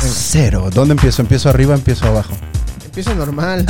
Cero. ¿Dónde empiezo? ¿Empiezo arriba? ¿Empiezo abajo? Empieza normal.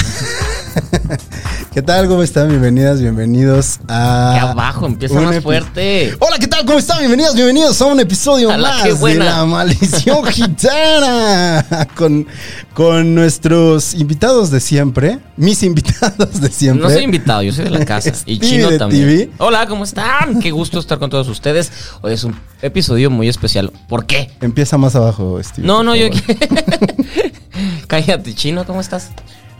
¿Qué tal? ¿Cómo están? Bienvenidas, bienvenidos a... Que abajo empieza un más epi- fuerte. Hola, ¿qué tal? ¿Cómo están? Bienvenidos, bienvenidos a un episodio A la más que buena. de La Maldición Gitana con, con nuestros invitados de siempre, mis invitados de siempre. No soy invitado, yo soy de la casa. y Stevie Chino de también. TV. Hola, ¿cómo están? Qué gusto estar con todos ustedes. Hoy es un episodio muy especial. ¿Por qué? Empieza más abajo, Steve. No, por no, yo... favor. Cállate, Chino, ¿cómo estás?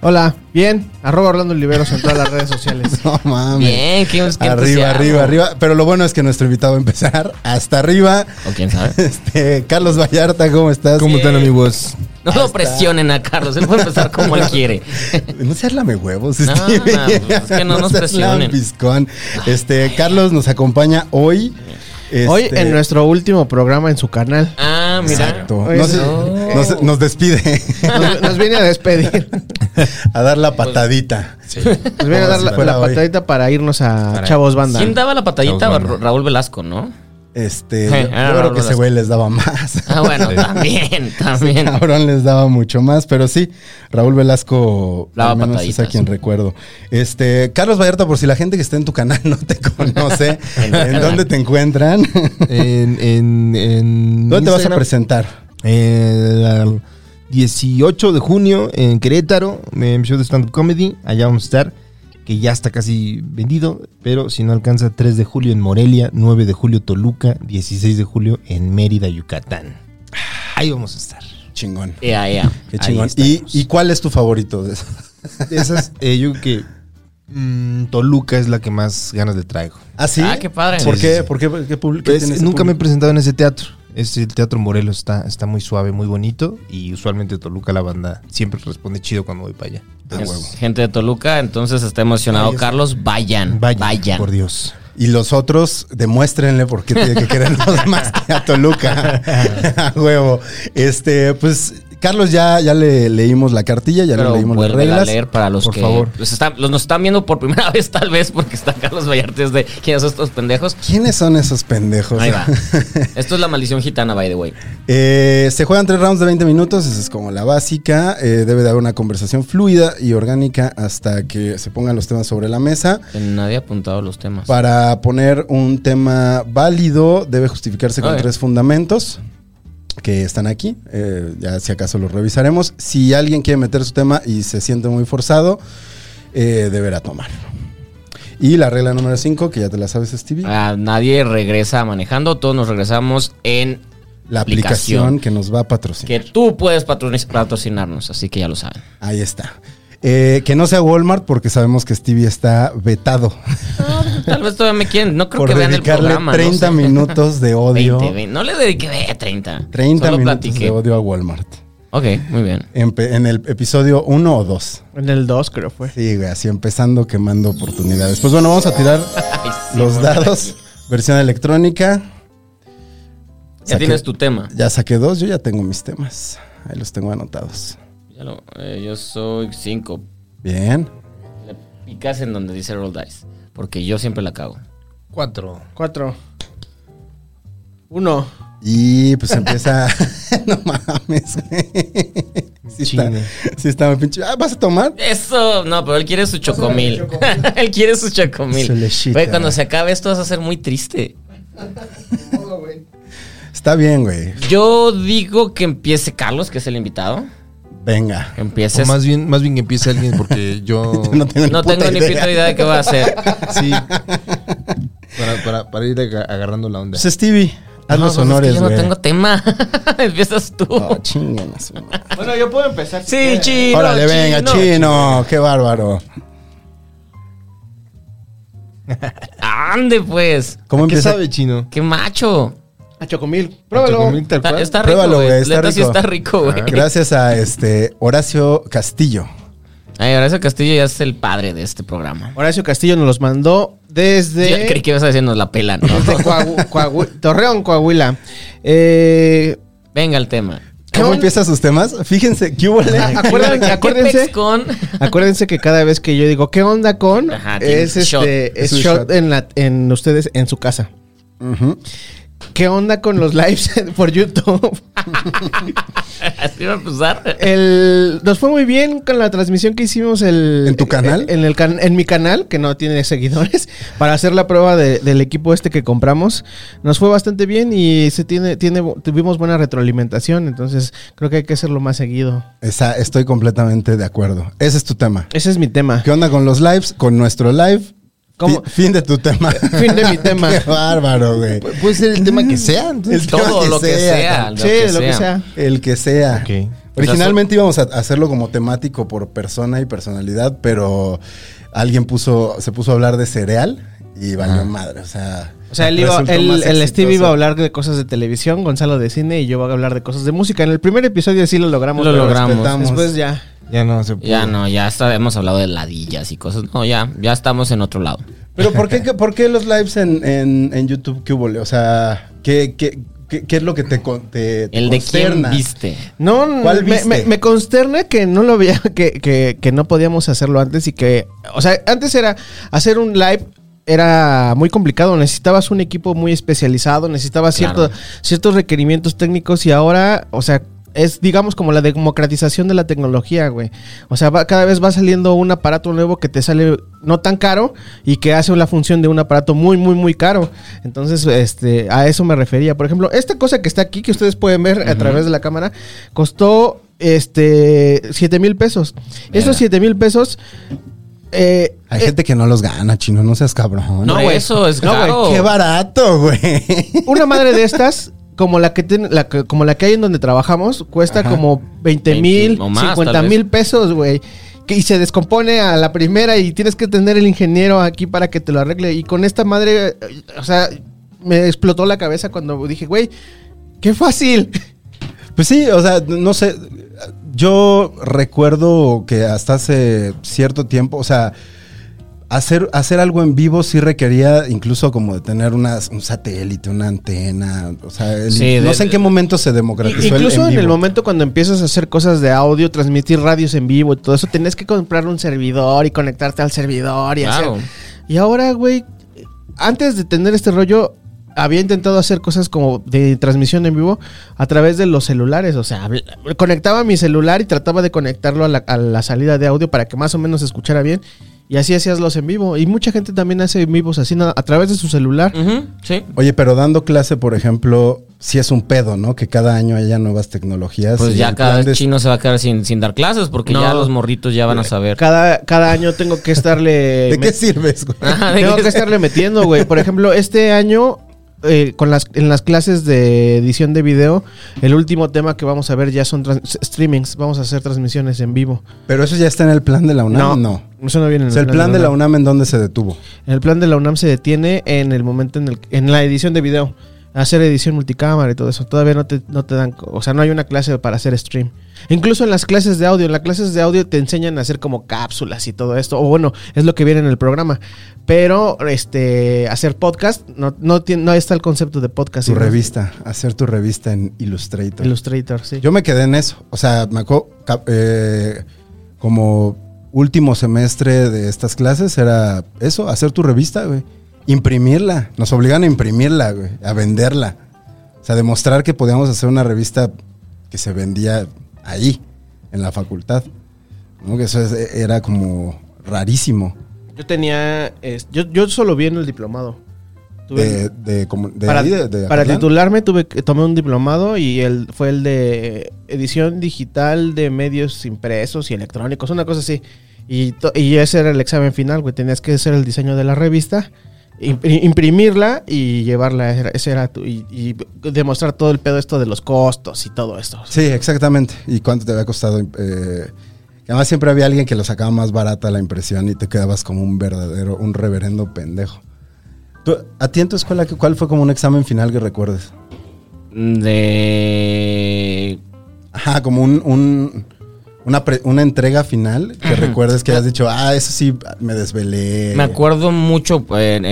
Hola, bien. Arroba Orlando Oliveros en todas las redes sociales. No mames. Bien, qué, qué Arriba, entusiasmo. arriba, arriba. Pero lo bueno es que nuestro invitado va a empezar hasta arriba. O quién sabe. Este, Carlos Vallarta, ¿cómo estás? ¿Cómo están, amigos? No lo presionen a Carlos, él puede empezar como él quiere. No seas lamehuevos, No, Stevie. no, pues, es que no nos seas presionen. lambiscón. Este, Carlos nos acompaña hoy. Hoy este, en nuestro último programa en su canal. Ah, mira. Exacto. Oye, No sé- no. nos, nos despide Nos, nos viene a despedir. a dar la Pues, patadita. Nos viene a dar si la, fuera la hoy. patadita para irnos a Chavos Banda. ¿Quién daba la patadita? Chavos, manda. Ra- Raúl Velasco, ¿no? Este, Sí, yo era creo que Velasco. ese güey les daba más. Ah, bueno, también, también. Cabrón les daba mucho más, pero sí, Raúl Velasco Daba al menos es a pataditas. quien recuerdo. Este, Carlos Vallarta, por si la gente que está en tu canal no te conoce, ¿en dónde te encuentran? En, en, en ¿Dónde te vas a Instagram. presentar? El 18 Eh, de junio en Querétaro, en mi show de stand-up comedy. Allá vamos a estar, que ya está casi vendido, pero si no alcanza, 3 de julio en Morelia, 9 de julio Toluca, 16 de julio en Mérida, Yucatán. Ahí vamos a estar. Chingón. Ya, ya. Qué Ahí chingón. ¿Y, pues. estamos. ¿Y cuál es tu favorito de esos? De esas, eh, yo creo que mm, Toluca es la que más ganas le traigo. ¿Ah, sí? Ah, qué padre. ¿Por Sí, qué? sí, sí. ¿Por qué? ¿Qué publi- qué Pues, tiene ese nunca me he público? presentado en ese teatro. Es el Teatro Morelos está, está muy suave, muy bonito. Y usualmente Toluca, la banda, siempre responde chido cuando voy para allá. Es Gente de Toluca, entonces está emocionado. Carlos, vayan, vayan. Por Dios. Y los otros, demuéstrenle por qué tiene que querer los demás que a Toluca. a huevo. Este, pues, Carlos, ya, ya le leímos la cartilla, ya Pero le leímos las vuelve a reglas. leer para los por que favor. los están- los nos están viendo por primera vez, tal vez, porque está Carlos Vallartes de quiénes son estos pendejos. ¿Quiénes son esos pendejos? Ahí va. Esto es la maldición gitana, by the way. Eh, se juegan tres rounds de 20 minutos, esa es como la básica. Eh, debe de haber una conversación fluida y orgánica hasta que se pongan los temas sobre la mesa. Que Nadie ha apuntado los temas. Para poner un tema válido, debe justificarse con Ok. tres fundamentos que están aquí. Eh, ya si acaso los revisaremos. Si alguien quiere meter su tema y se siente muy forzado, eh, deberá tomar. Y la regla número 5, que ya te la sabes, Stevie. Ah, nadie regresa manejando, todos nos regresamos en la aplicación, aplicación. que nos va a patrocinar. que tú puedes patronic- patrocinarnos, así que ya lo saben. Ahí está. Eh, que no sea Walmart porque sabemos que Stevie está vetado Tal vez todavía me quieren, no creo por que vean el dedicarle programa. no 30 sé. minutos de odio. 20, 20. No le dediqué eh, 30. 30 Solo minutos platiqué. de odio a Walmart. Ok, muy bien. En, pe- en el episodio 1 o 2. En el 2 creo fue. Sí, güey, así empezando quemando oportunidades. Pues bueno, vamos a tirar Ay, sí, los bueno, dados, versión electrónica. Ya Saqué- tienes tu tema. Ya saqué dos, yo ya tengo mis temas. Ahí los tengo anotados. Ya lo- eh, yo soy 5. Bien. Le picas en donde dice Roll Dice. Porque yo siempre la cago. Cuatro. Cuatro. Uno. Y pues empieza. no mames, güey. Sí está, Chinga. sí está muy pinche. Ah, ¿vas a tomar? Eso, no, pero él quiere su chocomil. él quiere su chocomil. Su lechita. Güey, cuando se acabe esto vas a ser muy triste. Está bien, güey. Yo digo que empiece Carlos, que es el invitado. Venga. Que empieces. O más bien, más bien que empiece alguien porque yo... Yo no tengo, no puta tengo ni idea. puta idea de qué va a hacer. Sí. Para, para, para ir aga- agarrando la onda. Pues Stevie, haz No, los pues es que honores, yo güey. no tengo tema. Empiezas tú. Oh, chinguen a su madre. Bueno, yo puedo empezar. si sí, quieren. chino. Órale, venga, chino, qué bárbaro. Ande, pues. ¿Cómo ¿Qué empieza? sabe, chino? Qué macho. A Chocomil. Pruébalo. Chocomil tal Está, cual. está rico, Pruébalo, güey. güey, está Neta, sí rico. Ah, está rico, güey. Gracias a este Horacio Castillo. Ay, Horacio Castillo ya es el padre de este programa. Horacio Castillo nos los mandó desde. Yo creí que ibas a decirnos la pela, ¿no? desde Coahu- Coahu- Torreón, Coahuila. Eh, Venga el tema. ¿Qué ¿Cómo on- empieza sus temas? Fíjense, ¿qué hubo? le? ah, acuérdense, ¿Qué pex acuérdense, con? acuérdense que cada vez que yo digo ¿qué onda con? Ajá, tiene es un shot. este es Es un shot shot. en la en ustedes en su casa. Ujú. ¿Qué onda con los lives por YouTube? Así va a empezar. El- nos fue muy bien con la transmisión que hicimos el, ¿En tu canal? En, el can- en mi canal, que no tiene seguidores, para hacer la prueba de- del equipo este que compramos. Nos fue bastante bien y se tiene, tiene, tuvimos buena retroalimentación, entonces creo que hay que hacerlo más seguido. Esa- estoy completamente de acuerdo. Ese es tu tema. Ese es mi tema. ¿Qué onda con los lives? Con nuestro live. ¿Cómo? Fi- Fin de tu tema. Fin de mi tema. Qué bárbaro, güey. Pu- Puede ser el tema que sea. entonces. El tema Todo lo que sea. cabrón. Lo sí, que lo que sea. sea. El que sea. Ok. Originalmente íbamos a hacerlo como temático por persona y personalidad, pero alguien puso, se puso a hablar de cereal y valió madre. O sea, O sea, él iba, resultó él- más el Steve exitoso. iba a hablar de cosas de televisión, Gonzalo de cine y yo voy a hablar de cosas de música. En el primer episodio sí lo logramos. Lo pero logramos. respetamos. Después ya. Ya no se puede. Ya no, ya está- hemos hablado de ladillas y cosas. No, ya, ya estamos en otro lado. Pero ¿por qué, por qué los lives en, en- en YouTube que hubo? O sea, ¿qué, qué, qué- qué es lo que te, con- te- te El de quién consterna? viste. No, ¿Cuál me, viste? me- me consterna que no lo había, que, que- que no podíamos hacerlo antes y que, o sea, antes era hacer un live era muy complicado, necesitabas un equipo muy especializado, necesitabas Claro. cierto- ciertos requerimientos técnicos y ahora, o sea, es digamos como la democratización de la tecnología, güey. O sea, va- cada vez va saliendo un aparato nuevo que te sale no tan caro y que hace la función de un aparato muy, muy, muy caro. Entonces, este, a eso me refería. Por ejemplo, esta cosa que está aquí, que ustedes pueden ver a través de la cámara, costó este 7 mil pesos. Estos 7 mil pesos. eh, Hay eh, gente que no los gana, chino, no seas cabrón. No, güey. Eso es No, güey, caro. Qué barato, güey. una madre de estas, como la que ten- la que- como la que hay en donde trabajamos, cuesta Ajá. como 20 mil, 20,000 o más, tal 50 mil pesos, güey. Que- Y se descompone a la primera y tienes que tener el ingeniero aquí para que te lo arregle. Y con esta madre, eh, o sea, me explotó la cabeza cuando dije, güey, qué fácil. Pues sí, o sea, no sé. Yo recuerdo que hasta hace cierto tiempo, o sea, hacer, hacer algo en vivo sí requería incluso como de tener unas- un satélite, una antena. O sea, el- Sí, no de- sé en qué momento se democratizó el Incluso en, el vivo. momento cuando empiezas a hacer cosas de audio, transmitir radios en vivo y todo eso, tenías que comprar un servidor y conectarte al servidor y Claro. hacer Y ahora, güey, antes de tener este rollo, había intentado hacer cosas como de transmisión en vivo a través de los celulares. O sea, habl- conectaba mi celular y trataba de conectarlo a la, a la salida de audio para que más o menos se escuchara bien. Y así hacías los en vivo. Y mucha gente también hace en vivos así nada- a través de su celular. Ujú, sí. Oye, pero dando clase, por ejemplo, sí es un pedo, ¿no? Que cada año haya nuevas tecnologías. Pues y ya el cada plan de- chino se va a quedar sin, sin dar clases porque No. ya los morritos ya van a saber. Cada, cada año tengo que estarle... ¿De met- qué sirves, güey? Ajá, de Tengo que- que estarle metiendo, güey. Por ejemplo, este año, eh, con las, en las clases de edición de video, el último tema que vamos a ver ya son trans- streamings. Vamos a hacer transmisiones en vivo. Pero eso ya está en el plan de la UNAM, ¿no? Eso no viene en O sea, el plan de la UNAM en dónde se detuvo. El plan de la UNAM se detiene en el momento en, el, en la edición de video. Hacer edición multicámara y todo eso. Todavía no te, no te dan. co- O sea, no hay una clase para hacer stream. Incluso en las clases de audio. En las clases de audio te enseñan a hacer como cápsulas y todo esto. O bueno, es lo que viene en el programa. Pero este hacer podcast. No, no, tiene- no está el concepto de podcast. Tu sino revista, hacer tu revista en Illustrator. Illustrator, sí. Yo me quedé en eso. O sea, me acuerdo cap- eh, como último semestre de estas clases era eso, hacer tu revista, güey. Imprimirla. Nos obligan a imprimirla, güey, a venderla. O sea, demostrar que podíamos hacer una revista que se vendía ahí, en la facultad. ¿no? Que eso es- era como rarísimo. Yo tenía. es- yo, yo solo vi en el diplomado. Tuve- De, de como- de para ahí, de- de para Acatlán. titularme tuve que tomé un diplomado y el, fue el de edición digital de medios impresos y electrónicos, una cosa así. Y, to- y ese era el examen final, güey. Tenías que hacer el diseño de la revista, impri- imprimirla y llevarla. Era- Ese era tu, y, y demostrar todo el pedo esto de los costos y todo esto. Sí, exactamente. ¿Y cuánto te había costado? eh, además siempre había alguien que lo sacaba más barata la impresión y te quedabas como un verdadero, un reverendo pendejo. Tú, ¿A ti en tu escuela qué- cuál fue como un examen final que recuerdes? De. Ajá, como un, un- una, pre- una entrega final que recuerdes que hayas dicho, ah, eso sí, me desvelé. Me acuerdo mucho en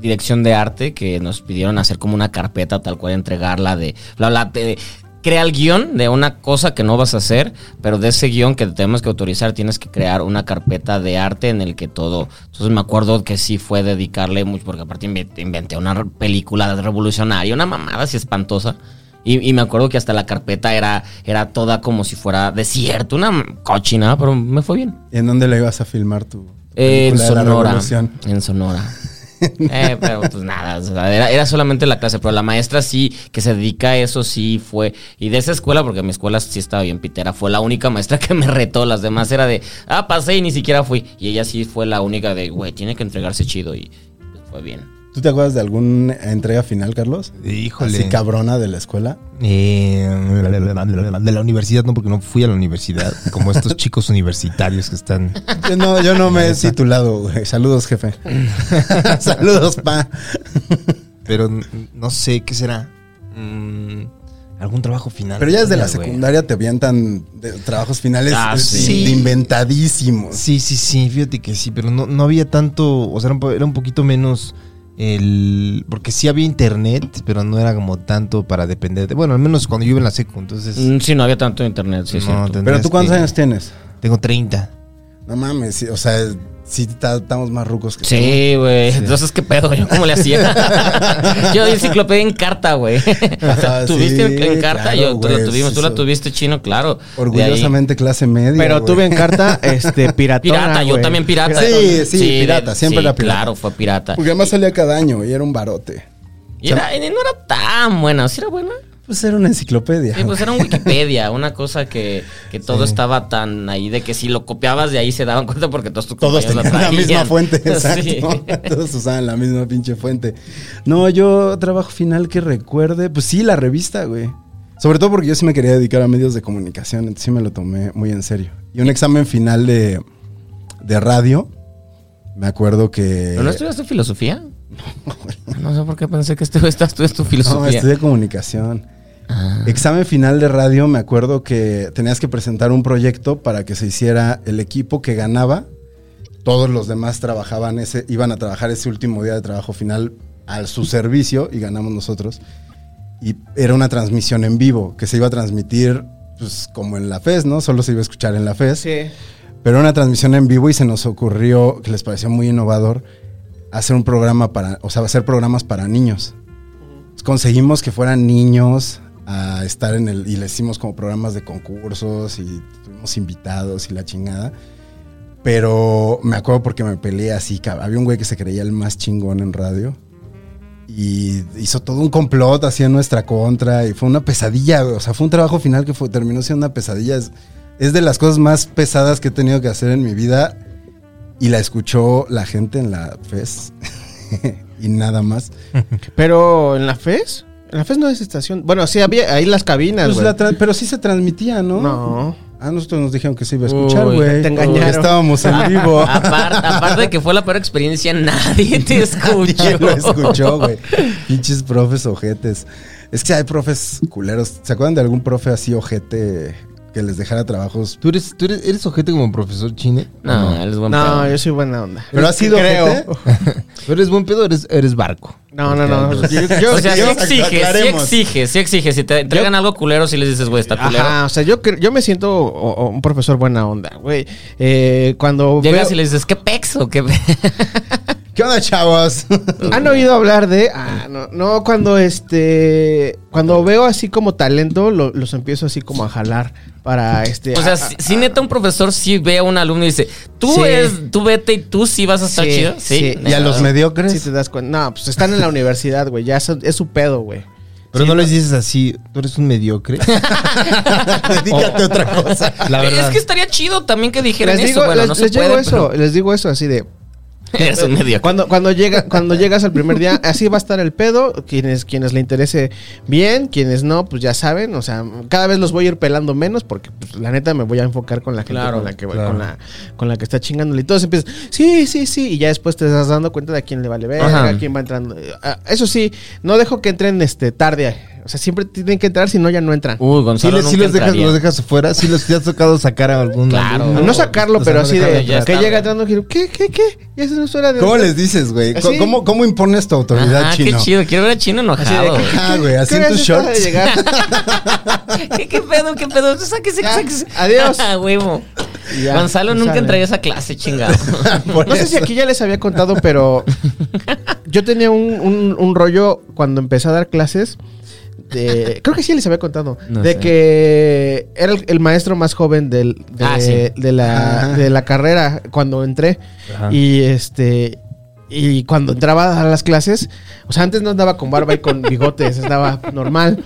dirección de arte que nos pidieron hacer como una carpeta tal cual entregarla de bla bla te- crea el guión de una cosa que no vas a hacer, pero de ese guión que tenemos que autorizar tienes que crear una carpeta de arte en el que todo. Entonces me acuerdo que sí fue dedicarle mucho porque aparte inve- inventé una re- película revolucionaria, una mamada así espantosa. Y, y me acuerdo que hasta la carpeta era, era toda como si fuera desierto, una cochina, pero me fue bien. ¿En dónde la ibas a filmar tu, tu En película de la Sonora. revolución? En Sonora. Eh, pero pues nada, o sea, era, era solamente la clase, pero la maestra sí, que se dedica a eso, sí fue. Y de esa escuela, porque mi escuela sí estaba bien pitera, fue la única maestra que me retó. Las demás era de, ah, pasé y ni siquiera fui. Y ella sí fue la única de, güey, tiene que entregarse chido. Y pues, fue bien. ¿Tú te acuerdas de alguna entrega final, Carlos? Híjole. Así cabrona de la escuela. Eh, de la universidad, no, porque no fui a la universidad. Como estos chicos universitarios que están. Yo no, yo no me he titulado, güey. Saludos, jefe. Saludos, pa. Pero n- no sé qué será. Mm, algún trabajo final. Pero ya desde la Güey. secundaria te avientan de- trabajos finales Ah, eh, sí. de inventadísimos. Sí, sí, sí, fíjate que sí, pero no, no había tanto, o sea, era un, po- era un poquito menos el... Porque sí había internet, pero no era como tanto para depender de... Bueno, al menos cuando yo iba en la secu, entonces... Mm, Sí, no había tanto internet, sí, es No, cierto. ten- Pero tú cuántos Este. que- años tienes? Tengo 30. No mames, sí, o sea, sí ta- estamos más rucos que Sí, güey. Entonces, ¿qué pedo? ¿Yo cómo le hacía? yo enciclopedia en carta, güey. Ah, ¿Tuviste en- sí, en carta? claro, yo, tú, la güey, tuvimos, tú eso- la tuviste chino, claro. tú. De ahí- Orgullosamente clase media. Pero güey. tuve en carta este, piratona, Pirata, yo güey. también pirata. Sí, sí, pirata, siempre era pirata. Claro, fue pirata. Porque además salía cada año y era un barote. Y era- y no era tan buena, ¿sí era buena? Pues era una enciclopedia. Sí, pues era un Wikipedia, una cosa que, que todo estaba tan ahí de que si lo copiabas de ahí se daban cuenta porque todos tus Todos compañeros tenían la traían. misma fuente, Sí. exacto. Todos usaban la misma pinche fuente. No, yo trabajo final que recuerde, pues sí, la revista, güey. Sobre todo porque yo sí me quería dedicar a medios de comunicación, entonces sí me lo tomé muy en serio. Y un examen final de, de radio, me acuerdo que... ¿Pero no estudiaste filosofía? No sé por qué pensé que estu- estás tú tu No, filosofía. estudié comunicación. Ah. Examen final de radio, me acuerdo que tenías que presentar un proyecto para que se hiciera el equipo que ganaba. Todos los demás trabajaban ese, iban a trabajar ese último día de trabajo final a su servicio y ganamos nosotros. Y era una transmisión en vivo que se iba a transmitir pues, como en la FES, ¿no? Solo se iba a escuchar en la FES. Sí. Pero era una transmisión en vivo y se nos ocurrió, que les pareció muy innovador, hacer un programa para, o sea, hacer programas para niños. Conseguimos que fueran niños a estar en el, y les hicimos como programas de concursos y tuvimos invitados y la chingada. Pero me acuerdo porque me peleé así, cab- había un güey que se creía el más chingón en radio. Y hizo todo un complot así en nuestra contra. Y fue una pesadilla, güey. O sea, fue un trabajo final que fue- terminó siendo una pesadilla. Es, es de las cosas más pesadas que he tenido que hacer en mi vida. Y la escuchó la gente en la FES. y nada más. Pero en la FES, en la FES no es estación. Bueno, sí, había ahí las cabinas, Pues güey. la tra- pero sí se transmitía, ¿no? No. A nosotros nos dijeron que se iba a escuchar, Uy, Ah, güey. te engañaron. porque Estábamos en vivo. Apar- aparte de que fue la peor experiencia, nadie te escuchó. ¿Quién lo escuchó, güey? Pinches profes ojetes. Es que hay profes culeros. ¿Se acuerdan de algún profe así ojete que les dejara trabajos? ¿Tú eres, tú eres, eres ojete como profesor chine? No, él es buen No, pedo. yo soy buena onda. Pero ha sido ojete. ¿Pero eres buen pedo o eres, eres barco? No, no, no. Yo, yo- o sea, sí yo- exige, sí aclaremos. exige, sí exige. Si te entregan algo culero, si les dices, güey, está culero. Ajá, o sea, yo, cre- yo me siento o- o un profesor buena onda, güey. Eh, cuando Llegas veo- y le dices, ¿qué pex o qué? pe-?" ¿Qué onda, chavos? ¿Han oído hablar de.? Ah, no, no, cuando este. Cuando veo así como talento, lo- los empiezo así como a jalar para este. O sea, a- si, si neta un profesor sí ve a un alumno y dice, tú Sí. es, tú vete y tú sí vas a estar Sí, chido. Sí. sí. y a los mediocres. Si te das cuenta. No, pues están en la universidad, güey. Ya son- es su pedo, güey. Pero no les dices así, tú eres un mediocre. Dedícate a otra cosa. La Es verdad. que estaría chido también que dijeran Les digo, eso. Bueno, les, no se les puede. digo eso, les digo eso así de. pero Eres un mediocre. Cuando, cuando, llega, cuando llegas al primer día, así va a estar el pedo. Quienes, quienes le interese bien, quienes no, pues ya saben. O sea, cada vez los voy a ir pelando menos porque pues, la neta me voy a enfocar con la gente Claro, con, la que, claro. con, la, con la que está chingándole. Y todos empiezan, sí, sí, sí. Y ya después te estás dando cuenta de a quién le vale ver, Ajá. a quién va entrando. Ah, Eso sí, no dejo que entren este, tarde. O sea, siempre tienen que entrar, si no, ya no entran. Uy, Sí, Gonzalo les- sí nunca los, dejas, entraría. los dejas afuera, sí los te has tocado sacar a algún Claro. alumno. no sacarlo, O sea, pero no así dejarlo de ya que está, llega entrando, ¿qué, qué, qué? Ya es hora de. ¿Cómo les dices, güey? ¿Cómo- Así. ¿Cómo, cómo impones tu autoridad, Ajá, chino? qué chido. Quiero ver a Chino Así de, enojado. ¿qué- güey. Ah, qué- güey, qué así en hora es tus esta hora de shorts. llegar? ¿Qué, qué pedo? ¿Qué pedo? Sáquese, Ya, sáquese. adiós. Ah, huevo. Y ya, Gonzalo ya nunca saben. entraría a esa clase, chingado. Por No sé si eso. aquí ya les había contado, pero yo tenía un, un- un rollo cuando empecé a dar clases. De, creo que sí les había contado. No de sé. que era el, el maestro más joven del, de, Ah, sí. de la, Ajá. de la carrera cuando entré. Y este. Y cuando entraba a las clases, o sea, antes no andaba con barba y con bigotes, estaba normal.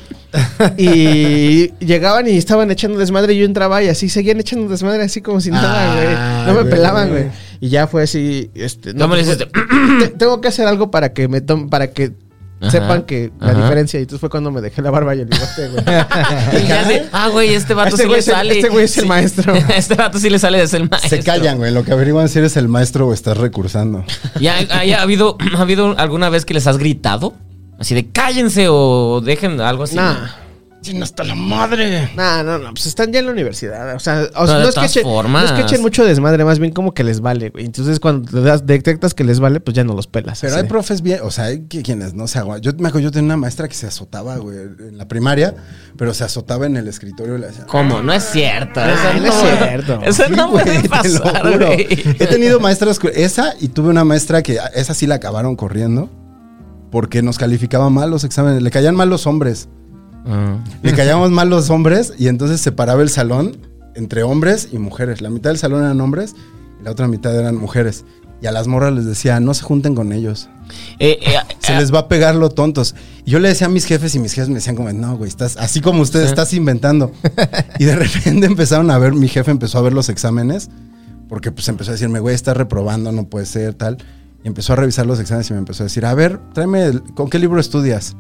Y llegaban y estaban echando desmadre y yo entraba y así seguían echando desmadre así como si nada, güey. Ah, No me güey. pelaban, güey. Y ya fue así, este, no, ¿Cómo le pues, hiciste? te- tengo que hacer algo para que me tom- para que Ajá, sepan que la ajá. diferencia y entonces fue cuando me dejé la barba y el bigote, güey. Y ya de, ah, güey, este vato Este sí güey le es el- sale. este güey es el maestro. este vato sí le sale de ser maestro. Se callan, güey. Lo que averiguan es si eres el maestro o estás recursando. ¿Ya, ha- ya ha, habido, ha habido alguna vez que les has gritado? Así de cállense o dejen algo así. Nah. Chino, hasta la madre. No, no, no, pues están ya en la universidad. O sea, o sea, de no, es que todas echen, formas. no es que echen mucho desmadre, más bien como que les vale, güey. Entonces, cuando te das- detectas que les vale, pues ya no los pelas. Pero así. hay profes bien, o sea, hay que- quienes no se aguantan. Yo me acuerdo, yo tenía una maestra que se azotaba, güey, en la primaria, pero se azotaba en el escritorio y le hacía- ¿Cómo? No es cierto. Ay, eso Ah, no es cierto. Eso Sí, no güey, puede te lo pasar, juro. güey. He tenido maestras, cu- esa y tuve una maestra que a- esa sí la acabaron corriendo porque nos calificaban mal los exámenes, le caían mal los hombres, Ah. le caíamos mal los hombres y entonces separaba el salón entre hombres y mujeres. La mitad del salón eran hombres y la otra mitad eran mujeres. Y a las morras les decía, no se junten con ellos. Eh, eh, Se Ah. les va a pegar lo tontos. Y yo le decía a mis jefes y mis jefes me decían como, no, güey, estás así como ustedes, estás inventando. Y de repente empezaron a ver, mi jefe empezó a ver los exámenes, porque pues empezó a decirme, güey, estás reprobando, no puede ser, tal. Y empezó a revisar los exámenes y me empezó a decir, a ver, tráeme, el- ¿con qué libro estudias?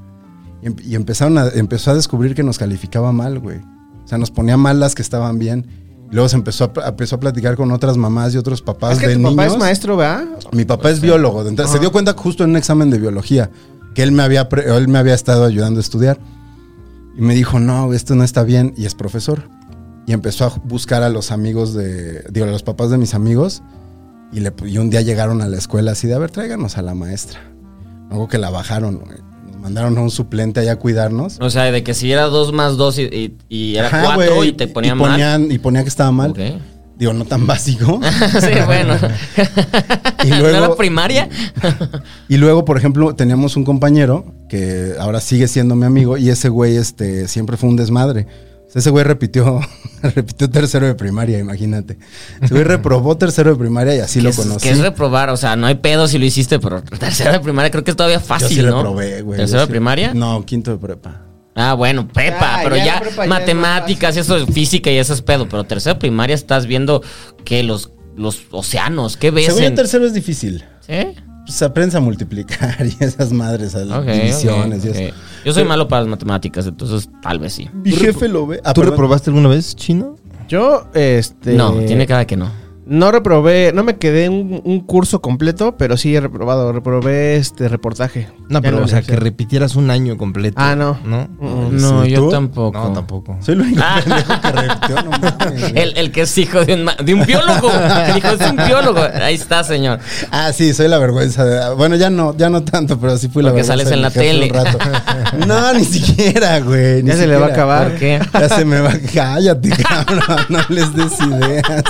Y, em- y empezaron a, empezó a descubrir que nos calificaba mal, güey. O sea, nos ponía mal las que estaban bien. Y Luego se empezó a, pl- empezó a platicar con otras mamás y otros papás Es que de tu papá niños. es maestro, ¿verdad? Mi papá es biólogo. Entonces, Se dio cuenta justo en un examen de biología que él me había, pre- él me había estado ayudando a estudiar. Y me dijo, no, esto no está bien. Y es profesor. Y empezó a buscar a los amigos de, digo, a los papás de mis amigos. Y, le, pu- y un día llegaron a la escuela así de, a ver, tráiganos a la maestra. Luego que la bajaron, güey. Nos mandaron a un suplente allá a cuidarnos. o sea, de que si era dos más dos y, y- y era Ajá, cuatro güey, y te ponían, ponían- Y ponía que estaba mal. mal. Ok. Digo, no tan básico. sí, bueno. Y ¿No luego- era primaria? Y luego, por ejemplo, teníamos un compañero que ahora sigue siendo mi amigo y ese güey este, siempre fue un desmadre. O sea, Ese güey repitió, repitió tercero de primaria, imagínate. Ese güey reprobó tercero de primaria y así que lo es- conocí. que es reprobar, o sea, no hay pedo si lo hiciste, pero tercera de primaria creo que es todavía Yo fácil, sí ¿no? reprobé, güey. Yo ¿Tercera de sí- primaria? No, quinto de prepa. Ah, bueno, prepa, Ya, pero ya ya, la prepa ya es más matemáticas, y eso es física y eso es pedo, pero tercera de primaria estás viendo que los, los océanos, ¿qué ves? Según yo, en- tercero es difícil. ¿Sí? Pues aprendes a multiplicar y esas madres, a las Ok, divisiones ok, y ok. eso. Yo soy malo para las matemáticas, entonces tal vez sí. Mi jefe lo ve. Ah, ¿Tú perdón. reprobaste alguna vez chino? Yo, este. No, tiene cara que no. No reprobé, no me quedé un, un curso completo, pero sí he reprobado. Reprobé este reportaje. No, Ya en pero la o sea, que universidad. repitieras repitieras un año completo. Ah, no. ¿No? Mm, mm. No, ¿Sí? yo ¿Tú? tampoco. No, tampoco. Soy el único pendejo que repitió, no mames. güey. Ah. El, el que es hijo de un, ma- de un biólogo. El hijo es un biólogo. Ahí está, señor. Ah, sí, soy la vergüenza. de- bueno, ya no, ya no tanto, pero sí fui la Porque vergüenza. sales de en mi la jefe tele. un rato. No, ni siquiera, güey. ni Ya se le va a eh. siquiera. acabar. ¿Por qué? Ya se me va. Cállate, cabrón. No les des ideas.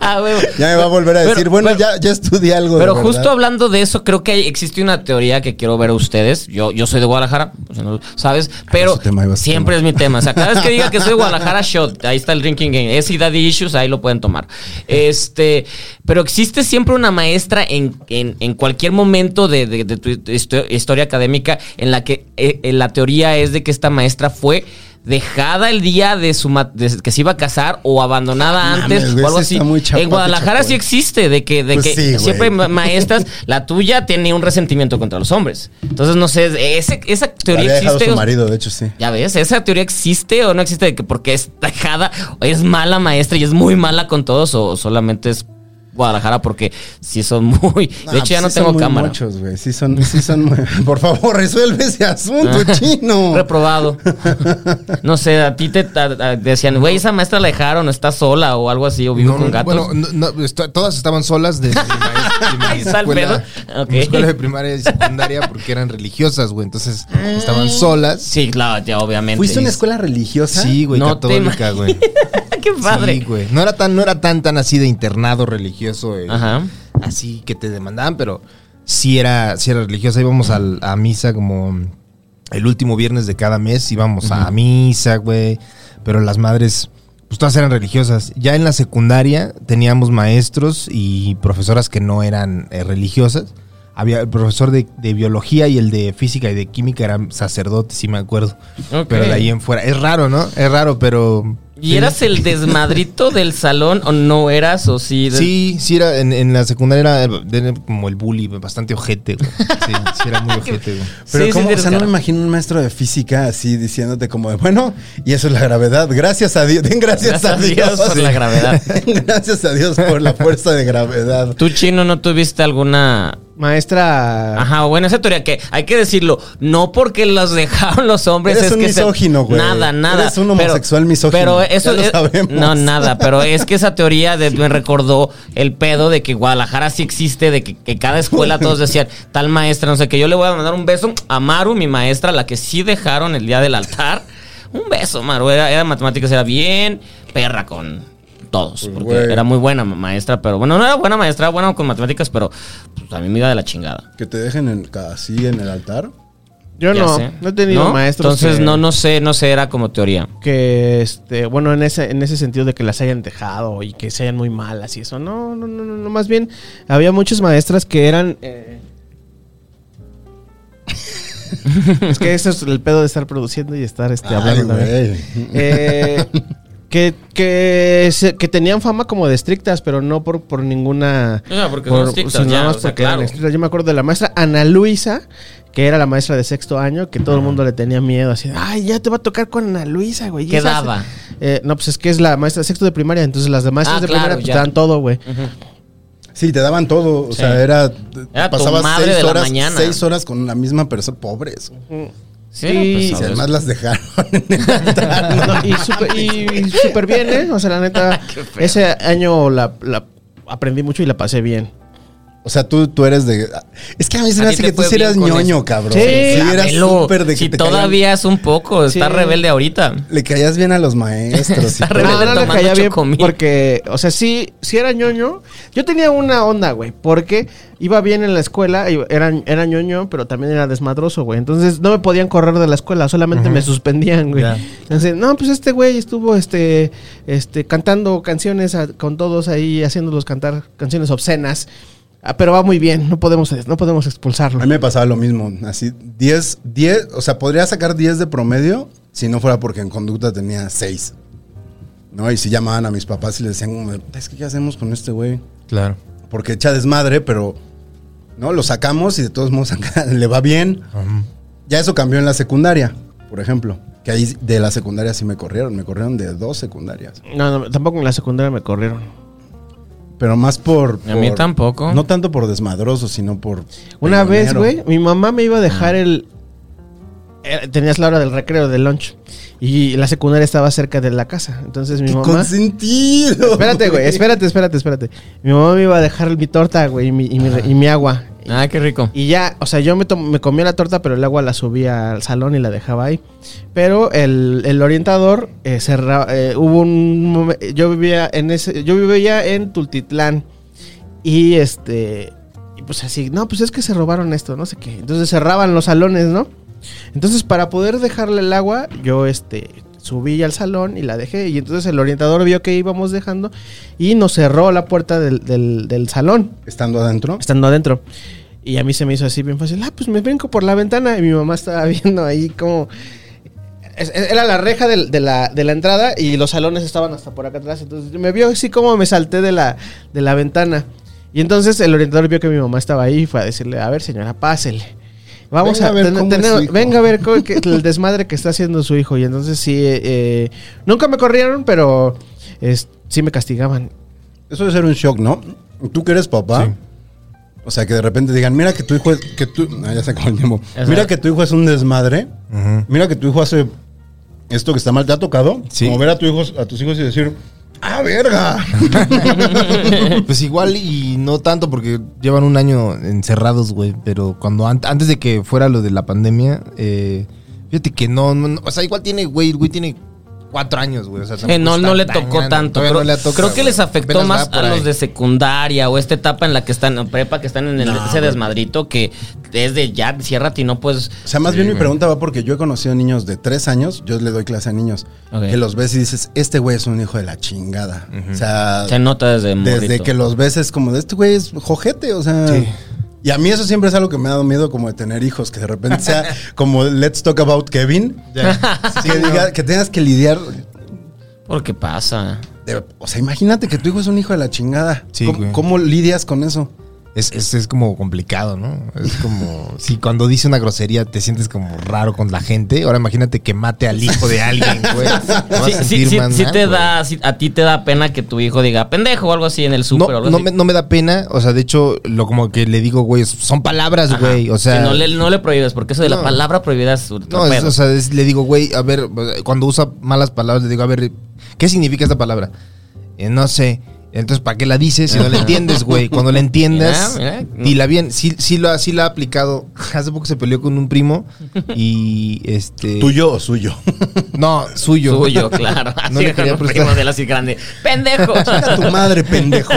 Ah, huevo. Ya me va a volver a Pero- decir, bueno, pero- ya, ya estudié algo. de Pero verdad. justo hablando de eso, creo que hay- existe una teoría que quiero ver a ustedes. Yo, yo soy de Guadalajara, o sea, no- ¿sabes? Pero Ah, ese tema iba a ser siempre tema. es mi tema. O sea, cada vez que diga que soy de Guadalajara, shot. Ahí está el drinking game. Es y Daddy Issues, ahí lo pueden tomar. Este, pero existe siempre una maestra en, en- en cualquier momento de, de- de tu histo- historia académica en la que eh, eh, la teoría es de que esta maestra fue dejada el día de su ma- de que se iba a casar o abandonada Mames, antes güey, o algo esa así. está muy chapa- En Guadalajara chapoy. sí existe de que de Pues que sí, güey. siempre ma- maestras, la tuya tiene un resentimiento contra los hombres. Entonces, no sé, ese- esa teoría Había dejado existe. su marido, de hecho, sí. Ya ves, esa teoría existe o no existe de que porque es tajada, o es mala maestra y es muy mala con todos, o solamente es Guadalajara porque sí son muy. De Ah, hecho, ya pues no tengo cámara. Muchos, güey. Sí son, sí son muy- Por favor, resuelve ese asunto, Ah. chino. Reprobado. No sé, a ti te ta- a- decían, güey, esa maestra la dejaron, o está sola o algo así, o vive No, con no, gatos. Bueno, no, no, está- todas estaban solas desde mi maes- de mi Ahí está el escuela, pedo. Ok. mi escuela de primaria y secundaria porque eran religiosas, güey. Entonces estaban solas. sí, claro, ya, obviamente. ¿Fuiste a una escuela religiosa? Sí, güey, No te católica, güey. Ah, Qué padre. Sí, güey. No era tan, no era tan, tan así de internado religioso. eh, Ajá. Así que te demandaban, pero sí era, sí era religiosa. Íbamos al- a misa como el último viernes de cada mes, íbamos a misa, güey. Pero las madres, pues todas eran religiosas. Ya en la secundaria teníamos maestros y profesoras que no eran eh, religiosas. Había el profesor de, de biología y el de física y de química eran sacerdotes, sí me acuerdo. Ok. Pero de ahí en fuera. Es raro, ¿no? Es raro, pero. ¿Y eras el desmadrito del salón o no eras o sí? del- Sí, sí, era en, en la secundaria era, era como el bully, bastante ojete, güey. Sí, sí era muy ojete, güey. Pero Sí, sí, ¿cómo? sí, o sea, no me claro. imagino un maestro de física así diciéndote como de, bueno, y eso es la gravedad. Gracias a Dios. Den gracias, Gracias a Dios. por la gravedad. gracias a Dios por la fuerza de gravedad. ¿Tú, Chino, no tuviste alguna...? Maestra. Ajá, bueno, esa teoría que hay que decirlo, no porque los dejaron los hombres Eres es un que se- misógino, güey. Nada, nada. Eres un Pero- homosexual misógino, Pero ya eso lo es- sabemos. no nada, pero es que esa teoría de- me recordó el pedo de que Guadalajara sí existe, de que, que cada escuela todos decían, tal maestra, no sé qué, yo le voy a mandar un beso a Maru, mi maestra, la que sí dejaron el día del altar. Un beso, Maru, era, era matemáticas, era bien perra con todos, porque Pues, güey. era muy buena ma- maestra, pero bueno, no era buena maestra, era buena con matemáticas, pero pues, a mí me iba de la chingada. Que te dejen en- así en el altar. Yo Ya no, sé. no he tenido ¿No? maestros. Entonces, que- no, no sé, no sé, era como teoría. que este bueno en ese en ese sentido de que las hayan dejado y que sean muy malas y eso no no no no, no, más bien había muchas maestras que eran eh, es que eso es el pedo de estar produciendo y estar este, hablando Ay, también. güey. Eh, que que, se- que tenían fama como de estrictas pero no por por ninguna O sea, porque son estrictas, sino nada ya, más o sea, porque claro. eran estrictas. yo me acuerdo de la maestra Ana Luisa que era la maestra de sexto año, que todo el mundo le tenía miedo, así, de, ay, ya te va a tocar con Ana Luisa, güey. ¿Qué Y esas- daba? eh, no, pues es que es la maestra de sexto de primaria, entonces las demás Ah, de claro, primaria pues, ya. te dan todo, güey. Sí, te daban todo. O Sí. sea, era. Era tu pasabas madre seis de la horas, mañana. Seis horas con la misma persona. Pobres. güey. Sí, Sí, no, Si pues, además las dejaron en el altar. No, y súper y- y súper bien, ¿eh? O sea, la neta, ese año la, la aprendí mucho y la pasé bien. O sea, tú, tú eres de. ah, Es que a mí se me A hace ti que te tú fue sí eras bien con ñoño, eso. cabrón. Sí, eras Chabelo, súper de que si te todavía es un poco, está Sí. rebelde ahorita. caían- le caías bien a los maestros. y Está todo. No, rebelde. no le tomando caía bien chocomil. porque, o sea, sí, sí era ñoño. Yo tenía una onda, güey, porque iba bien en la escuela, y era, era ñoño, pero también era desmadroso, güey. Entonces no me podían correr de la escuela, solamente me suspendían, güey. Ya. Entonces, no, pues este güey estuvo este, este, cantando canciones a- con todos ahí, haciéndolos cantar canciones obscenas. Ah, pero va muy bien, no podemos, no podemos expulsarlo. A mí me pasaba lo mismo. Así, 10, 10. O sea, podría sacar 10 de promedio si no fuera porque en conducta tenía 6. ¿No? Y si llamaban a mis papás y les decían, como, es que ¿qué hacemos con este güey? Claro. Porque echa desmadre, pero. ¿No? Lo sacamos y de todos modos acá le va bien. Ya eso cambió en la secundaria, por ejemplo. Que ahí de la secundaria sí me corrieron. Me corrieron de dos secundarias. No, no, tampoco en la secundaria me corrieron. Pero más por. A mí por- tampoco. No tanto por desmadroso, sino por. Una vez, peleonero. güey, mi mamá me iba a dejar el. eh, Tenías la hora del recreo, del lunch. Y la secundaria estaba cerca de la casa. Entonces mi ¡Qué mamá. consentido! Espérate, güey, espérate, espérate, espérate. Mi mamá me iba a dejar mi torta, güey, y mi, y mi, re- y mi agua. Ah, qué rico. Y ya, o sea, yo me, tom- me comía la torta, pero el agua la subía al salón y la dejaba ahí. Pero el, el orientador eh, cerra- eh, hubo un momen- yo vivía en ese, yo vivía en Tultitlán y este, y pues así, no, pues es que se robaron esto, no sé qué. Entonces cerraban los salones, ¿no? Entonces para poder dejarle el agua, yo este subí al salón y la dejé y entonces el orientador vio que íbamos dejando y nos cerró la puerta del- del- del salón Estando adentro. estando adentro. Y a mí se me hizo así bien fácil. Ah, pues me brinco por la ventana. Y mi mamá estaba viendo ahí como. es- es- Era la reja del- de, la, de la entrada y los salones estaban hasta por acá atrás. Entonces me vio así como me salté de la, de la ventana. Y entonces el orientador vio que mi mamá estaba ahí y fue a decirle: A ver, señora, pásele. Vamos Venga a a ver ten- cómo es tener- su hijo". venga a ver cómo- que- el desmadre que está haciendo su hijo. Y entonces sí, eh, eh, nunca me corrieron, pero es- sí me castigaban. Eso debe ser un shock, ¿no? Tú que eres papá. Sí. O sea, que de repente digan, mira que tu hijo es. Que tu, ah, ya se acabó el tiempo. Eso Mira es. que tu hijo es un desmadre. Ujú. Mira que tu hijo hace esto que está mal. ¿Te ha tocado? Sí. Como ver a, tu hijos, a tus hijos y decir, ¡ah, verga! Pues igual y no tanto porque llevan un año encerrados, güey. Pero cuando an- antes de que fuera lo de la pandemia, eh, fíjate que no, no- no, o sea, igual tiene, güey, el güey tiene cuatro años, güey. O sea, tampoco Eh, no, Pues está no le tan tocó grande, tanto. todavía Creo, no le toca, creo que güey. les afectó Apenas más va por a los ahí. de secundaria o esta etapa en la que están, en prepa, que están en el, ese desmadrito que es de ya, ciérrate y no puedes. O sea, más bien mi pregunta va porque yo he conocido niños de tres años, yo le doy clase a niños, Ok. que los ves y dices, este güey es un hijo de la chingada. O sea, Se nota desde desde morrito. que los ves es como de este güey es jojete, o sea. Sí. Y a mí eso siempre es algo que me ha dado miedo como de tener hijos, que de repente sea como Let's Talk About Kevin, Ya. Sí, que, no. diga- que tengas que lidiar. Porque pasa. de- o sea, imagínate que tu hijo es un hijo de la chingada. Sí, ¿Cómo, güey. cómo lidias con eso? Es, es, es como complicado, ¿no? Es como. si cuando dice una grosería te sientes como raro con la gente. Ahora imagínate que mate al hijo de alguien, güey. Sí, sí, sí, sí te da, sí, a ti te da pena que tu hijo diga pendejo o algo así en el súper o No, algo no así. me, no me da pena. O sea, de hecho, lo como que le digo, güey, son palabras, Ajá. güey. O sea. Sí, no, le, no le prohíbes, porque eso de la No. palabra prohibida es otro No, es- pedo. o sea, es- le digo, güey, a ver, cuando usa malas palabras, le digo, a ver, ¿qué significa esta palabra? Eh, no sé. Entonces, ¿para qué la dices si no la entiendes, güey? Cuando la entiendas, Mira, mira. dila bien. Sí, sí, lo, ha- sí la ha aplicado. Hace poco se peleó con un primo y este... ¿Tuyo o suyo? No, suyo. Suyo, claro. No Así le quería con un prestar. primo de la así grande. ¡Pendejo! Chinga tu madre, pendejo.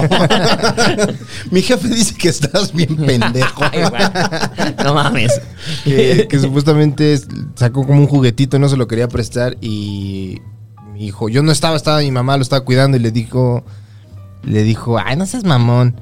Mi jefe dice que estás bien pendejo. Ay, güey. No mames. Eh, que, que supuestamente es- sacó como un juguetito, no se lo quería prestar y mi hijo, yo no estaba, estaba mi mamá, lo estaba cuidando y le dijo, le dijo, ay, no seas mamón.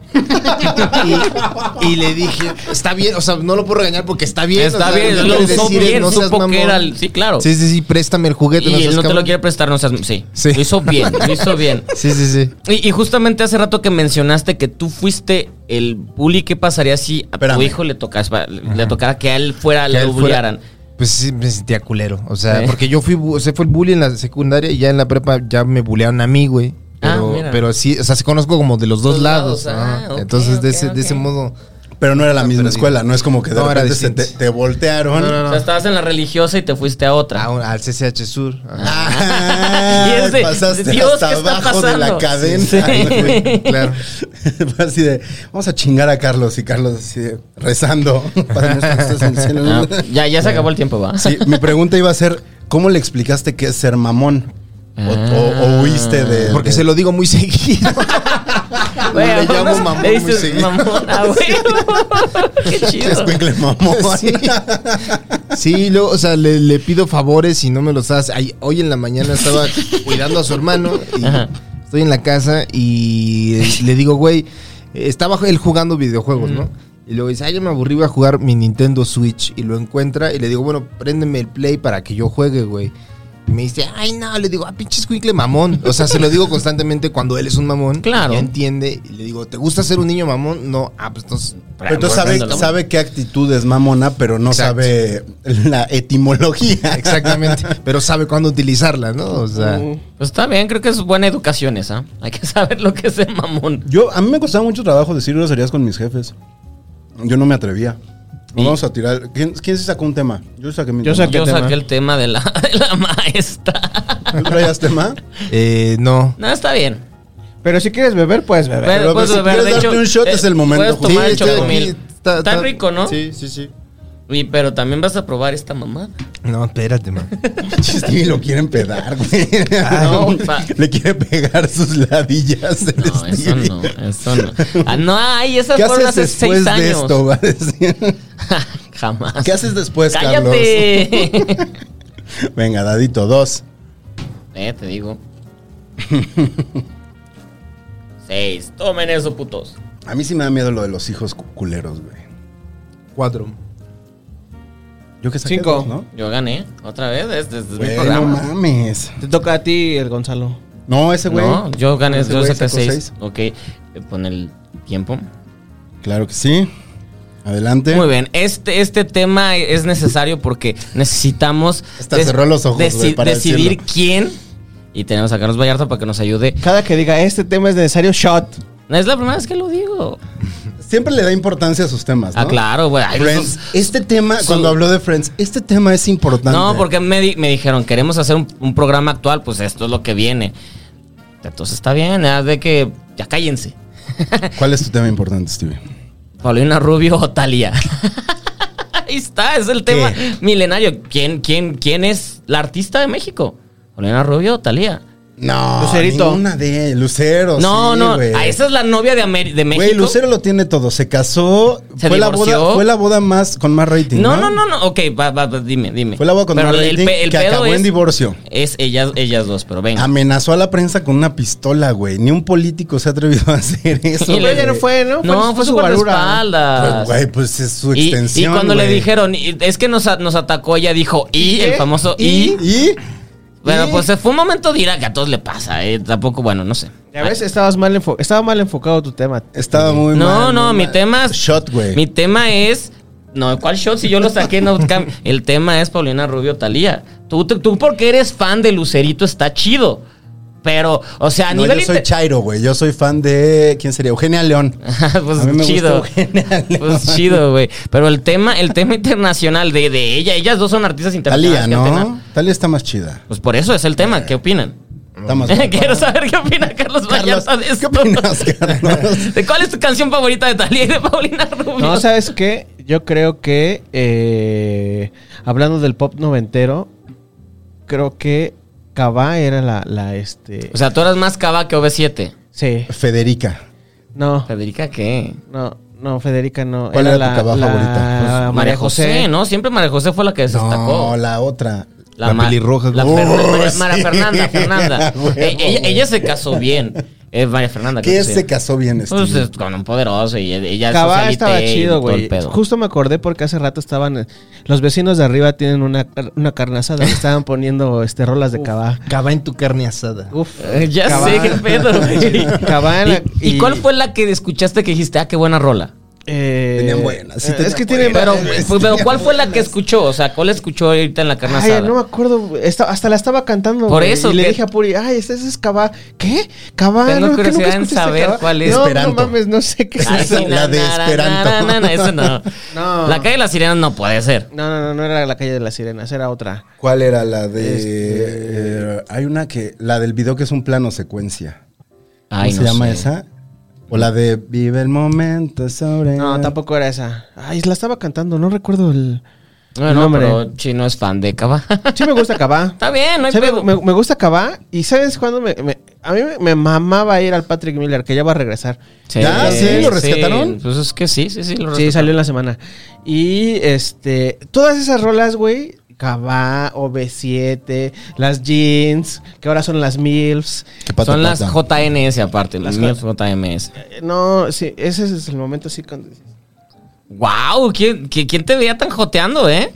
y, y le dije, está bien, o sea, no lo puedo regañar porque está bien. Está o sea, bien, que lo quiere usó decir es, bien, supo que era el- sí, claro. Sí, sí, sí, préstame el juguete. Y seas él no te cabrón". lo quiere prestar, no seas. Sí. Sí. Lo hizo bien, lo hizo bien. Sí, sí, sí. Y, y justamente hace rato que mencionaste que tú fuiste el bully, ¿qué pasaría si a tu Espérame. hijo le, tocas, le tocara que a él fuera, Que le él fuera- bullearan? Pues sí, me sentía culero. O sea, Sí. porque yo fui, bu- o sea, fue el bullying en la secundaria y ya en la prepa ya me bullearon a mí, güey. Ah, Pero, mira. pero sí, o sea, se conozco como de los dos Dos lados, lados. ah, ajá. ok, Entonces, de, ok, ese, de ok. ese modo. Pero no era la Ah, misma pero escuela, no es como que de No, era repente se te, distinto. te voltearon. No, no, Ah, O no. sea, estabas en la religiosa y te fuiste a otra. a un- al CCH Sur. ajá. Ah, Y es de, pasaste Dios, hasta ¿qué está abajo de la pasando? cadena. Sí. güey. Claro. Fue así de, vamos a chingar a Carlos y Carlos así de, rezando. Padre nuestro que estás en el cielo. Ah, ya, ya se acabó el tiempo, va. Sí, mi pregunta iba a ser, ¿cómo le explicaste qué es ser mamón? O, o- o huiste de... Ah. Porque de- se lo digo muy seguido. Güey, le llamo vamos, mamón le muy dices seguido. mamón, ah, güey. Qué chido. Escuincle mamón. Sí. Sí, luego, o sea, le, le pido favores y no me los hace. Ay, hoy en la mañana estaba cuidando a su hermano y Ajá. estoy en la casa y eh, le digo, güey, eh, estaba él jugando videojuegos, ¿no? Mm. Y luego dice, ay, yo me aburrí, voy a jugar mi Nintendo Switch. Y lo encuentra y le digo, bueno, préndeme el play para que yo juegue, güey. Y me dice, ay, no, le digo, ah, pinche escuincle mamón. O sea, se lo digo constantemente cuando él es un mamón. Claro. Ya entiende. Y le digo, ¿te gusta ser un niño mamón? No, ah, pues entonces. Pero entonces sabe, sabe qué actitud es mamona, pero no Exacto. sabe la etimología. Exactamente. Pero sabe cuándo utilizarla, ¿no? O sea. Mm, Pues está bien, creo que es buena educación esa. Hay que saber lo que es el mamón. Yo, a mí me costaba mucho trabajo decir groserías con mis jefes. Yo no me atrevía. Nos vamos a tirar. ¿Quién, quién se sacó un tema? Yo saqué mi Yo tema. ¿Qué Yo tema? saqué el tema de la, de la maestra. ¿Tú traías tema? Eh, no. No, está bien. Pero si quieres beber, puedes beber. Pero, pero si quieres darte un shot, es el momento, eh, Puedes justo. tomar Sí, el estoy chocomil. aquí. Está rico, ¿no? Sí, sí, sí. Uy, pero también vas a probar esta mamada. No, espérate, man. Sí, lo quieren pedar, güey. No, pa- Le quiere pegar sus ladillas. el No, eso Stevie. no, eso no. Ah, no, ay, esas ¿Qué fueron haces hace después seis de años. esto? Va a decir. Jamás. ¿Qué haces después, ¡Cállate! Carlos? Venga, dadito, dos. eh, te digo. Seis. Tomen eso, putos. A mí sí me da miedo lo de los hijos cu- culeros, güey. Cuatro. Yo que saqué Cinco. dos, ¿no? Yo gané otra vez. Este, este es mi Güey, no programa. mames. Te toca a ti, el Gonzalo. No, ese güey. No, yo gané, Ese yo güey saqué sacó seis. Ok, eh, pon el tiempo. Claro que sí. Adelante. Muy bien, este, este tema es necesario porque necesitamos Hasta cerró los ojos, deci- güey, para decidir decirlo. quién. Y tenemos a Carlos Vallarta para que nos ayude. Cada que diga este tema es necesario, shot. No es la primera vez que lo digo. Siempre le da importancia a sus temas, ¿no? Ah, claro, güey. Ay, Friends. eso- Este tema, su- cuando habló de Friends, este tema es importante. No, porque me, di- me dijeron, queremos hacer un, un programa actual, pues esto es lo que viene. Entonces está bien, haz de que ya cállense. ¿Cuál es tu tema importante, Stevie? Paulina Rubio o Talía. Ahí está, es el tema milenario. ¿Quién, quién, ¿Quién es la artista de México? ¿Paulina Rubio o Talía? No, Lucerito. ninguna de Lucero. No, Oh, sí, no, güey. ah, esa es la novia de, Ameri- de México. Güey, Lucero lo tiene todo. Se casó. Se fue, la divorció. boda, fue la boda más con más rating. No, no, no, no. Ok, va, va, va, dime, dime. Fue la boda con Pero más el, rating pe- el que pedo acabó es, en divorcio. Ah, es ellas, ellas dos, pero venga. Amenazó a la prensa con una pistola, güey. Ni un político se ha atrevido a hacer eso. Y le- güey. ella no fue, ¿no? Fue No, su- fue su su guarura. Pues, guardaespaldas. güey, pues es su Y- extensión. Y, cuando le güey. dijeron, "Y- es que nos, a- nos atacó, ella dijo, y, el famoso y. ¿Y? Bueno, ¿Y? pues fue un momento de ira que a todos le pasa, eh, Tampoco, bueno, no sé. Ya ves, estabas mal enfo- estaba mal enfocado tu tema. Estaba muy no, mal, no, muy mi mal. tema. es- Shot, güey. Mi tema es. No, ¿cuál shot? Si yo lo saqué, no cam- El tema es Paulina Rubio Talía. Tú, tú, tú porque eres fan de Lucerito, está chido. Pero, o sea, a No, nivel. yo soy inter- Chairo, güey. Yo soy fan de. ¿Quién sería? Eugenia León. pues A mí me chido. gusta Eugenia León. Pues chido, güey. Pero el tema, el tema internacional de, de ella, ellas dos son artistas internacionales. Talía, que hacen ¿no? ar- Talía está más chida. Pues por eso es el tema. ¿Qué opinan? Está más Quiero saber qué opina Carlos Carlos, Vallarta de esto. ¿Qué opinas, Carlos? ¿De cuál es tu canción favorita de Talía y de Paulina Rubio? No, ¿sabes qué? Yo creo que, eh, hablando del pop noventero, creo que Cabá era la, la, este... O sea, tú eras más cava que OV7. sí, Federica. no, Federica, ¿qué? no, no, Federica no. ¿Cuál era tu Cabá favorita? Pues, Ah, María, José. ¿no? Siempre María José fue la que se destacó. No, la otra. la pelirroja. La Oh, Ah, Fer- María- sí. María Fernanda, Fernanda. Huevo, Eh, ella, güey. ella se casó bien. Es María Fernanda. creo ¿Qué que se casó bien, este Pues Stevie? es con un poderoso y ella es Cabá socialite estaba y chido, todo el güey. pedo. Justo me acordé porque hace rato estaban. Los vecinos de arriba tienen una, una carnazada. estaban poniendo este, rolas de Cabá. Cava en tu carne asada. Uf. Eh, ya Cabá. sé qué pedo, güey. Cabá en la- ¿Y, y cuál fue la que escuchaste que dijiste, ah, qué buena rola? Eh, Tenían buenas, sí eh, tenían es que tienen. Pero, varias, pues, pero ¿cuál fue la que escuchó? O sea, ¿cuál escuchó ahorita en la carne Ay, asada? no me acuerdo. esta- hasta la estaba cantando. Por güey, eso Y le que- dije a Puri, ay, ese ese es Cabá. ¿Qué? Cabá. Tengo ¿qué curiosidad nunca en escuchaste saber Cabá? cuál es. No, Esperanto. No mames, no sé qué es Ay, eso. sí. La de na, na, Esperanto. na, na, na, eso no. No. La calle de las sirenas no puede ser. No, no, no, no era la calle de las sirenas, era otra. ¿Cuál era la de.? este, eh, hay una que. La del video que es un plano secuencia. ¿Cómo Ay, se no llama sé. esa? O la de Vive el momento sobre. No, tampoco era esa. Ay, la estaba cantando, no recuerdo el. No, no, No, hombre. pero Chino es fan de Cava. Sí me gusta Cabá. Está bien, no hay Sí, me- pedo. me, me gusta Cabá. ¿Y sabes cuándo me, me- A mí me, me mamaba ir al Patrick Miller, que ya va a regresar. Ya, sí, ¿lo rescataron? Pues es que sí, sí, sí, lo Sí, rescataron. salió en la semana. Y este. Todas esas rolas, güey. Cabá, OB7, las jeans, que ahora son las MILFs. Qué pata, Son las pata. JNS aparte, las mías JMS. Eh, No, sí, ese es el momento así. cuando- ¡Wow! ¿quién, qui- quién te veía tan joteando, eh?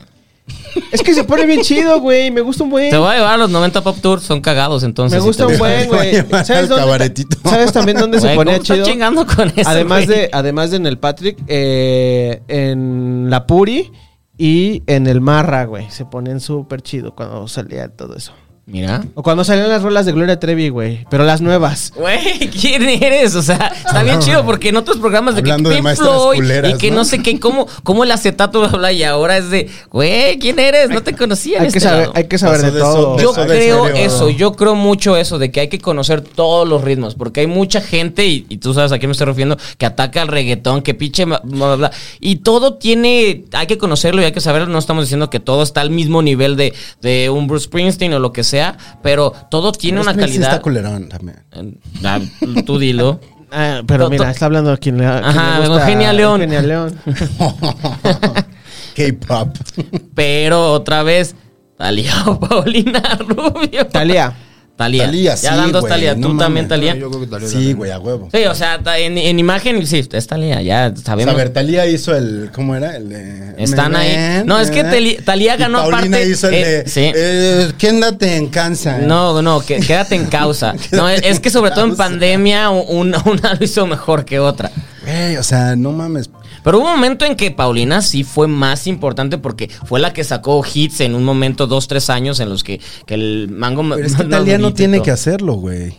Es que se pone bien chido, güey. Me gusta un buen. Te voy a llevar a los 90 Pop Tour, son cagados entonces. Me gusta si te- un buen, Voy a güey. llevar al ¿Sabes, dónde- cabaretito. ¿Sabes también dónde se Güey, ponía ¿cómo estás chido? chingando con eso, además güey? de además de en el Patrick eh, en la Puri y en el Marra güey se ponen súper chido cuando salía todo eso Mira. O cuando salieron las rolas de Gloria Trevi, güey. Pero las nuevas. Güey, ¿quién eres? O sea, está bien chido porque en otros programas de Hablando de que Pink maestras Floyd culeras, y que ¿no? no, sé qué, cómo, cómo el acetato habla y ahora es de, güey, ¿quién eres? No te conocía. en Hay que este saber, lado. hay que saber Pasó de de todo. sobre. Yo Eso de creo serio. eso, yo creo mucho eso, de que hay que conocer todos los ritmos, porque hay mucha gente, y, y tú sabes a quién me estoy refiriendo, que ataca al reggaetón, que pinche, ma- bla, bla, bla. y todo tiene, hay que conocerlo y hay que saberlo, no estamos diciendo que todo está al mismo nivel de, de un Bruce Springsteen o lo que sea, pero todo tiene una Bruce Springsteen calidad. Este Está culerón también. Eh, ah, Tú dilo. Ah, pero To- mira, to- está hablando a quien le, a quien Ajá, le gusta. Eugenia León. Eugenia León. K-pop. Pero otra vez, Talía o Paulina Rubio. Talía. Talía. Talía, ya sí, dan dos güey, Talía. no Tú mames. también, Talía. Yo creo que Talía Sí, güey, a huevo. Sí, o sea, ta- en, en imagen, sí, es Talía, ya sabemos. A ver, Talía hizo el. ¿Cómo era? El de. Están Me ahí. ven, No, me es que ven. Teli- Thalía Y ganó Paulina aparte, hizo el eh, de. sí. eh, quédate en Kansas. No, no, que- quédate en causa. No, es, es que sobre todo en Causa. pandemia un- una lo hizo mejor que otra. Güey, o sea, no mames. Pero hubo un momento en que Paulina sí fue más importante porque fue la que sacó hits en un momento, dos, tres años en los que, que el mango... Pero es que Talía no tiene que hacerlo, güey.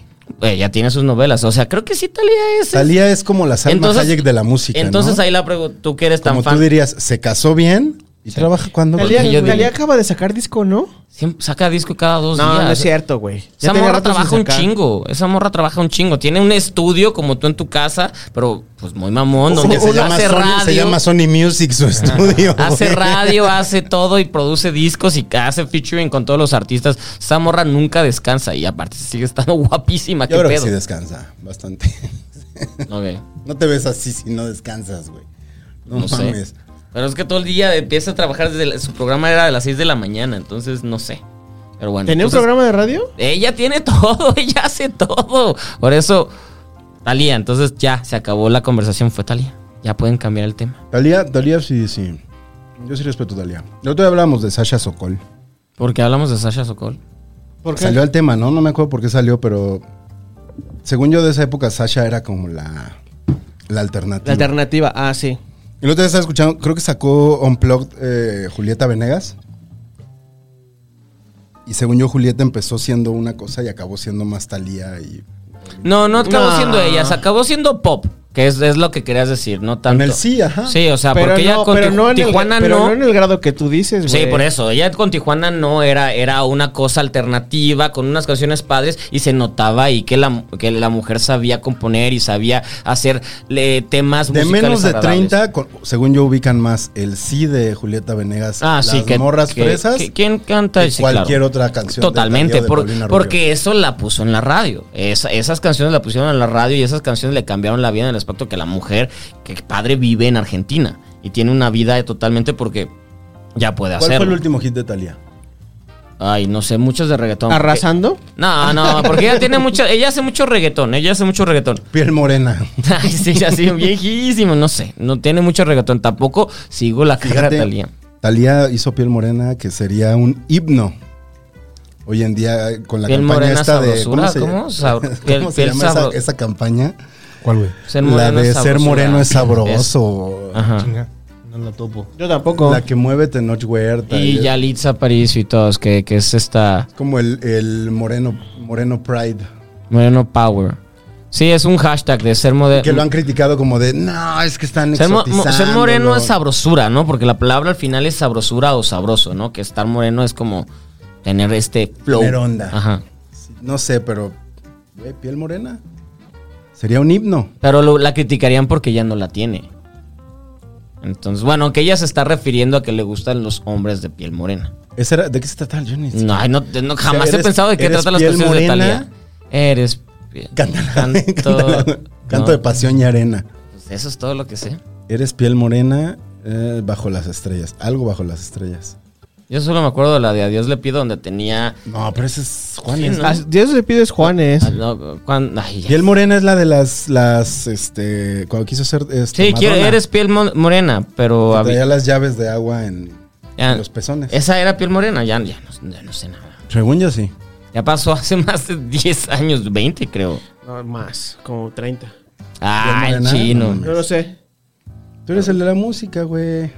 ya tiene sus novelas. O sea, creo que sí Talía es... Talía es como la Salma Hayek de la música. Entonces ¿no? ahí la pregunta, tú que eres tan Como fan, tú dirías, se casó bien y trabaja cuando. Talía, Porque yo diría- Talía acaba de sacar disco, ¿no? siempre saca disco cada dos No, días. no es cierto, güey. Ya Esa tenía morra rato sin trabaja un sacar. chingo. Esa morra trabaja un chingo. Tiene un estudio como tú en tu casa, pero pues muy mamón, donde Porque se, llama hace Sony, radio. se llama Sony Music su estudio. Hace güey. radio, hace todo y produce discos y hace featuring con todos los artistas. Esa morra nunca descansa y aparte sigue estando guapísima. Yo ¿Qué creo que pedo? sí descansa bastante. Ok, No te ves así si no descansas, güey. No, no sé. mames. Pero es que todo el día empieza a trabajar desde la- su programa era de las 6 de la mañana, entonces no sé. Pero bueno. ¿Tenía un entonces- programa de radio? Ella tiene todo, ella hace todo. Por eso, Talía, entonces ya se acabó la conversación, fue Talía. Ya pueden cambiar el tema. Talía, Talía sí, sí. Yo sí respeto a Talía. El otro día hablábamos de Sasha Sokol. Porque hablamos de Sasha Sokol. Porque Salió el tema, ¿no? No me acuerdo por qué salió, pero según yo de esa época Sasha era como la, la alternativa. La alternativa, ah, sí. Y el otro día estaba escuchando, creo que sacó Unplugged eh, Julieta Venegas. Y según yo, Julieta empezó siendo una cosa y acabó siendo más Talía y No, no acabó No. siendo ella, se acabó siendo pop, que es, es lo que querías decir, no tanto. Con el sí, ajá. Sí, o sea, porque ella con Tiju- en el- Tijuana pero no. en el grado que tú dices, güey. Sí, por eso. Ella con Tijuana no era, era una cosa alternativa, con unas canciones padres, y se notaba ahí que la, que la mujer sabía componer y sabía hacer eh, temas De musicales menos de agradables. 30, con- según yo, ubican más el sí de Julieta Venegas. Ah, sí, las que. morras que- fresas. que- ¿Quién canta y Sí, claro. cualquier otra canción. de Talía Totalmente, o de por- Paulina Rubio. porque eso la puso en la radio. Esa- esas canciones la pusieron en la radio y esas canciones le cambiaron la vida en el aspecto que la mujer, que padre vive en Argentina y tiene una vida totalmente porque ya puede ¿Cuál fue el hacerlo. último hit de Talía? Ay, no sé, muchos de reggaetón. ¿Arrasando? Porque- No, no, porque ella tiene mucha, ella hace mucho reggaetón, ella hace mucho reggaetón. Piel morena. Ay, sí, así viejísimo, no sé, no tiene mucho reggaetón, tampoco sigo la cara de Fíjate, Talía. Talía hizo Piel morena, que sería un himno. Hoy en día, eh, con la Piel campaña morena, esta de. sabrosura, se- ¿cómo? Sabro- ¿cómo piel- se piel llama esa, sabro- esa campaña? ¿Cuál, güey? Ser la moreno de ser es sabrosura. moreno es Es- sabroso. Ajá. Chinga, no la topo. Yo tampoco. La que mueve Tenoch Huerta. Y Yalitza Aparicio y todos, que, que es esta Como el, el moreno, moreno Pride. Moreno Power. Sí, es un hashtag de ser moderno. Que lo han criticado como de, no, es que están ser, mo- mo- exotizando. ser moreno es sabrosura, ¿no? Porque la palabra al final es sabrosura o sabroso, ¿no? Que estar moreno es como tener este flow. Tener onda. Ajá. No sé, pero, güey, piel morena. Sería un himno. Pero lo- la criticarían porque ya no la tiene. Entonces, bueno, que ella se está refiriendo a que le gustan los hombres de piel morena. Ese era- ¿De qué se trata el Johnny? No, ay, no, no, jamás eres- he pensado de qué eres tratan las piel canciones de morena. Talía. Eres piel- Cántala, canto, cántala. Canto no, de pasión y arena. pues eso es todo lo que sé. Eres piel morena eh, bajo las estrellas. Algo bajo las estrellas. Yo solo me acuerdo de la de Adiós le pido donde tenía. No, pero ese es Juanes. ¿no? Sí, ¿no? Ah, Dios le pides Juanes. Ah, no, cuan- ay, ya. Piel morena es la de las, las, este, cuando quiso ser, este, Sí, quiero- Madonna. eres piel mon- morena, pero. Que había- traía las llaves de agua en, ya- en los pezones. Esa era piel morena, ya, ya no, ya no sé nada. Según yo sí. Ya pasó hace más de 10 años, 20 creo. No, más, como 30. Ah, morena? chino. No, Yo no sé. Tú eres el de la música, güey.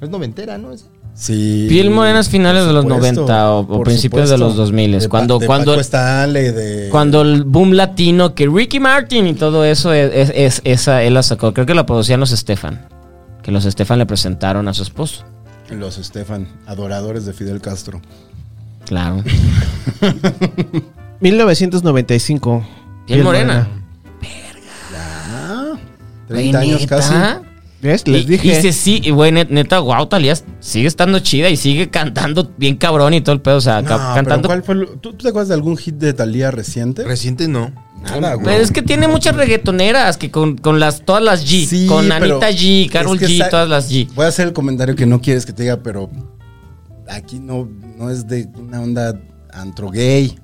Es noventera, ¿no? Esa. Sí. Bill Moreno es finales por de los supuesto, 90 o- o por principios de los 2000s, De Pa- cuando- de cuando- Paco Stanley, de- Cuando el boom latino, que Ricky Martin y todo eso, es, es- es- esa él la sacó. Creo que la producían los Estefan. Que los Estefan le presentaron a su esposo. Los Estefan, adoradores de Fidel Castro. Claro. 1995. Piel morena. Güey, 30 años neta. casi. ¿Ves? Les Y- dije. Y dice, sí, y güey, net- neta, wow, Talía sigue estando chida y sigue cantando bien cabrón y todo el pedo. O sea, No, ca- pero cantando. ¿cuál fue el- ¿tú, tú te acuerdas de algún hit de Talía reciente? Reciente no. Nada, Pero es que tiene muchas reggaetoneras que con, con las, todas las G, Sí, con pero Anita G, es Carol que G, sa- todas las G. Voy a hacer el comentario que no quieres que te diga, pero aquí no, no es de una onda antro gay.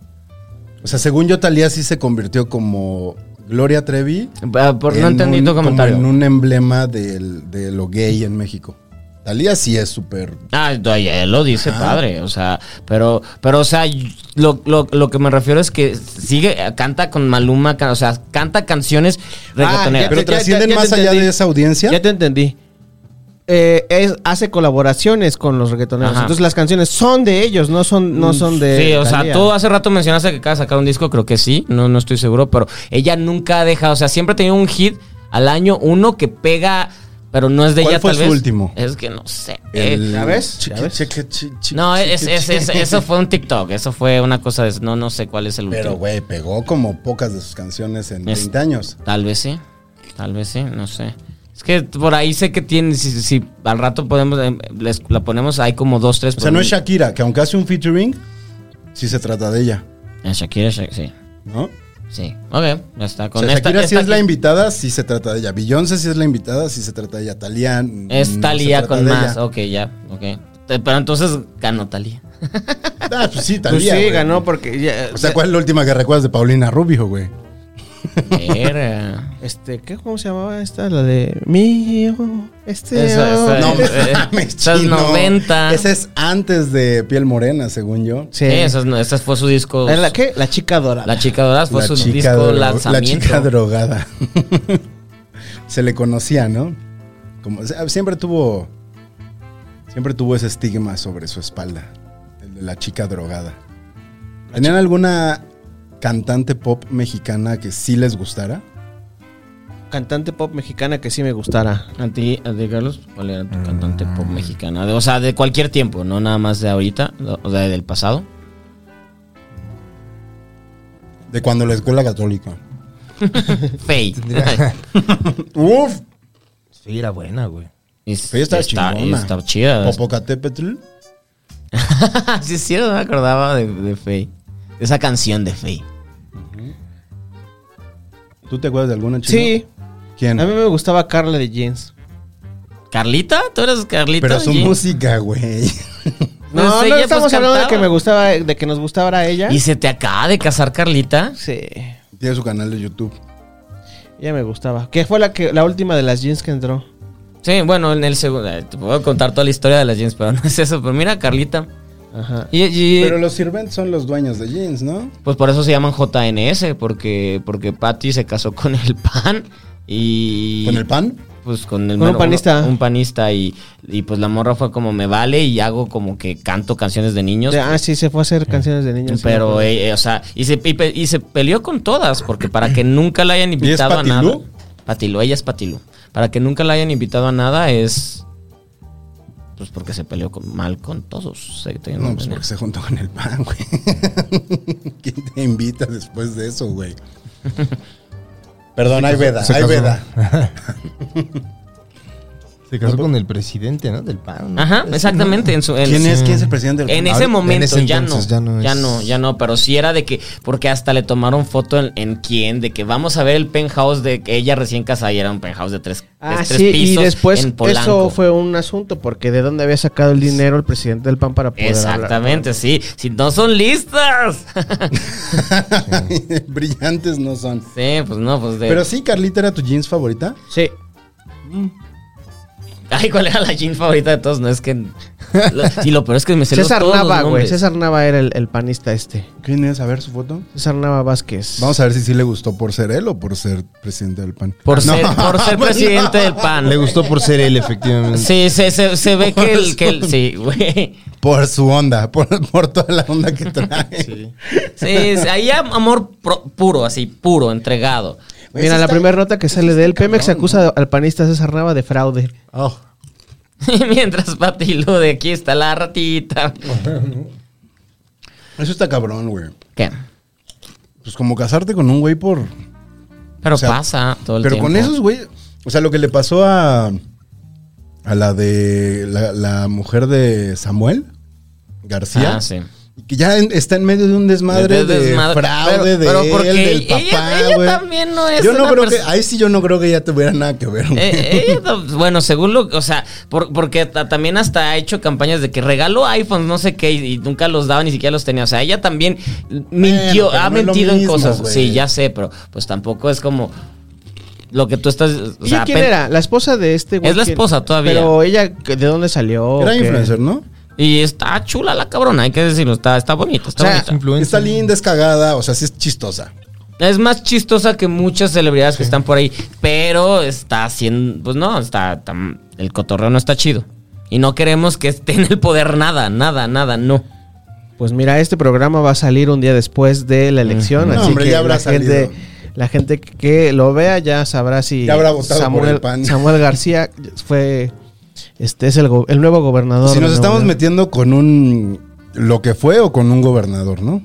O sea, según yo, Talía sí se convirtió como Gloria Trevi. Ah, por- en no entendí un- tu como comentario. en un emblema del- de lo gay en México. Talía sí es súper. Ah, no, y él lo dice Ajá. padre, o sea, pero, pero, o sea, y- lo, lo- lo que me refiero es que sigue, canta con Maluma, ca- o sea, canta canciones reggaetoneras. Ah, ya Pero te- trascienden ya te más allá entendí. de esa audiencia. Ya te entendí. Eh, es- hace colaboraciones con los reggaetoneros. Ajá. Mm, Entonces las canciones son de ellos, no son, no son de. Sí, o sea, Thalía. tú hace rato mencionaste que acaba de sacar un disco, creo que sí, no, no estoy seguro, pero ella nunca ha dejado, o sea, siempre ha tenido un hit al año, uno que pega, pero no es de ¿Cuál ella fue tal su vez. último? Es que no sé. El- Eh, ¿Ya ves? Chiqui- ¿Ya ves? chiqui- chi- chi- no, es, chiqui- es- es- chiqui- eso fue un TikTok, eso fue una cosa de, no, no sé cuál es el último. Pero, güey, pegó como pocas de sus canciones en Es- 20 años. Tal vez sí, tal vez sí, no sé. Es que por ahí sé que tiene, si, si al rato podemos, eh, les- la ponemos, hay como dos, tres. O sea, por- no es Shakira, que aunque hace un featuring, sí se trata de ella, Eh, Shakira, Sha- sí, ¿no? sí. Ok, ya está. O Con sea, esta, Shakira sí esta es la que- invitada, sí se trata de ella. Beyoncé sí es la invitada, sí se trata de ella. Talía. Es no Talía Mm, se trata con de más, ella. ok, ya, ok. Te- Pero entonces ganó Talía. Ah, pues sí, Pues Talía. sí, güey. ganó porque. ya- O sea, ¿cuál es la última que recuerdas de Paulina Rubio, güey? Eh, Era. Este, ¿qué, ¿cómo se llamaba esta? La de. Mío. Este. Eso, eso, hombre". No, eh, esas chino. 90. Ese es antes de Piel Morena, según yo. Sí. Sí, esas no- esas fue su disco. ¿Era la qué? La chica dorada. La chica dorada fue La su chica disco dro- La lanzamiento. chica drogada. Se le conocía, ¿no? Como, o sea, siempre tuvo. Siempre tuvo ese estigma sobre su espalda. el de la chica drogada. ¿Tenían alguna cantante pop mexicana que sí les gustara? Cantante pop mexicana que sí me gustara. A ti, a ti, Carlos, ¿cuál era tu cantante pop mexicana? De- o sea, de cualquier tiempo, no nada más de ahorita, o sea, del pasado. De cuando la escuela católica. Fey. ¡Uf! Sí, era buena, güey. Y Fey está chingona. está chida. Popocatépetl. sí, es cierto, no me acordaba de, de Fey. Esa canción de Fey. ¿Tú te acuerdas de alguna chica? Sí. ¿Quién? A mí me gustaba Carla de Jeans. ¿Carlita? ¿Tú eres Carlita? Pero su Oye. música, güey. No, Pues no ella, estamos pues, hablando de que cantaba. me gustaba, de que nos gustaba ella. ¿Y se te acaba de casar Carlita? Sí. Tiene su canal de YouTube. Ella me gustaba. Que fue la que la última de las jeans que entró. Sí, bueno, en el segundo. eh, Te puedo contar toda la historia de las jeans, pero no es eso. Pero mira, Carlita. Ajá. Y, y- Pero los sirventes son los dueños de jeans, ¿no? pues por eso se llaman JNS, porque, porque Patty se casó con el pan. Y. ¿Con el pan? Pues con el Con un mero- panista. Un panista. Y, y pues la morra fue como me vale y hago como que canto canciones de niños. Ah, sí, se fue a hacer canciones de niños. Pero, pues. sí, eh, eh, o sea, y se, y pe- y se peleó con todas, porque para que nunca la hayan es invitado a nada. Patilú? Patilú, ella es Patilú. Para que nunca la hayan invitado a nada es. Pues porque se peleó con- mal con todos. Se- te- No, pues porque se juntó con el pan, güey. ¿Quién te invita después de eso, güey? Perdón, hay veda, se hay casó. veda. Se casó con pues. el presidente, ¿no? Del PAN. ¿no? Ajá, exactamente. En, su, en- ¿Quién es? ¿Quién es el presidente del en pan? ese en momento ese ya, entonces no, ya ya no. no Ya es- no, Pero sí era de que. Porque hasta le tomaron foto en, en quién, de que vamos a ver el penthouse de que ella recién casada y era un penthouse de tres, de Ah, tres sí, y pisos después en Polanco. eso fue un asunto, porque de dónde había sacado el dinero el presidente del PAN para poder hablar? Exactamente, sí. Si no son listas. Brillantes no son. Sí, pues no, pues de. Pero sí, Carlita era tu jeans favorita. Sí. Ay, ¿cuál era la jean favorita de todos? No es que. Lo- Sí, lo peor es que me sé los- César todos los Nava, güey. nombres. César Nava era el, el panista este. ¿Quién es? A ver su foto. César Nava Vázquez. Vamos a ver si sí le gustó por ser él o por ser presidente del PAN. Ah, Por No. ser, por ser Bueno. presidente del PAN. Le gustó por ser él, efectivamente. Sí, se, se, se ve que el, que el- Sí, güey. Por su onda, por, por toda la onda que trae. Sí, sí, ahí am- amor pro- puro, así, puro, entregado. Güey, Mira, sí la está- primera nota que sale de él. Pemex acusa al panista César Nava de fraude. Oh. Mientras Patilo de aquí está la ratita. Eso está cabrón, güey. ¿Qué? Pues como casarte con un güey por. Pero o sea, pasa todo el Pero tiempo. con esos, güey. O sea, lo que le pasó a. A la de. La, la mujer de Samuel García. Ah, sí. Que ya en- está en medio de un desmadre de, De- de desmadre. fraude Pero- de pero él, porque del ella- papá, ella güey. también no es Yo no una creo que perso- ahí sí yo no creo que ella tuviera nada que ver. güey. Eh, eh, no, pues, bueno, según lo, o sea, por- porque ta- también hasta ha hecho campañas de que regaló iPhones, no sé qué, y, y nunca los daba, ni siquiera los tenía. O sea, ella también mintió, pero ha no es lo mentido en mismo, cosas. güey. Sí, ya sé, pero pues tampoco es como lo que tú estás. o ¿Ella sea, quién pen- era? La esposa de este güey. Es la ¿quién? esposa todavía. Pero ella, ¿qué- ¿de dónde salió? Era ¿Qué? influencer, ¿no? Y está chula la cabrona, hay que decirlo, está, está bonita, está O sea, bonita. Influencer. Está linda, es cagada, o sea, sí es chistosa. Es más chistosa que muchas celebridades que están por ahí, pero está haciendo, pues no, está, está- el cotorreo no está chido. Y no queremos que esté en el poder nada, nada, nada, no. Pues mira, este programa va a salir un día después de la elección. No, así hombre, que ya habrá la salido. gente, la gente que lo vea ya sabrá si Ya habrá votado por Samuel, el PAN. Samuel García fue. Este es el, go- el nuevo gobernador. si de nos Nuevo estamos León. metiendo con un lo que fue o con un gobernador, ¿no?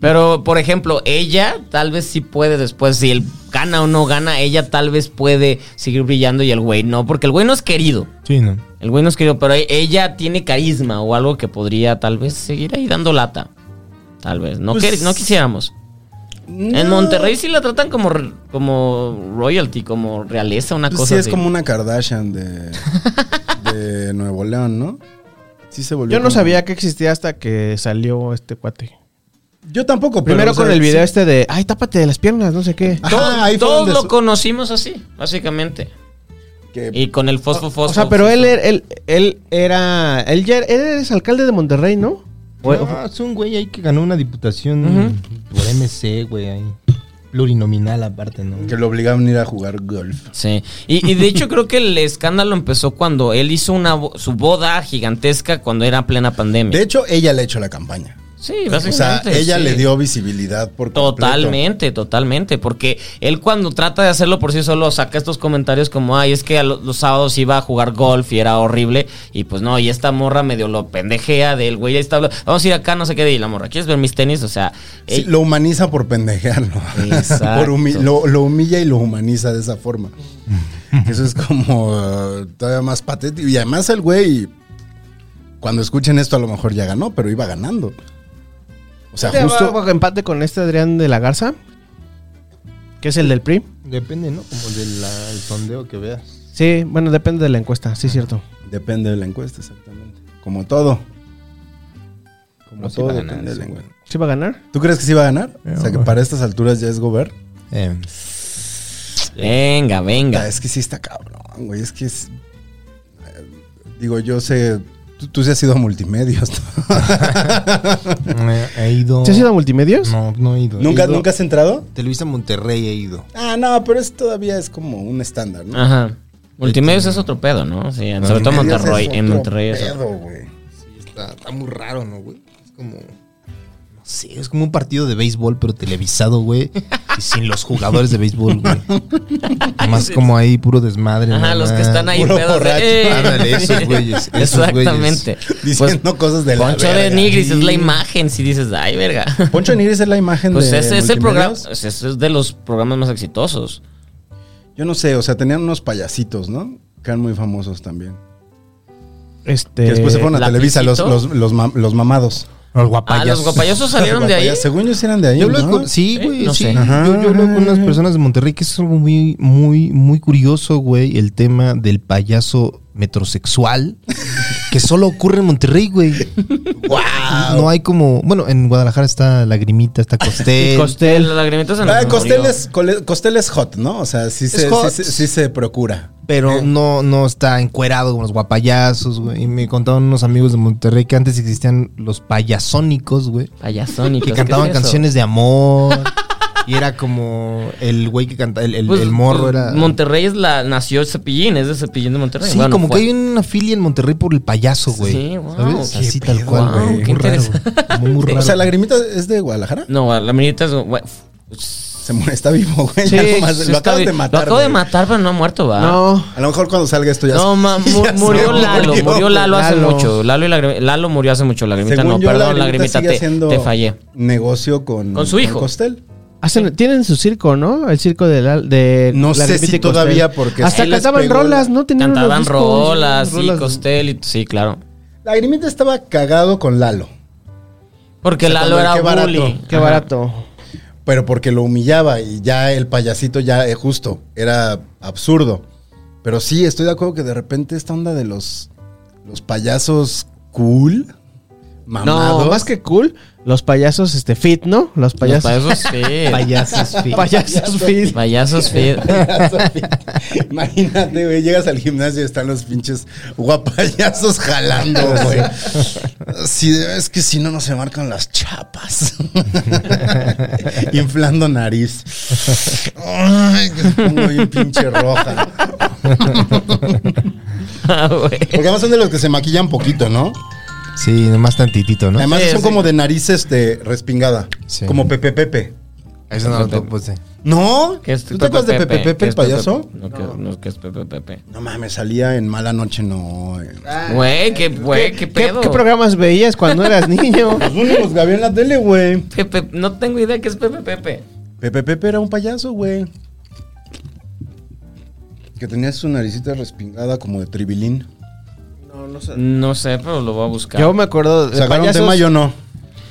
Pero, por ejemplo, ella tal vez sí puede después, si él gana o no gana, ella tal vez puede seguir brillando y el güey no, porque el güey no es querido. Sí, no. El güey no es querido, pero e- ella tiene carisma o algo que podría tal vez seguir ahí dando lata. Tal vez. No, Pues- quer- no quisiéramos. En Monterrey sí la tratan como, r- como royalty, como realeza, una Pues cosa sí, es así. como una Kardashian de, de Nuevo León, ¿no? Sí se volvió. Yo no como- sabía que existía hasta que salió este cuate. Yo tampoco, pero, Primero o sea, con el video sí. este de, ay, tápate de las piernas, no sé qué. Ajá, Todo- ahí fue todos donde lo su- conocimos así, básicamente. que- Y con el fosfo fosfo. O sea, pero él, er- él, él era. Él ya er- él eres alcalde de Monterrey, ¿no? O- Ah, No, es un güey ahí que ganó una diputación por MC, güey, ahí. Plurinominal aparte, ¿no? que lo obligaban a ir a jugar golf. Sí, y, y de hecho creo que el escándalo empezó cuando él hizo una bo- su boda gigantesca cuando era plena pandemia. De hecho, ella le ha hecho la campaña. sí, O sea, básicamente. ella sí. le dio visibilidad por completo. Totalmente, totalmente, porque él cuando trata de hacerlo por sí solo saca estos comentarios como, ay, es que a lo- los sábados iba a jugar golf y era horrible, y pues no, y esta morra medio lo pendejea del güey, ahí está, habla- vamos a ir acá, no sé qué, y la morra, ¿quieres ver mis tenis? O sea, Sí, ey, lo humaniza por pendejearlo. Exacto. Por humi- lo, lo humilla y lo humaniza de esa forma. Eso es como eh, todavía más patético. Y además el güey, cuando escuchen esto a lo mejor ya ganó, pero iba ganando. O sea, Este justo... va- va- empate con este Adrián de la Garza, que es el del PRI. Depende, ¿no? Como del la- el sondeo que veas. Sí, bueno, depende de la encuesta, sí, es cierto. Depende de la encuesta, exactamente. Como todo. Como No, sí todo va a ganar, depende de la sí, encuesta. ¿Sí va a ganar? ¿Tú crees que sí va a ganar? Eh, o sea, que hombre. para estas alturas ya es gober. Eh, venga, venga. Es que sí está cabrón, güey. Es que es... eh, Digo, yo sé... Tú, tú sí has ido a multimedios, ¿no? eh, he ido... ¿Se ha sido a multimedios? No, no he ido. ¿Nunca, He ido- ¿Nunca has entrado? Televisa Monterrey he ido. Ah, no, pero eso todavía es como un estándar, ¿no? Ajá. Multimedios es otro pedo, ¿no? Sí, Ah, sobre todo en Medios Monterrey, es en otro Monterrey es otro. pedo, güey. Está, está muy raro, ¿no, güey? Es como. No sé, es como un partido de béisbol, pero televisado, güey. Y sin los jugadores de béisbol, güey. Más como ahí, puro desmadre. Ajá, nada los que más. están ahí Puro pedos de- borracho. ¡Eh! Ándale, esos güeyes, esos güeyes. Exactamente. Diciendo cosas de la Pues, Poncho de verga. Nigris es la Sí. imagen, si dices, ay, verga. Poncho de Nigris es la imagen Pues de ese es el programa, pues Multimedios. ese es de los programas más exitosos. Yo no sé, o sea, tenían unos payasitos, ¿no? Que eran muy famosos también. Este, Que después se fueron a ¿lapicito? Televisa, los, los, los, mam- los mamados. Los Ah, guapayas. los guapayosos salieron de ahí. Guapayas, Según yo sí eran de ahí, Yo hablo ¿no? con, sí, Sí, güey, no sí. sé. Ajá, Yo, yo hablo ajá, con unas ajá. personas de Monterrey que es algo muy, muy, muy curioso, güey, el tema del payaso metrosexual que solo ocurre en Monterrey, güey. No hay como. Bueno, en Guadalajara está Lagrimita, está Costel. Costel. La lagrimita se nos Ah, Costel murió. es, cole- Costel es hot, ¿no? O sea, sí se, hot. sí se- sí se procura. Pero no, no está encuerado con los guapayazos, güey. Y me contaron unos amigos de Monterrey que antes existían los payasónicos, güey. Payasónicos, Que pues, ¿qué cantaban es eso? canciones de amor. y era como el güey que cantaba, el, el- Pues, el morro era... Monterrey es la, nació Cepillín, es de Cepillín de Monterrey. Sí, Bueno, como fue. que hay una filia en Monterrey por el payaso, güey. Sí, wow, ¿Sabes? qué Así pedo, tal cual, wow, güey. qué muy raro, interesante. güey. Como muy raro. O sea, Lagrimita es de Guadalajara. No, la minita es. güey, Se mu- está vivo, güey. sí, ya nomás- sí lo está acabas bien. de matar. Lo acabo de güey. matar, pero no ha muerto, va. No. A lo mejor cuando salga esto ya No, ma- mu- ya se murió, murió Lalo, murió, Lalo hace Lalo. mucho. Lalo, y Lagrim- Lalo murió hace mucho, Lagrimita Según no, yo, perdón, Lagrimita Lagrimita, sigue te, haciendo te fallé. Negocio con, Con su hijo. Costel. Hacen, tienen su circo, ¿no? El circo de... la- de No sé Lagrimita si y Costel. todavía, porque Hasta sí les cantaban pegó rolas, la- ¿no? Tenían unos Cantaban discos, rolas, sí, rolas. Costel y sí, claro. Lagrimita estaba cagado con Lalo. Porque O sea, Lalo cuando- era qué barato, bully. Qué Ajá. barato. Pero porque lo humillaba y ya el payasito ya es justo. Era absurdo. Pero sí, estoy de acuerdo que de repente esta onda de los, los payasos cool, mamados. No, más que cool, los payasos este fit, ¿no? Los Los payasos... Payasos, sí. Payasos, sí. Payasos fit. Payasos, sí. Imagínate, güey, llegas al gimnasio y están los pinches guapayazos jalando, güey. Sí, es que si no, no se marcan las chapas. Inflando nariz. Ay, que me pongo bien pinche roja. Ah, güey. Porque además son de los que se maquillan poquito, ¿no? Sí, nomás tantitito, ¿no? Además Sí, son sí. como de nariz este, respingada. Sí. Como Pepe Pepe. Eso no lo tengo, pues, sí. ¿No? ¿Qué es ¿Tú te acuerdas de Pepe Pepe, ¿Qué el es Pepe? payaso? No, que- no, que es Pepe Pepe. No mames, salía en Mala Noche, no. eh. Güey, qué, güey, qué ¿Qué, pedo. qué programas veías cuando eras niño? Los únicos que había en la tele, güey. Pepe- no tengo idea que es Pepe Pepe. Pepe Pepe era un payaso, güey. Que tenía su naricita respingada como de tribilín. No sé, pero lo voy a buscar. Yo me acuerdo de ¿Sacaron payasos. tema? Yo no.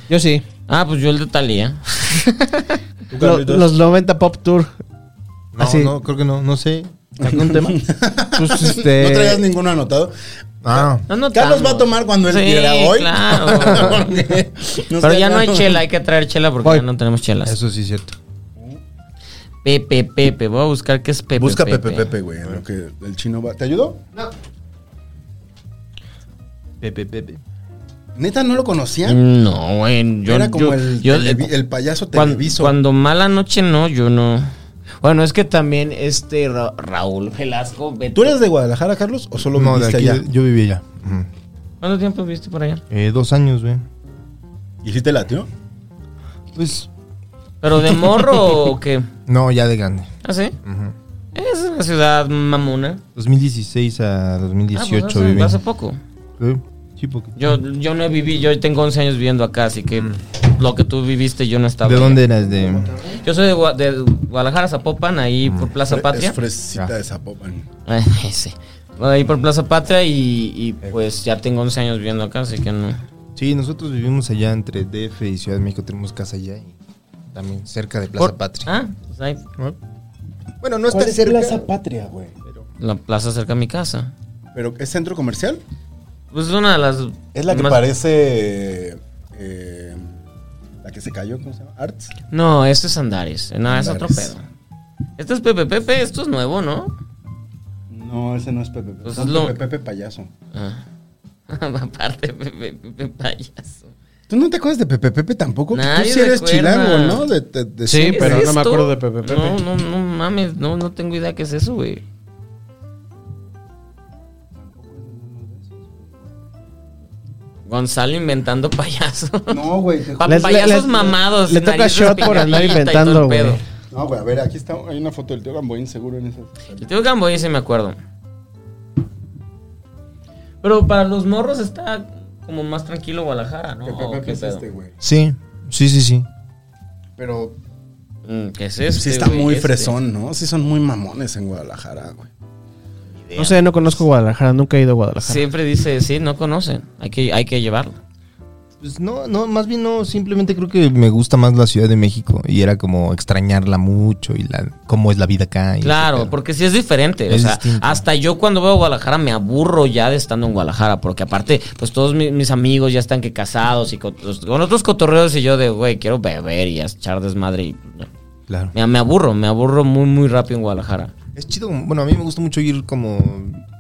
Yo sí. Ah, pues yo el de Talía. Lo- los 90 Pop Tour. Ah, No, Así. no, creo que no, no sé. ¿Algún tema? Pues No traías este. ninguno anotado. Ah, No, no Carlos tanto. va a tomar cuando él Sí, quiera hoy. Claro. Porque nos Pero ya no hay quedaron- chela, hay que traer chela porque Voy. ya no tenemos chelas. eso sí es cierto. Pepe Pepe, voy a buscar qué es Pepe Busca Pepe Pepe, güey. en Lo que el chino va. ¿Te ayudó? Pepe, Pepe. Neta, no lo conocía. No, güey, Mm, yo era como yo- el, yo- eh, televi- el payaso cuando, televiso. cuando mala noche no, yo no. Bueno, es que también este Ra- Raúl Velasco, vete. ¿Tú eres de Guadalajara, Carlos? ¿O solo No, de viviste aquí, allá? yo vivía allá. Ujú. ¿Cuánto tiempo viste por allá? Eh, dos años, güey. ¿Y si te latió? Pues, ¿Pero de morro o qué? no, ya de grande. ¿Ah, sí? Ujú. Es una ciudad mamona. 2016 a 2018 ah, pues hace- viví. hace poco. Eh, Sí, porque- Yo, yo no viví, yo tengo 11 años viviendo acá, así que Mm. lo que tú viviste yo no estaba. ¿De allá. dónde eras? De... Yo soy de, Gua- de Guadalajara, Zapopan, ahí por Plaza Patria. Mm, Es fresita Ya. de Zapopan. Ay, sí. Ahí por Plaza Patria y, Eh, y, pues ya tengo 11 años viviendo acá, así que no. Sí, nosotros vivimos allá entre DF y Ciudad de México. Tenemos casa allá y también cerca de Plaza Por- Patria. Ah, pues ahí, Bueno, no está cerca. Patria, güey? la plaza cerca de mi casa. ¿Pero es centro comercial? Pues es una de las... Es la que más- parece. eh, la que se cayó, ¿cómo se llama? Arts. No, este es Andares. No, es otro Andares. pedo. Este es Pepe Pepe, esto es nuevo, ¿no? No, ese no es Pepe. Pepe. Pues No, es lo- Pepe, Pepe Payaso. Ah. Aparte, Pepe Pepe payaso. ¿Tú no te acuerdas de Pepe Pepe tampoco? Nadie Tú sí eres recuerda. chilango, ¿no? De, de- de Sí, siempre. pero ¿Es no me esto? acuerdo de Pepe Pepe. No, no, no mames, no, no tengo idea qué es eso, güey. Gonzalo inventando payasos. No, güey. te Pa- juro. Les- payasos le- mamados. le toca nariz shot por andar respingadita y todo el inventando, pedo. güey. No, güey, a ver, aquí está. Hay una foto del tío Gamboín seguro en esa. El tío Gamboy sí me acuerdo. Pero para los morros está como más tranquilo Guadalajara, ¿no? Pepe ¿O Pepe qué es pedo? este, güey. Sí, sí, sí, sí. Pero Mm, ¿Qué es este, sí está güey? muy Este. fresón, ¿no? Sí son muy mamones en Guadalajara, güey. No sé, no conozco Guadalajara, nunca he ido a Guadalajara. Siempre dice, sí, no conocen. Hay que, hay que llevarlo. Pues no, no, más bien no, simplemente creo que me gusta más la Ciudad de México y era como extrañarla mucho y la cómo es la vida acá. y ese Claro, pedo. porque sí es diferente. Es o sea, distinto. hasta yo cuando veo a Guadalajara me aburro ya de estando en Guadalajara, porque aparte, pues todos mi- mis, amigos ya están que casados y con, los- con otros cotorreos y yo de, güey, quiero beber y echar desmadre. Y, Claro. me, me aburro, me aburro muy, muy rápido en Guadalajara. Es chido, bueno, a mí me gusta mucho ir como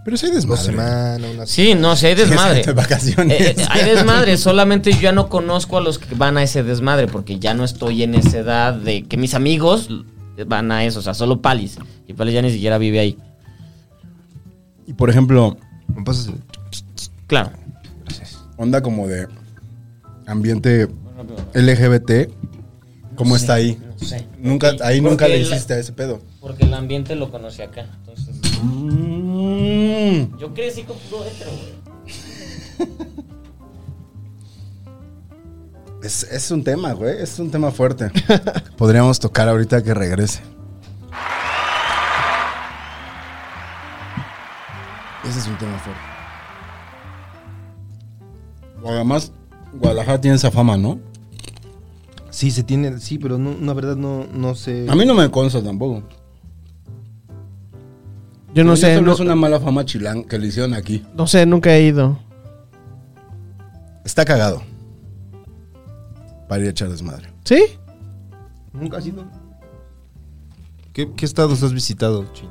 Pero sí hay dos desmadre. semanas, una Sí, no, si hay desmadre. de vacaciones. Eh, eh, hay desmadre, solamente yo ya no conozco a los que van a ese desmadre, porque ya no estoy en esa edad de que mis amigos van a eso, o sea, solo Palis. Y Palis ya ni siquiera vive ahí. Y por ejemplo, Me pasas el- Claro. onda como de ambiente LGBT, ¿cómo está ahí? sé. Nunca, Porque- ahí nunca porque le la- hiciste a ese pedo. Porque el ambiente lo conocí acá. Entonces, yo crecí con puro hetero, güey. Es, es un tema, güey, es un tema fuerte. Podríamos tocar ahorita que regrese. Ese es un tema fuerte. Además, Guadalajara tiene esa fama, ¿no? Sí, se tiene, sí, pero no, no, la verdad no, no sé. A mí no me consta tampoco. Yo no sé, Según esto no, es una mala fama chilán que le hicieron aquí. no sé, nunca he ido. Está cagado. Para ir a echar desmadre. ¿Sí? Nunca has ido. ¿Qué, qué estados has visitado, Chin?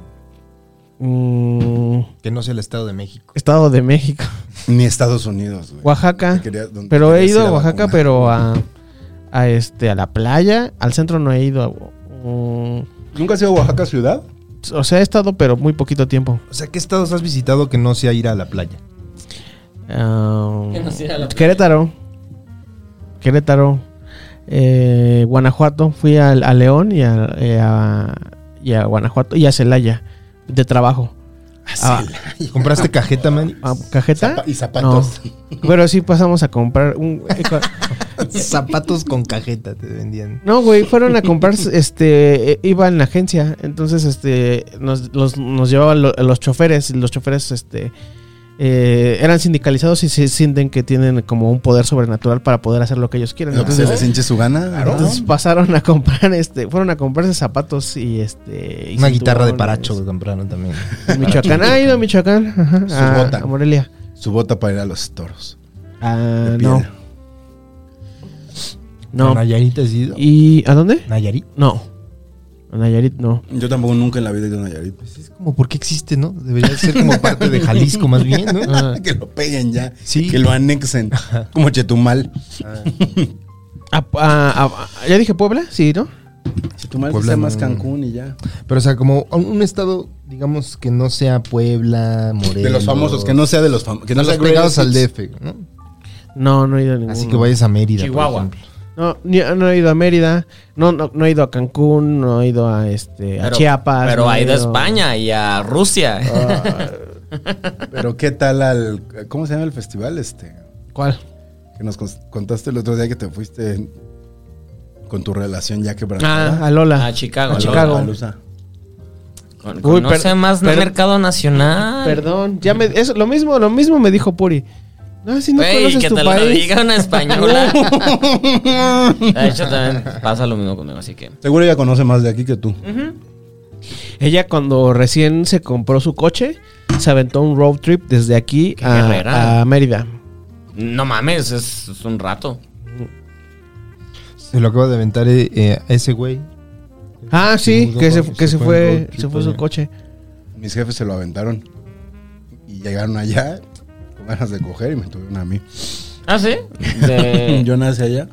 Mm, Que no sea el Estado de México. Estado de México. Ni Estados Unidos, güey. Oaxaca. Te quería- donde Pero he querías ido ir a a Oaxaca, vacunar. pero a, a este a la playa, al centro no he ido. Mm, ¿Nunca has ido a Oaxaca ciudad? o sea, he estado, pero muy poquito tiempo. O sea, ¿qué estados has visitado que no sea ir a la playa? Ah, Que nos irá a la playa. Querétaro. Querétaro. Eh, Guanajuato. Fui al- a, León y a, eh, a- y a Guanajuato y a Celaya de trabajo. Ah, ¿Compraste cajeta, man? ¿a ¿Cajeta? Zapa- y zapatos. No. Pero sí pasamos a comprar un... eh, Zapatos con cajeta te vendían. No, güey, fueron a comprar, este, eh, iba en la agencia, entonces, este, nos, los- nos llevaban lo- los choferes, y los choferes, este, eh, eran sindicalizados y se sienten que tienen como un poder sobrenatural para poder hacer lo que ellos quieren. Lo que se Entonces, les hinche su gana. entonces pasaron a comprar, este, fueron a comprarse zapatos y, este, y Una guitarra de cinturones. paracho que compraron también. En Michoacán, ah, he ido a Michoacán, ajá, Su a, bota. a Morelia. Su bota para ir a los toros. Ah, De no, piedra. ¿A no. Nayarit has ido? ¿Y a dónde? ¿Nayarit? No, a Nayarit no. Yo tampoco nunca en la vida he ido a Nayarit. Pues Es como, ¿por qué existe, no? Debería ser como parte de Jalisco más bien, ¿no? Ah. Que lo peguen ya. Sí. Que lo anexen. Como Chetumal. A- a- a- a- ya dije Puebla, sí, ¿no? Chetumal Puebla sea no. más Cancún y ya. Pero, o sea, como un un estado, digamos, que no sea Puebla, Morelos. De los famosos, que no sea de los famosos. Que no los sea pegados Greatest al Hits. DF, ¿no? No, no he ido a ninguno. Así que vayas a Mérida, Chihuahua. por ejemplo. No, ni- no he ido a Mérida, no, no, no he ido a Cancún, no he ido a, este, a Pero- Chiapas. Pero no ha he ido a ido- España y a Rusia. Ah. Pero qué tal al. ¿Cómo se llama el festival este? ¿Cuál? Que nos cons- contaste el otro día que te fuiste en- con tu relación ya Ah, quebrantada. a Lola. A Chicago. A a Chicago. Lola. Lollapalooza. Con- Uy, conoce per- más per- mercado nacional. Perdón, ya me, eso, lo mismo, lo mismo me dijo Puri. No, si no Güey, conoces que tu te lo país. diga una española. de hecho, también pasa lo mismo conmigo, así que. Seguro ella conoce más de aquí que tú. Ella cuando recién se compró su coche, se aventó un road trip desde aquí Qué guerrera. a, a Mérida. No mames, es, es un rato. Se lo acabo de aventar eh, eh, a ese güey. Ah, sí, mudó que se, con- que se en road fue, trip se fue su allá. coche. Mis jefes se lo aventaron. Y llegaron allá con ganas de coger y me tuvieron a mí. ¿Ah, sí? De- Yo nací allá.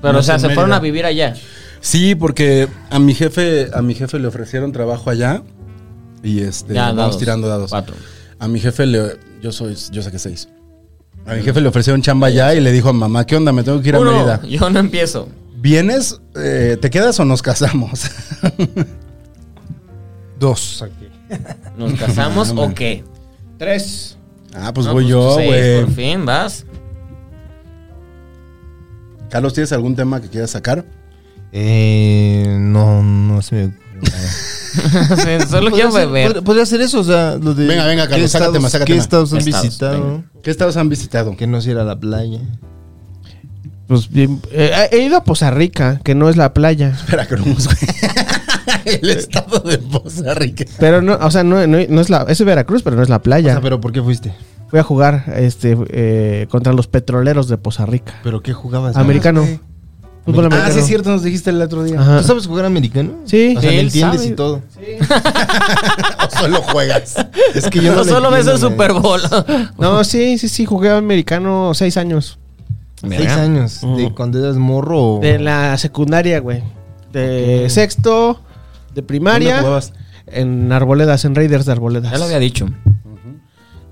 pero, o sea, se Mérida. fueron a vivir allá. Sí, porque a mi jefe, a mi jefe le ofrecieron trabajo allá. Y este, ya, vamos dados. tirando dados. Cuatro. A mi jefe le. Yo soy, yo saqué seis. A mi jefe le ofrecieron chamba allá y le dijo a mamá, ¿qué onda? Me tengo que ir a Uno, Mérida. yo no empiezo. ¿Vienes? Eh, ¿Te quedas o nos casamos? Dos. aquí. ¿Nos casamos No, o man. qué? Tres. ah, pues No, voy pues yo, seis, güey. Por fin, vas. Carlos, ¿tienes algún tema que quieras sacar? Eh, no, no se me ocurre nada. Sí, Solo quiero Podría ser- beber. pod- Podría ser eso, o sea, lo de. Venga, venga, Carlos, ¿qué sácate estados- más, sácate ¿Qué más. estados han Estados, visitado? ¿Qué estados han visitado? Que no se era la playa. Pues bien, eh, he ido a Poza Rica, que no es la playa. Veracruz, güey. El estado de Poza Rica. Pero no, o sea, no, no- no es la. Es Veracruz, pero no es la O playa. sea, pero ¿por qué fuiste? Fui a jugar este, eh, contra los petroleros de Poza Rica. ¿Pero qué jugabas? Americano. ok. Fútbol americano. Ah, sí es cierto, nos dijiste el otro día. Ajá. ¿Tú sabes jugar americano? Sí. O sea, le Él entiendes sabe. y todo. O solo juegas. Es que Yo le solo ves el entiendo, güey. Super Bowl. No, sí, sí, sí, jugué americano seis años. Seis años. ¿De cuando eras morro? o- De la secundaria, güey. De sexto, de primaria. ¿Dónde jugabas? En Arboledas, en Raiders de Arboledas. Ya lo había dicho.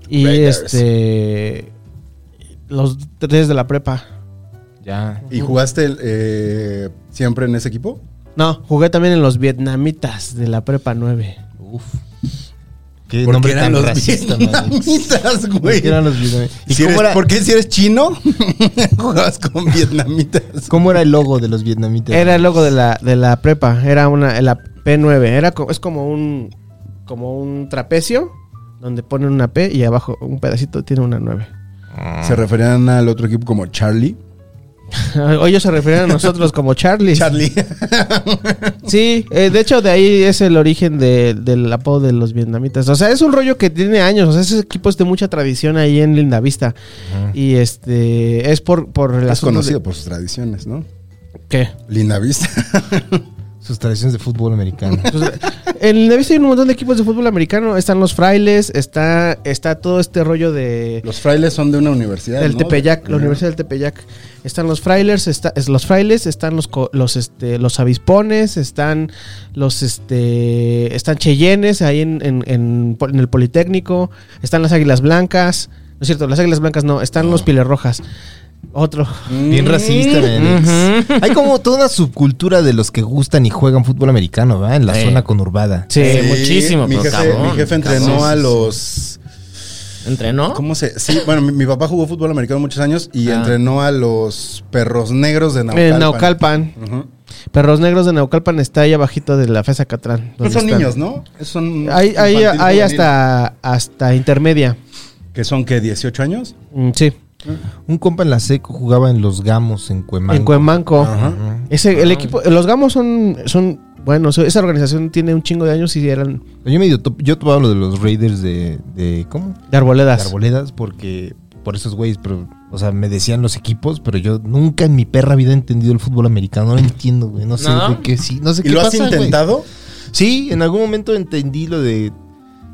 Y Raiders. este. Los tres de la prepa. Ya. ¿Y jugaste el, eh, siempre en ese equipo? No, jugué también en los vietnamitas de la prepa 9. Uf. Qué Porque nombre eran tan los racista, madre. vietnamitas, güey. Porque eran los vietnamitas. ¿Y Si cómo, eres- era, ¿Por qué si eres chino jugabas con vietnamitas? cómo era el logo de los vietnamitas? Era el logo de la, de la prepa. Era una. La P9. Era, co- es como un. Como un trapecio. Donde ponen una P y abajo un pedacito tiene una 9. Ah. Se referían al otro equipo como Charlie. O ellos se refieren a nosotros como Charlie. Charlie. Sí, eh, de hecho de ahí es el origen de- del apodo de los vietnamitas. O sea, es un rollo que tiene años. O sea, ese equipo es de mucha tradición ahí en Lindavista. Y este es por, por el es asunto de- conocido por sus tradiciones, ¿no? ¿Qué? Linda vista. Sus tradiciones de fútbol americano. Pues, en Lindavista hay un montón de equipos de fútbol americano. Están los frailes, está, está todo este rollo de... Los frailes son de una universidad. Del ¿no? Mm. Tepeyac, la Ajá. Universidad del Tepeyac. Están los frailes, está, es los frailes, están los co- los este los avispones, están los este están Cheyennes ahí en, en- en po- en el Politécnico, están las Águilas Blancas, no es cierto, las Águilas Blancas no, están los Pieles Rojas. Otro. Mm. Bien racista, man. Hay como toda una subcultura de los que gustan y juegan fútbol americano, ¿verdad? En la Sí. zona conurbada. Sí. Eh, muchísimo, mi pero jefe, cabrón, mi jefe cabrón. entrenó Sí, sí, a sí. los. ¿Entrenó? ¿Cómo se.? Sí, bueno, mi, mi papá jugó fútbol americano muchos años y Ah. entrenó a los perros negros de Naucalpan. En Naucalpan. Ujú. Perros Negros de Naucalpan está ahí abajito de la FESA Catrán. No donde Pues son están. niños, ¿no? Son Hay, hay- infantil, hay juvenil. hasta, hasta intermedia. ¿Que son qué? ¿18 años? Mm, Sí, Un compa en la seco jugaba en los gamos en Cuemanco. en Ah, Cuemanco. Ajá. Ese, el equipo, los gamos son, son buenos. Esa organización tiene un chingo de años y eran Yo medio top- yo tomaba lo de los Raiders de, de ¿cómo? de arboledas. De Arboledas porque por esos güeyes, pero o sea, me decían los equipos, pero yo nunca en mi perra vida he entendido el fútbol americano, no lo entiendo, güey, no sé ¿No? por qué sí, no sé ¿Y qué lo has pasa, güey. intentado? Sí, en algún momento entendí lo de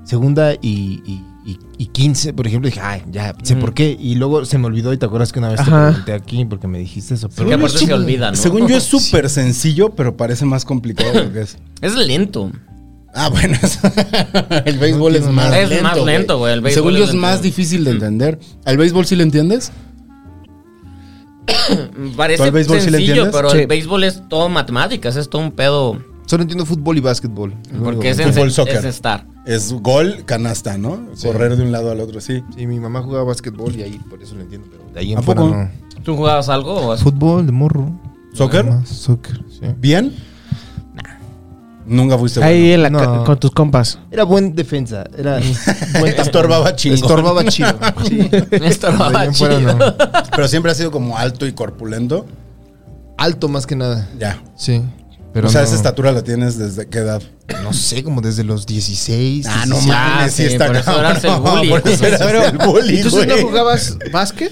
segunda y, y, y- y 15, por ejemplo, dije, ay, ya sé Mm. por qué, y luego se me olvidó y te acuerdas que una vez Ajá. te pregunté aquí porque me dijiste eso, pero Porque no aparte sé, se güey. olvida, ¿no? Según yo es súper sencillo, pero parece más complicado de lo que es. Es lento. Ah, bueno. eso- el béisbol No es entiendo más nada. Es lento. más lento, güey, el béisbol Según es yo es lento. Mm. más difícil de entender. ¿Al béisbol sí le entiendes? ¿Tú Parece al béisbol sí le sencillo, entiendes? pero Sí. el béisbol es todo matemáticas, es todo un pedo. Solo entiendo fútbol y básquetbol. Porque es, en, Fútbol, soccer. es estar. Es gol, canasta, ¿no? Sí. Correr de un lado al otro, sí. Sí, mi mamá jugaba básquetbol y ahí por eso lo entiendo, pero de ahí ¿A en fuera poco? no. ¿Tú jugabas algo o has- Fútbol de morro. ¿Soccer? Nada más, soccer, sí. ¿Bien? Nunca fuiste Ahí en la No. ca- con tus compas. Era buen defensa, era bueno. Estorbaba chingón. estorbaba chido. Sí. De ahí Estorbaba en fuera, chido. no. Pero siempre ha sido como alto y corpulento. Alto más que nada. Ya. Sí. Pero o sea, no, esa estatura la tienes desde qué edad. no sé, como desde los 16. Ah, no 17. mames, sí sí, está por eso cabrón. eras el bully. Por eso eras el bully, güey. jugabas básquet?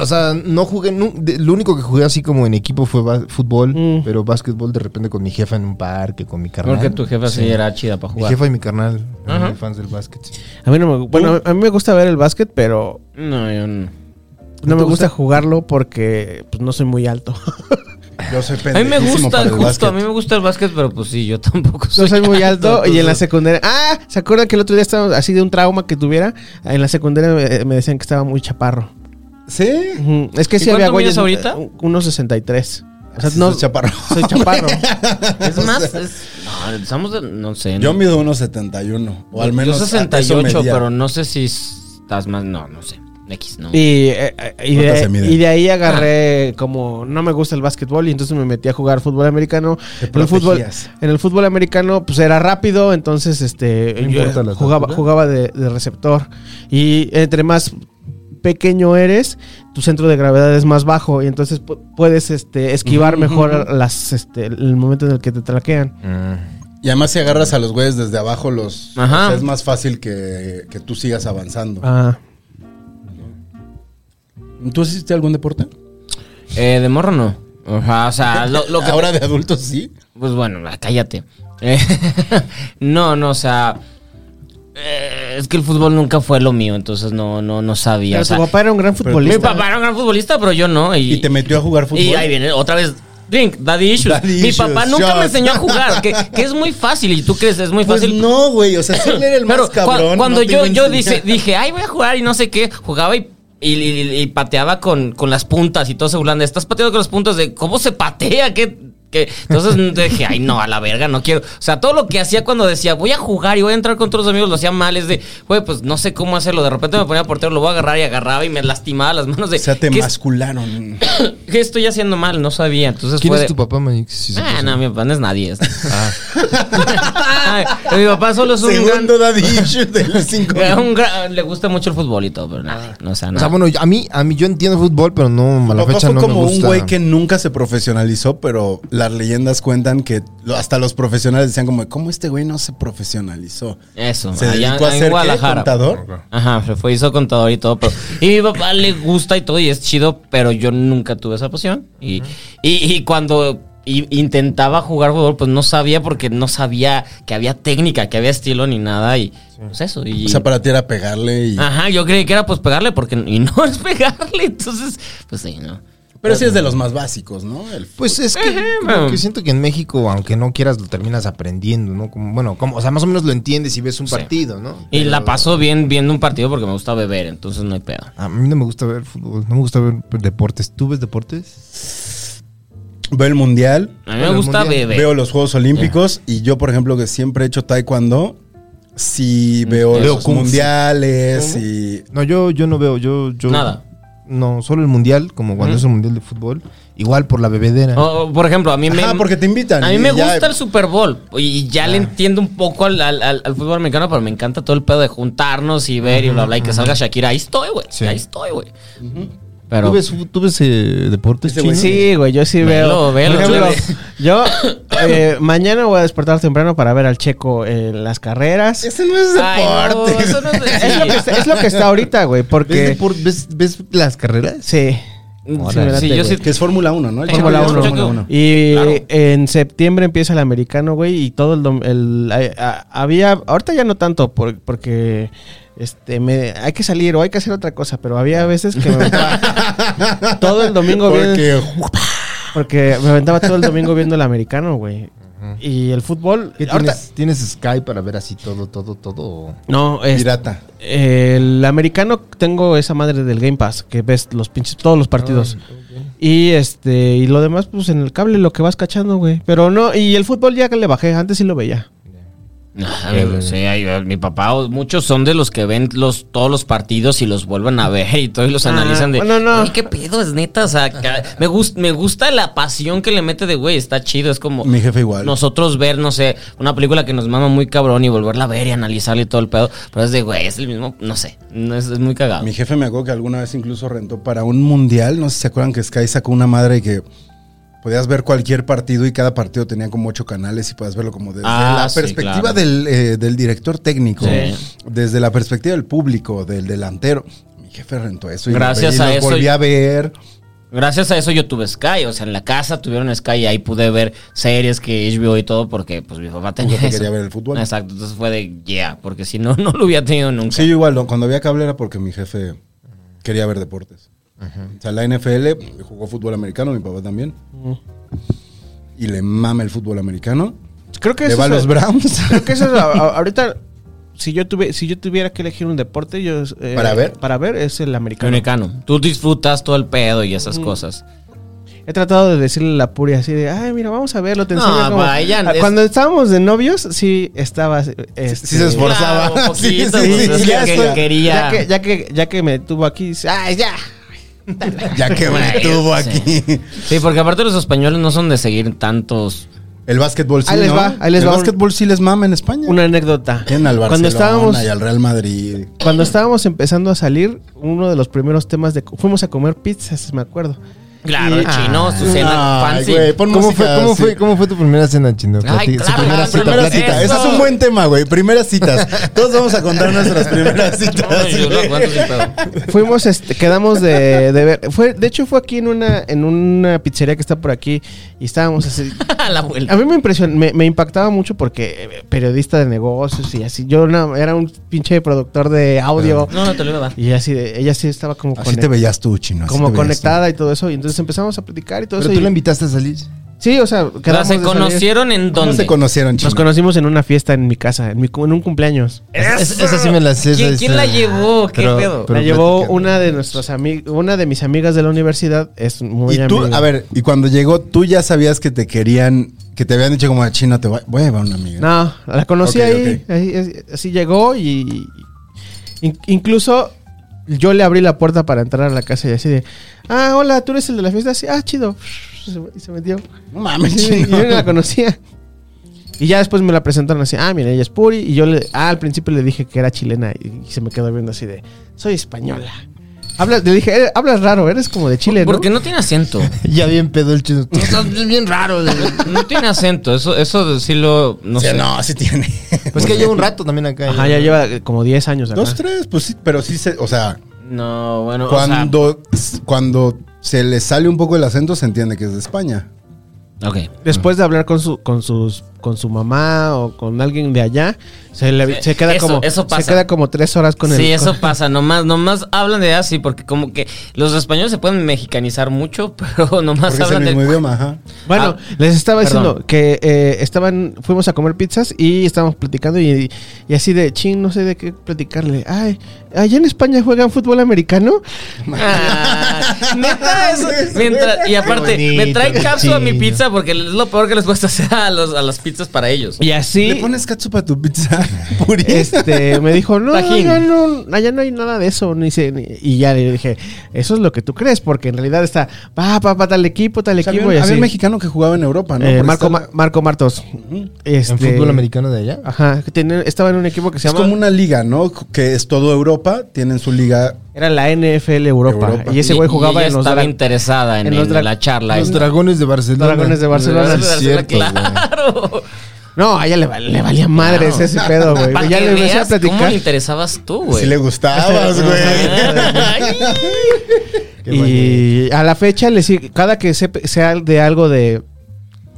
O sea, no jugué, nu- de- lo único que jugué así como en equipo fue ba- fútbol, Mm. pero básquetbol de repente con mi jefa en un parque, con mi carnal. Porque tu jefa sí, era chida para Mi jugar. jefa y mi carnal eran Ajá. muy fans del básquet. sí. A mí no me, bueno, a mí me gusta ver el básquet, pero No, yo no. no, me gusta, jugarlo porque pues, no soy muy alto. Yo soy A mí me pendejísimo para gusta, el justo, básquet. a mí me gusta el básquet, pero pues sí, yo tampoco soy. No soy muy alto y en la secundaria... Ah, ¿se acuerdan que el otro día estaba así de un trauma que tuviera? En la secundaria me, me decían que estaba muy chaparro. ¿Sí? Ujú. Es que ¿Y sí había cuánto mides güeyes... eh, ahorita? Unos 63. O sea, Pues Sí, no, soy chaparro. Soy chaparro. Es más, es, no, estamos de- no sé. Yo no. mido unos 71. O al menos. Yo eso 68, medía. pero no sé si estás más. No, no sé. X, no. Y, eh, eh, y ¿Cuánto de, se mide? y de ahí agarré como no me gusta el básquetbol y entonces me metí a jugar fútbol americano. Te En el fútbol, protegías. en el fútbol americano pues era rápido, entonces este No yo importa la jugaba, estatura. jugaba de, de receptor y entre más pequeño eres, tu centro de gravedad es más bajo y entonces pu- puedes este, esquivar mejor las, este, el momento en el que te traquean. Mm. Y además si agarras a los güeyes desde abajo, los Ajá. o sea, es más fácil que, que tú sigas avanzando. Ah, ¿Tú hiciste algún deporte? Eh, de morro no. Ajá, o sea, Ah, lo, lo que... Ahora de adultos sí. Pues bueno, ah, cállate. Eh, no, no, o sea... eh, es que el fútbol nunca fue lo mío, entonces no, no, no sabía. pero o sea, tu papá era un gran pero futbolista. mi papá era un gran futbolista, pero yo no. Y, Y te metió a jugar fútbol. Y ahí viene otra vez. Drink, daddy issues. Daddy Mi issues, papá nunca shot. me enseñó a jugar, que, que es muy fácil. Y tú crees, es muy Pues fácil. no, güey. O sea, si él era el Pero más cabrón. cua- no cuando te yo, iba a yo enseñar. dice, dije, ay, voy a jugar y no sé qué, jugaba y, y- y- y pateaba con, con las puntas y todo se burlan de, Estás pateando con las puntas de cómo se patea, qué. qué?". Entonces dije, ay, no, a la verga, no quiero. O sea, todo lo que hacía cuando decía, voy a jugar y voy a entrar con otros amigos, lo hacía mal. Es de, güey, pues no sé cómo hacerlo. De repente me ponía portero, lo voy a agarrar y agarraba y me lastimaba las manos de. O sea, te "¿Qué es- mascularon. ¿Qué estoy haciendo mal? No sabía. Entonces ¿Quién fue es de- tu papá, Manix? Si se Pues Ah, puso- no, mi papá no es nadie. es- Ay, mi papá solo es un gran- Segundo daddy issue de los cinco. un gran- Le gusta mucho el fútbol y todo, pero Ah. nada. No, o sea, O sea, nada. bueno, yo- a mí, a mí yo entiendo fútbol, pero no, a la Papá fecha fue no como me gusta. un güey que nunca se profesionalizó, pero las leyendas cuentan que lo- hasta los profesionales decían como, ¿cómo este güey no se profesionalizó? Eso, Se allá dedicó a en ser ¿qué? Guadalajara. contador. Ajá, se fue, hizo contador y todo. Pero, y mi papá le gusta y todo, y es chido, pero yo nunca tuve esa pasión. Y, y, y cuando i- intentaba jugar fútbol, pues no sabía porque no sabía que había técnica, que había estilo ni nada. Y pues eso. Y, Ah, O sea, para ti era pegarle y... Ajá, yo creí que era pues pegarle porque y no es pegarle, entonces pues sí, no. Pero sí es de los más básicos, ¿no? El fútbol. Pues es que, creo que siento que en México, aunque no quieras, lo terminas aprendiendo, ¿no? Como, bueno, como, o sea, más o menos lo entiendes y ves un partido, ¿no? Y Pero la pasó bien viendo un partido porque me gusta beber, entonces no hay pedo. A mí no me gusta ver fútbol, no me gusta ver deportes. ¿Tú ves deportes? Veo el mundial, A mí me Bueno, el gusta mundial. beber. veo los Juegos Olímpicos y yo, por ejemplo, que siempre he hecho taekwondo, sí veo Mm, Veo los kung fu. mundiales y... No, yo, yo no veo, yo, yo. Nada. No, solo el mundial, como cuando es el mundial de fútbol. Igual por la bebedera. O, por ejemplo, a mí me Ajá, porque te invitan A mí y me ya- gusta el Super Bowl y ya le entiendo un poco al, al- al- al fútbol americano, pero me encanta todo el pedo de juntarnos y ver y bla bla y que salga Shakira. Ahí estoy, güey. Sí. Ahí estoy, güey. Pero ¿Tú ves, fu- tú ves, eh, deportes? Este güey chino? Sí, güey, yo sí veo. Velo, velo, Por ejemplo, chévere. yo eh, mañana voy a despertar temprano para ver al Checo en las carreras. Es, Ese no es Ay, no, deporte. eso no es de- lo, que está, es lo que está ahorita, güey, ¿Ves, porque... depor- ves- ves las carreras? Sí. Sí, Órale. sí, yo sí- Que es Fórmula 1, ¿no? El Fórmula Checo, Checo, 1. Checo. Y Claro. en septiembre empieza el americano, güey, y todo el... dom- el- a- a- había... Ahorita ya no tanto, por- porque... Este, me, hay que salir o hay que hacer otra cosa, pero había veces que me aventaba todo el domingo bien- Porque porque me aventaba todo el domingo viendo el americano, güey. Y el fútbol. ¿Qué ahorita- tienes, ¿Tienes Sky para ver así todo, todo, todo? o- No, es, pirata. el americano tengo esa madre del Game Pass, que ves los pinches, todos los Ah, partidos. Y este, y lo demás, pues en el cable lo que vas cachando, güey. Pero no, y el fútbol ya que le bajé, antes sí lo veía. No, sí, ay, mi papá, o muchos son de los que ven los, todos los partidos y los vuelven a ver y todos los Ah, Pues, analizan de. bueno, no. "Oye, qué pedo, es neta. O sea, ca- me, gus- me gusta la pasión que le mete de güey, está chido. Es como Mi jefe igual. nosotros ver, no sé, una película que nos mama muy cabrón y volverla a ver y analizarla y todo el pedo. Pero es de güey, es el mismo, no sé, no, es, es muy cagado. Mi jefe me acuerdo que alguna vez incluso rentó para un mundial. No sé si se acuerdan que Sky sacó una madre que podías ver cualquier partido y cada partido tenía como ocho canales y podías verlo como desde Ah, la sí, perspectiva claro. del, eh, del director técnico, Sí. desde la perspectiva del público, del delantero. Mi jefe rentó eso y lo Gracias veía y a lo eso- volví a ver. Gracias a eso yo tuve Sky, o sea, en la casa tuvieron Sky y ahí pude ver series que HBO y todo porque pues mi papá tenía Justo eso. quería ver el fútbol. Exacto, entonces fue de yeah, porque si no, no lo hubiera tenido nunca. Sí, yo igual, no, cuando había cable era porque mi jefe quería ver deportes. O sea, la NFL jugó fútbol americano, mi papá también. Y le mama el fútbol americano. Creo que Le eso va a es- los Browns. Creo que eso es, a- a- ahorita. Si yo, tuve, si yo tuviera que elegir un deporte, yo. eh, ¿Para ver? Para ver es el americano. Americano. Tú disfrutas todo el pedo y esas cosas. He tratado de decirle a la puri así de, ay, mira, vamos a verlo, te No, enseño cómo". vayan, Ah, es- Cuando estábamos de novios, sí estabas. este, sí se esforzó. Forzaba. Claro, Sí, poquito, sí, pues, sí, es sí, que- ya que está. quería. Ya que, ya, que, ya que me tuvo aquí, dice, ay, ya. Ya que me Bueno, tuvo sí. aquí. Sí, porque aparte los españoles no son de seguir tantos El básquetbol sí, Ahí les ¿no? va, ahí les el va un- básquetbol sí les mama en España. Una anécdota. Tienen al Barcelona Cuando estábamos, y al Real Madrid. cuando estábamos empezando a salir, uno de los primeros temas de... Fuimos a comer pizzas, me acuerdo. Claro, el Ah, chino, su cena Ay, fancy. güey, pon ¿Cómo música, fue, cómo, sí. fue, ¿Cómo fue tu primera cena, chino? Plati- su claro, primera la cita, primera plática. cita. Ese es un buen tema, güey. Primeras citas. Todos vamos a contar nuestras primeras citas. No, yo lo aguanto sin pedo. Fuimos, este, quedamos de, de ver. Fue, de hecho, fue aquí en una, en una pizzería que está por aquí y estábamos así. A la A abuela. mí me impresionó, me, me impactaba mucho porque eh, periodista de negocios y así. Yo no, era un pinche productor de audio No, no te lo iba a dar. y así, de, ella sí estaba como, Así conect- te veías tú, chino. así como te veías tú. conectada y todo eso. Y entonces empezamos a platicar y todo Pero eso. tú y- la invitaste a salir. sí, o sea, O sea, quedamos ¿Se de salir. conocieron en ¿Cómo dónde? se conocieron, chino? Nos conocimos en una fiesta en mi casa, en, mi cu- en un cumpleaños. Es- es- Esa sí me la sé. esa ¿Quién- es, quién la eh, llevó? ¿Qué pero- pedo? pero la llevó platica. una de nuestras amigas, una de mis amigas de la universidad, es muy y tú, amiga. a ver, y cuando llegó, tú ya sabías que te querían, que te habían dicho como de chino, te voy, voy a llevar una amiga. No, la conocí Ok, ahí, ok. ahí, así- así llegó y in- incluso yo le abrí la puerta para entrar a la casa y así de, ah, hola, tú eres el de la fiesta, así, ah, chido, se- y se metió. No mames, Sí, chino. yo no la conocía. Y ya después me la presentaron así, ah, mira, ella es Puri. Y yo le, ah, al principio le dije que era chilena y, y se me quedó viendo así de, soy española. Hablas, le dije, "Eh, hablas raro, eres como de Chile, ¿no? Porque no tiene acento. Ya bien pedo el chino. es bien raro. No tiene acento. Eso, eso decirlo, no O sea, sé. no, sí tiene. Pues que llevo un rato también acá. Ajá, ya lleva eh, como 10 años acá. Dos, tres, pues sí, pero sí se, o sea, No, bueno. o cuando, cuando se le sale un poco el acento, se entiende que es de España. sea, ok. Después de hablar con su, con sus, con su mamá o con alguien de allá, se, le, Sí, se queda eso- como, eso se pasa. queda como tres horas con el. sí, eso con- pasa. Nomás, nomás hablan de así, porque como que los españoles se pueden mexicanizar mucho, pero nomás Porque es el hablan mismo de. idioma, ajá. Bueno, Ah, les estaba perdón. diciendo que eh, estaban, fuimos a comer pizzas y estábamos platicando y, y así de ching, no sé de qué platicarle. Ay, allá en España juegan fútbol americano. Ah, neta, eso- mientras- y aparte, Qué me trae bonito, capsu a mi chino. pizza porque es lo peor que les cuesta hacer a, los, a las pizzas para ellos. Y ¿Le así, pones ketchup a tu pizza? Puri. este, me dijo, no, Tajín. allá no, allá no hay nada de eso. Ni se, ni- y ya le dije, eso es lo que tú crees, porque en realidad está, va, va, va, tal equipo, tal O sea, había, Este equipo. un- y había así. un mexicano que jugaba en Europa, ¿no? Eh, Por Marco, estar- Ma- Marco Martos. Este, ¿En fútbol americano de allá? Ajá, que tenía- estaba en un equipo que se Es llama. como una liga, ¿no? Que es todo Europa, tienen su liga. Era la NFL Europa. Europa. Y ese Y- güey y jugaba ella en los estaba Dra- interesada en, en los en drag- la charla. Los En- dragones de Barcelona. Ah, Dragones de Barcelona. Sí, es cierto, güey. claro. No, a ella le, val- le valía madres Claro. ese pedo, güey. Para Ya que le empecé a veas ¿Cómo platicar. le interesabas tú, güey? Si le gustabas, güey. Ay. Qué bueno. Y a la fecha, le sigue- cada que sepa- sea de algo de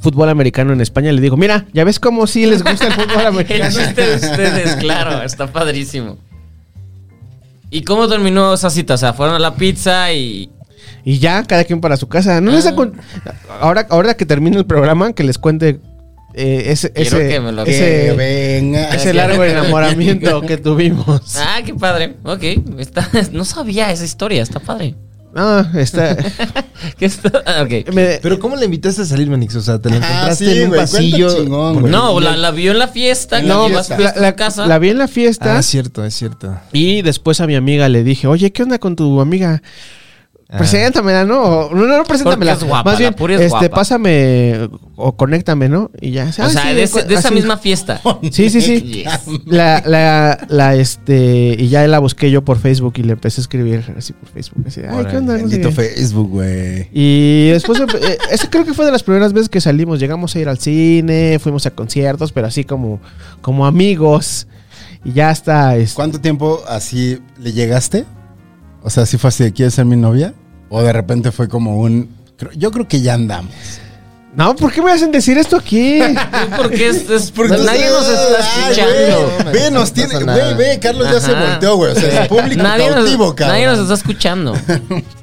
fútbol americano en España, le digo, mira, ya ves cómo sí les gusta el fútbol El americano. chiste de ustedes, claro, está padrísimo. ¿Y cómo terminó esa cita? O sea, fueron a la pizza y. y ya, cada quien para su casa. No les ha con- ahora, ahora que termine el programa, que les cuente eh, ese, Quiero ese- que me lo- Que ese- venga. ese largo enamoramiento que tuvimos. Ah, qué padre. Ok. está- no sabía esa historia, está padre. No, está. ¿Qué está? ah, ok. me- Pero ¿cómo la invitaste a salir, Manix? O sea, te la Ah, encontraste sí, en un güey, cuenta pasillo. chingón, Porque- güey. No, la, la vio en la fiesta. En no, No, la la, fiesta. la, la- casa. la vi en la fiesta Ah, es cierto, es cierto. y después a mi amiga le dije, oye, ¿qué onda con tu amiga? Ah. Preséntamela, ¿no? O- No, no, no, preséntamela. Porque es guapa, Más bien, la pura es este, guapa. pásame o conéctame, ¿no? Y ya. o sea, de, ese- de esa misma fiesta. Ah, Sí, sí, sí. Yes. La, la, la, este, y ya la busqué yo por Facebook y le empecé a escribir así por Facebook. Así, ay, ¿qué onda? No sé Bendito qué. Facebook, güey. Y después, empe- eh, esa creo que fue de las primeras veces que salimos. Llegamos a ir al cine, fuimos a conciertos, pero así como, como amigos. Y ya está. este, ¿Cuánto tiempo así le llegaste? O sea, si fue así de, ¿quieres ser mi novia? O de repente fue como un... creo- Yo creo que ya andamos. No, ¿por qué me hacen decir esto aquí? Porque es, es- Pues nadie nos está Ay, escuchando. güey, Ve, nos tiene... pasa Ve, nada. ve, Carlos ya se Ajá. volteó, güey. O sea, es público Nadie cautivo, nos, cabrón. nadie nos está escuchando.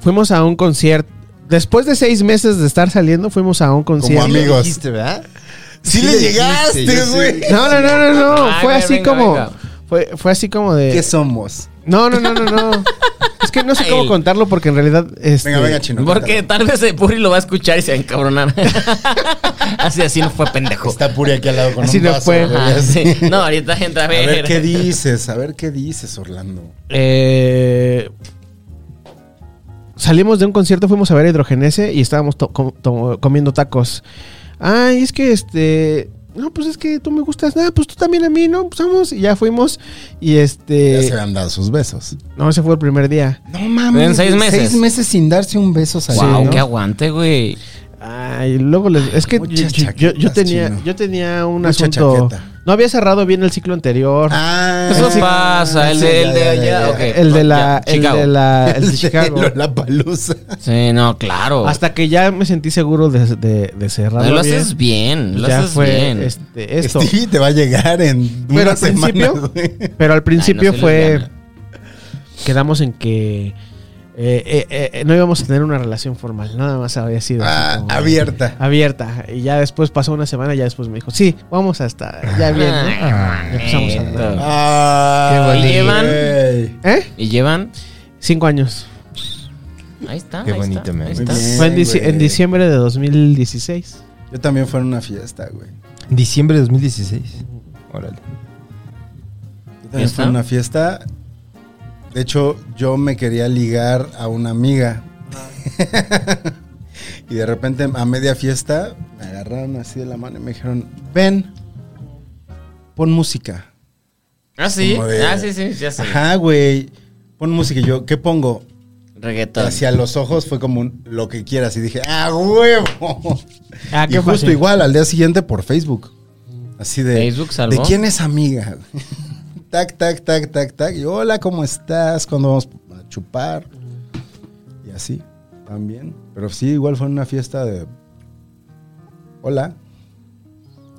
fuimos a un concierto. Después de seis meses de estar saliendo, fuimos a un concierto. Como amigos. Dijiste, ¿verdad? Sí, Sí le le llegaste, dijiste, yo güey. No, no, no, no, no. Ay, fue güey, así venga, como. venga. Fue, fue así como de. ¿Qué somos? No, no, no, no, no. es que no sé cómo Ay. contarlo porque en realidad. Este, Venga, venga, chino. Porque cuéntalo. tal vez eh, Puri lo va a escuchar y se va a encabronar. así, así no fue pendejo. Está Puri aquí al lado con Así un no vaso, fue. güey. Ajá, Ah, sí. No, ahorita entra a A ver. ver qué dices, a ver qué dices, Orlando. Eh, salimos de un concierto, fuimos a ver Hidrogenese y estábamos to- com- to- comiendo tacos. Ay, es que este. No, pues es que tú me gustas. Nada, pues tú también a mí, ¿no? Pues vamos. Y ya fuimos. Y Ya se este. han dado sus besos. No, ese fue el primer día. Eh, No mames. En seis güey, meses. Seis meses sin darse un beso wow, saliendo. que aguante, güey. Ay, luego les. Es que yo, muchas yo- yo- yo chaquetas, tenía, chino. yo tenía un Mucha asunto. chaqueta. No había cerrado bien el ciclo anterior. Ah, Eso sí. pasa, el Sí, de, ya, el de ya, ya, allá, ya. ok. El de la. Ya, el Chicago. de la. El de Chicago. La palusa. Sí, no, claro. Hasta que ya me sentí seguro de, de, de cerrarlo. lo bien. haces bien, lo ya haces fue bien. este, esto. Sí, te va a llegar en Pero una al semana, principio- güey. Pero al principio Ay, no soy fue. lesbiana. Quedamos en que. eh, eh, eh, eh, no íbamos a tener una relación formal, nada más había sido así Ah, como- abierta. abierta. Y ya después pasó una semana y ya después me dijo, sí, vamos hasta ya bien. ¿no?". Ay, Ah, ya empezamos a bonito. andar. Ah, Qué bonito. llevan- güey. ¿Eh? ¿Y llevan? Cinco años. Ahí está. Qué ahí bonito, está, man. ahí Muy está. bien. Fue en, dici- güey. en diciembre de 2016. Yo también fui en una fiesta, güey. Diciembre de 2016. Órale. Yo también ¿Fiesta? fui en una fiesta. De hecho, yo me quería ligar a una amiga. y de repente, a media fiesta, me agarraron así de la mano y me dijeron, ven, pon música. Ah, sí. Como de- Ah, sí, sí, ya sé. Ajá, güey. Pon música. Y yo, ¿qué pongo? Reggaetón. Hacia los ojos fue como un, lo que quieras. Y dije, ¡ah, huevo! Ah, y qué justo fácil. igual, al día siguiente por Facebook. Así de. Facebook salvó. ¿De quién es amiga? tac, tac, tac, tac, tac. Y hola, ¿cómo estás? ¿Cuándo vamos a chupar? Y así, también. Pero sí, igual fue una fiesta de. Hola.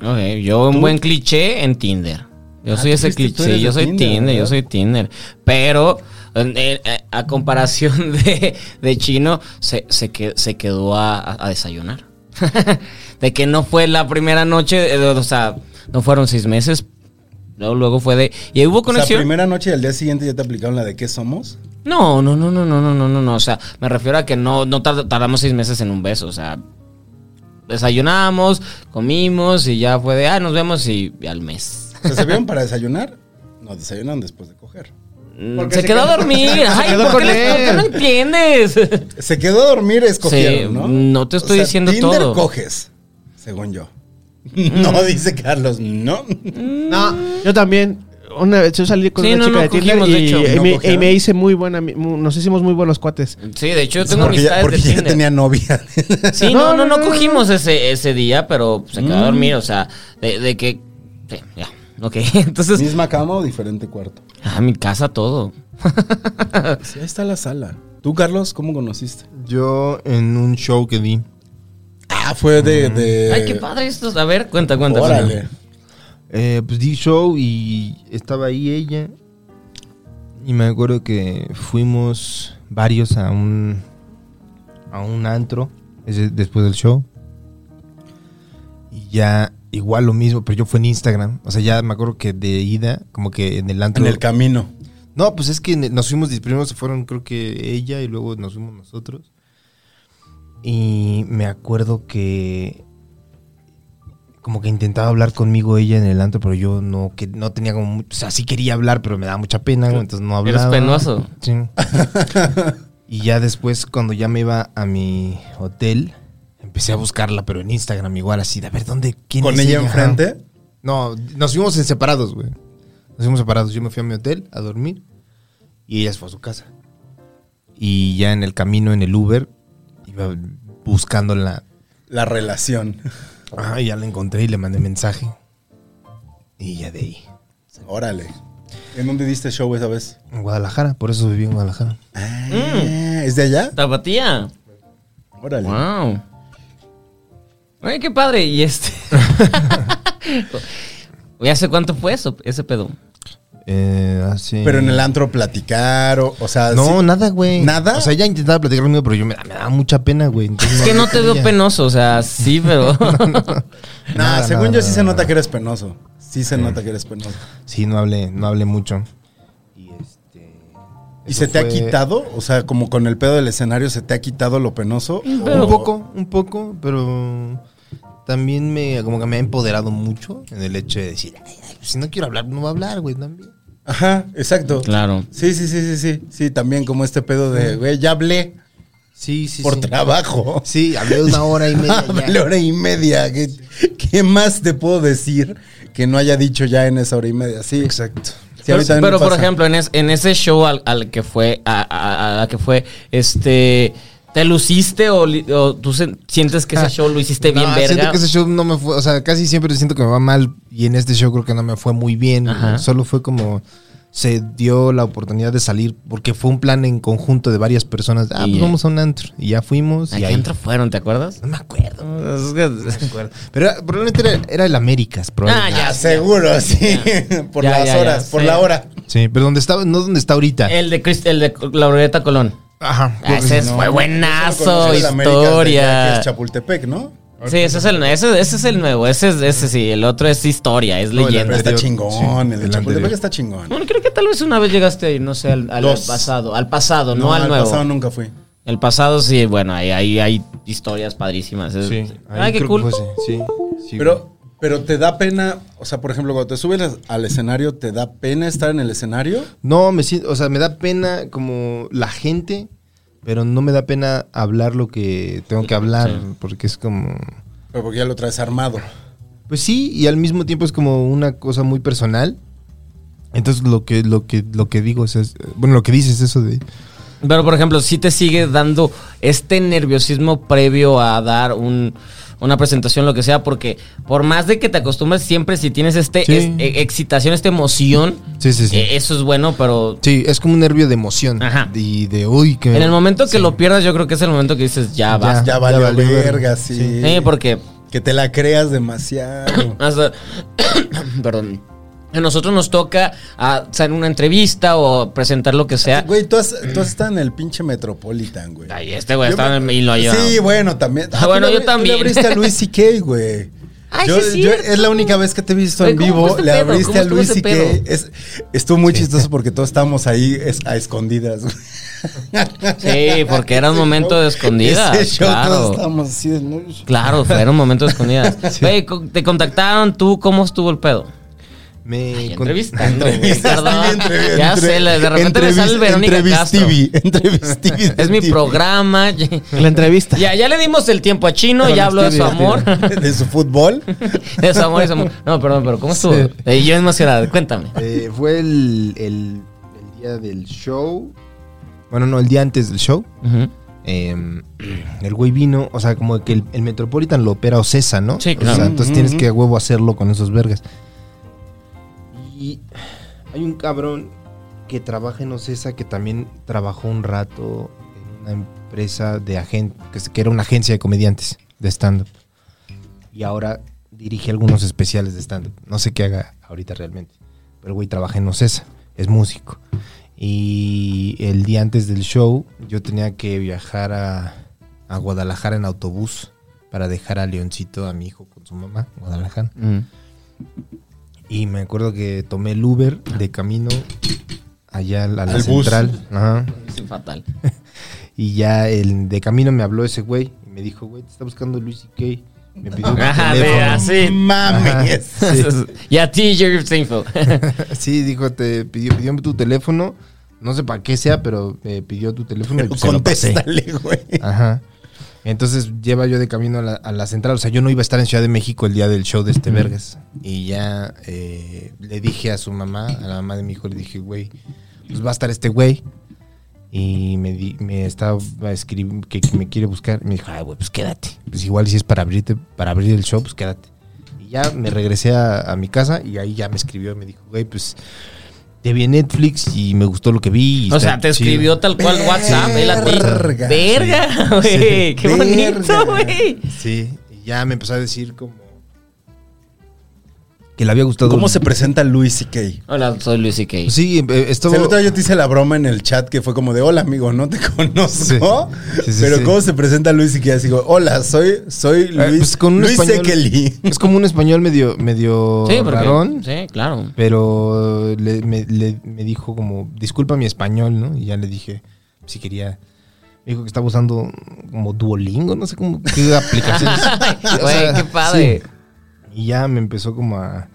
Ok, yo un buen cliché en Tinder. Yo Ah, soy tú ese fuiste- tú cliché, eres yo de soy Tinder, Tinder, yo ¿verdad? soy Tinder. Pero eh, eh, a comparación de, de Chino, se, se, que- se quedó a, a desayunar. de que no fue la primera noche, eh, o sea, no fueron seis meses. Luego, luego fue de... ¿Y hubo La conexión? primera noche y al día siguiente ya te aplicaron la de ¿qué somos? No, no, no, no, no, no, no, no, no. O sea, me refiero a que no, no tard- tardamos seis meses en un beso. O sea, desayunamos, comimos y ya fue de, ah, nos vemos y, y al mes. O sea, ¿Se vieron para desayunar? No, desayunan después de coger. Mm, Porque Se, se quedó a quedó- dormir. Ay, quedó ¿por, con qué les- por qué él. no entiendes? Se quedó a dormir, escogieron, Sí, ¿no? no te estoy diciendo Tinder todo. Mm. coges, según yo. No, dice Carlos, no. No, yo también. Una vez yo salí con Sí, una no, chica no, de Tinder cogimos, y, de hecho. y ¿No me, cogieron? y me hice muy buena. ami- mu- Nos hicimos muy buenos cuates. Sí, de hecho, yo tengo Porque ya, amistades porque de ya Tinder. tenía novia. Sí, No, no, no, no, no, no, cogimos ese, ese día, pero se quedó a dormir. O sea, de, de que. Sí, ya. Ok, entonces. Misma cama o diferente cuarto. A mi casa todo. Ah. Sí, ahí está la sala. ¿Tú, Carlos, cómo conociste? Yo en un show que di. Ah, fue de. Mm. de- Ay, qué padre esto. A ver, cuenta, cuenta. cuenta. Órale. Eh, pues di show y estaba ahí ella. Y me acuerdo que fuimos varios a un a un antro ese- después del show. Y ya igual lo mismo, pero yo fue en Instagram. O sea, ya me acuerdo que de ida, como que en el antro. En el camino. No, pues es que ne- nos fuimos, dis- primero se fueron creo que ella y luego nos fuimos nosotros. Y me acuerdo que como que intentaba hablar conmigo ella en el antro, pero yo no que no tenía como mucho, o sea, sí quería hablar, pero me daba mucha pena, güey, entonces no Eres hablaba. penoso. Sí. y ya después cuando ya me iba a mi hotel, empecé a buscarla, pero en Instagram igual así, de a ver dónde quién Con es ella Ajá. enfrente. No, nos fuimos en separados, güey. Nos fuimos separados. Yo me fui a mi hotel a dormir y ella se fue a su casa. Y ya en el camino, en el Uber, iba buscándola. La relación. Ajá, y ya la encontré y le mandé mensaje. Y ya de ahí. Órale. ¿En dónde diste show esa vez? En Guadalajara, por eso viví en Guadalajara. Ah, ¿Es de allá? Tapatía. Órale. Mm. Wow. Ay, qué padre. Y este. ya sé cuánto fue eso, ese pedo. Eh, hace- Pero en el antro platicar, o, o sea. No, sí- nada, güey. ¿Nada? O sea, ella intentaba platicar conmigo, pero yo me, me daba mucha pena, güey. Entonces Es que no le te veo quería. penoso, o sea, sí, pero. Nah, Nada, según nada, yo sí nada, se nada. nota que eres penoso. Sí se nota que eres penoso. Sí, no hablé, no hablé mucho. Y este. ¿Y eso se te ha fue- quitado? O sea, como con el pedo del escenario, ¿se te ha quitado lo penoso? un O- poco, un poco, pero también me como que me ha empoderado mucho en el hecho de decir, "Ay, ay, pues si no quiero hablar, no voy a hablar, güey, también. Ajá, exacto. claro. Sí, sí, sí, sí, sí. Sí, también como este pedo de, güey, ya hablé. Sí, sí, por sí. trabajo. Sí, hablé una hora y media. ya. La hora y media. ¿Qué, qué más te puedo decir que no haya dicho ya en esa hora y media? Sí. Exacto. pero, pero, por ejemplo, en, es- en ese show al, al que fue, a, a- a la que fue, este, ¿te luciste o, li- o tú se- sientes que ese show lo hiciste este bien No, verga? Siento que ese show no me fue, o sea, casi siempre siento que me va mal y en este show creo que no me fue muy bien. Ajá. Solo fue como se dio la oportunidad de salir porque fue un plan en conjunto de varias personas. Ah, Y, pues eh, vamos a un antro y ya fuimos ¿A y qué ahí. antro fueron, te acuerdas? No me acuerdo. Pero era- probablemente era, era el Américas, Ah, probablemente. ya. seguro, sí. por Ya, las ya, ya, horas, por sí. la hora. Sí, pero donde estaba, no donde está ahorita. El de, Crist- el de Laureta Colón. Ajá. Eh, Ah, ese es- fue Yo solo buenazo, conocí el Américas de acá, que historia. es Chapultepec, ¿no? Sí, ese es el, ese, ese es el nuevo, ese, es- ese sí, el otro es historia, es No, el leyenda. Pero está anterior, chingón. sí, el de el Chapultepec anterior. está chingón. Bueno, creo que tal vez una vez llegaste a ir, no sé, al, al Dos. pasado, al pasado, no, al, al nuevo. pasado nunca fui. El pasado sí, bueno, ahí, ahí hay historias padrísimas. es- Sí, Ay, ahí Ah, qué creo que cool. fue ese, sí, sí, güey. Pero, pero te da pena, o sea, por ejemplo, cuando te subes al- al escenario, ¿te da pena estar en el escenario? No, me siento, o sea, me da pena como la gente, pero no me da pena hablar lo que tengo que hablar, porque es como... Pero porque ya lo traes armado. Pues sí, y al mismo tiempo es como una cosa muy personal. Entonces lo que, lo que, lo que digo, o sea, es- bueno, lo que dices eso de... Pero, por ejemplo, si te sigue dando este nerviosismo previo a dar un- una presentación, lo que sea, porque por más de que te acostumbres, siempre si tienes este Sí. es- e- excitación, esta emoción, Sí, sí, sí. eh, eso es bueno, pero sí, es como un nervio de emoción. Ajá. Y de, uy, que... en el momento que lo pierdas, yo creo que es el momento que dices, Ah, ya, Ya. basta. Ya Ya valió valió verga, verga. sí. Sí, porque Que te la creas demasiado. Hasta- perdón. A nosotros nos toca ah, hacer una entrevista o presentar lo que sea. Güey, tú has, tú has estado en el pinche Metropolitan, güey. Ay, este güey Yo está me- en- y lo lleva. Sí, bueno, también. Ah, bueno, tú le yo abri- también. Tú le abriste a Luis C.K., güey. Ay, Yo- sí es yo- cierto. es la única vez que te he visto Güey, en ¿cómo vivo. fue este le pedo? abriste ¿Cómo a estuvo Luis ese C.K. pedo? Es- estuvo muy chistoso porque todos estábamos ahí es- a escondidas. güey. Sí, porque era un Ese momento show- de escondidas, ese show claro. todos estábamos así de, "No, yo- Claro, fue, era un momento de escondidas. Güey, co- te contactaron, tú, ¿cómo estuvo el pedo? Me Ay, con- entrevistando, güey, Entrevistas, perdón. sí, entrevi- Ya entre- sé, la- de repente me sale entrevis- Verónica Castro. entrevistivi, entrevistivi de Es mi TV. programa. La entrevista. Ya, ya le dimos el tiempo a Chino, ya habló de su amor. este De su fútbol. De su amor y su amor. No, perdón, pero ¿cómo estuvo? Sí. Eh, yo emocionada, cuéntame. Eh, fue el, el- el día del show. Bueno, no, el día antes del show. Ujú. Eh, el güey vino, o sea, como que el, el Metropolitan lo opera Ocesa, ¿no? Sí, O claro. sea, entonces Ujú, tienes ujú. que a huevo hacerlo con esos vergas. Y hay un cabrón que trabaja en Ocesa que también trabajó un rato en una empresa de agente, que, se- que era una agencia de comediantes de stand-up. Y ahora dirige algunos especiales de stand-up. No sé qué haga ahorita realmente. Pero el güey trabaja en Ocesa, es músico. Y el día antes del show yo tenía que viajar a, a Guadalajara en autobús para dejar a Leoncito, a mi hijo, con su mamá, en Guadalajara. Y me acuerdo que tomé el Uber de camino allá a la Al bus. central. Ajá. Sí, Fatal. Y ya el de camino me habló ese güey y me dijo, güey, te está buscando Luis y Kay. Me pidió tu Ah, Ajá, Ah, de- teléfono. así. Mames. Sí. Y a ti, Jerry Seinfeld. Sí, dijo, te pidió, pidió tu teléfono. No sé para qué sea, pero eh, pidió tu teléfono Pero y se lo pasé. contéstale, güey. Ajá. Entonces lleva yo de camino a la, a la central. O sea, yo no iba a estar en Ciudad de México el día del show de este Vergas. Y ya eh, le dije a su mamá, a la mamá de mi hijo, le dije, güey, pues va a estar este güey. Y me, di- me estaba escribiendo que, que me quiere buscar. Y me dijo, ay, güey, pues quédate. Pues igual si es para abrirte, para abrir el show, pues quédate. Y ya me regresé a, a mi casa y ahí ya me escribió y me dijo, güey, pues te vi en Netflix y me gustó lo que vi. y O está sea, te chido". escribió tal cual WhatsApp, él a ti. Verga. Verga, güey. Qué bonito, Verga. güey. Sí, y ya me empezó a decir como que le había gustado. ¿Cómo se presenta Luis C.K.? Hola, soy Luis y Kay. Sí, eh, estuvo Se lo- yo te hice la broma en el chat que fue como de hola amigo, no te conozco. Sí. Sí, sí, pero sí. cómo se presenta Luis y así digo, hola, soy, soy eh, Luis, pues, con un Luis español- Sekeli. Es como un español medio medio Sí, porque- rarón, Sí, claro. pero le, me, le- me dijo como disculpa mi español, ¿no? Y ya le dije si quería me dijo que estaba usando como Duolingo, no sé cómo qué aplicaciones. O Güey, sea, qué padre. sí. Y ya me empezó como a,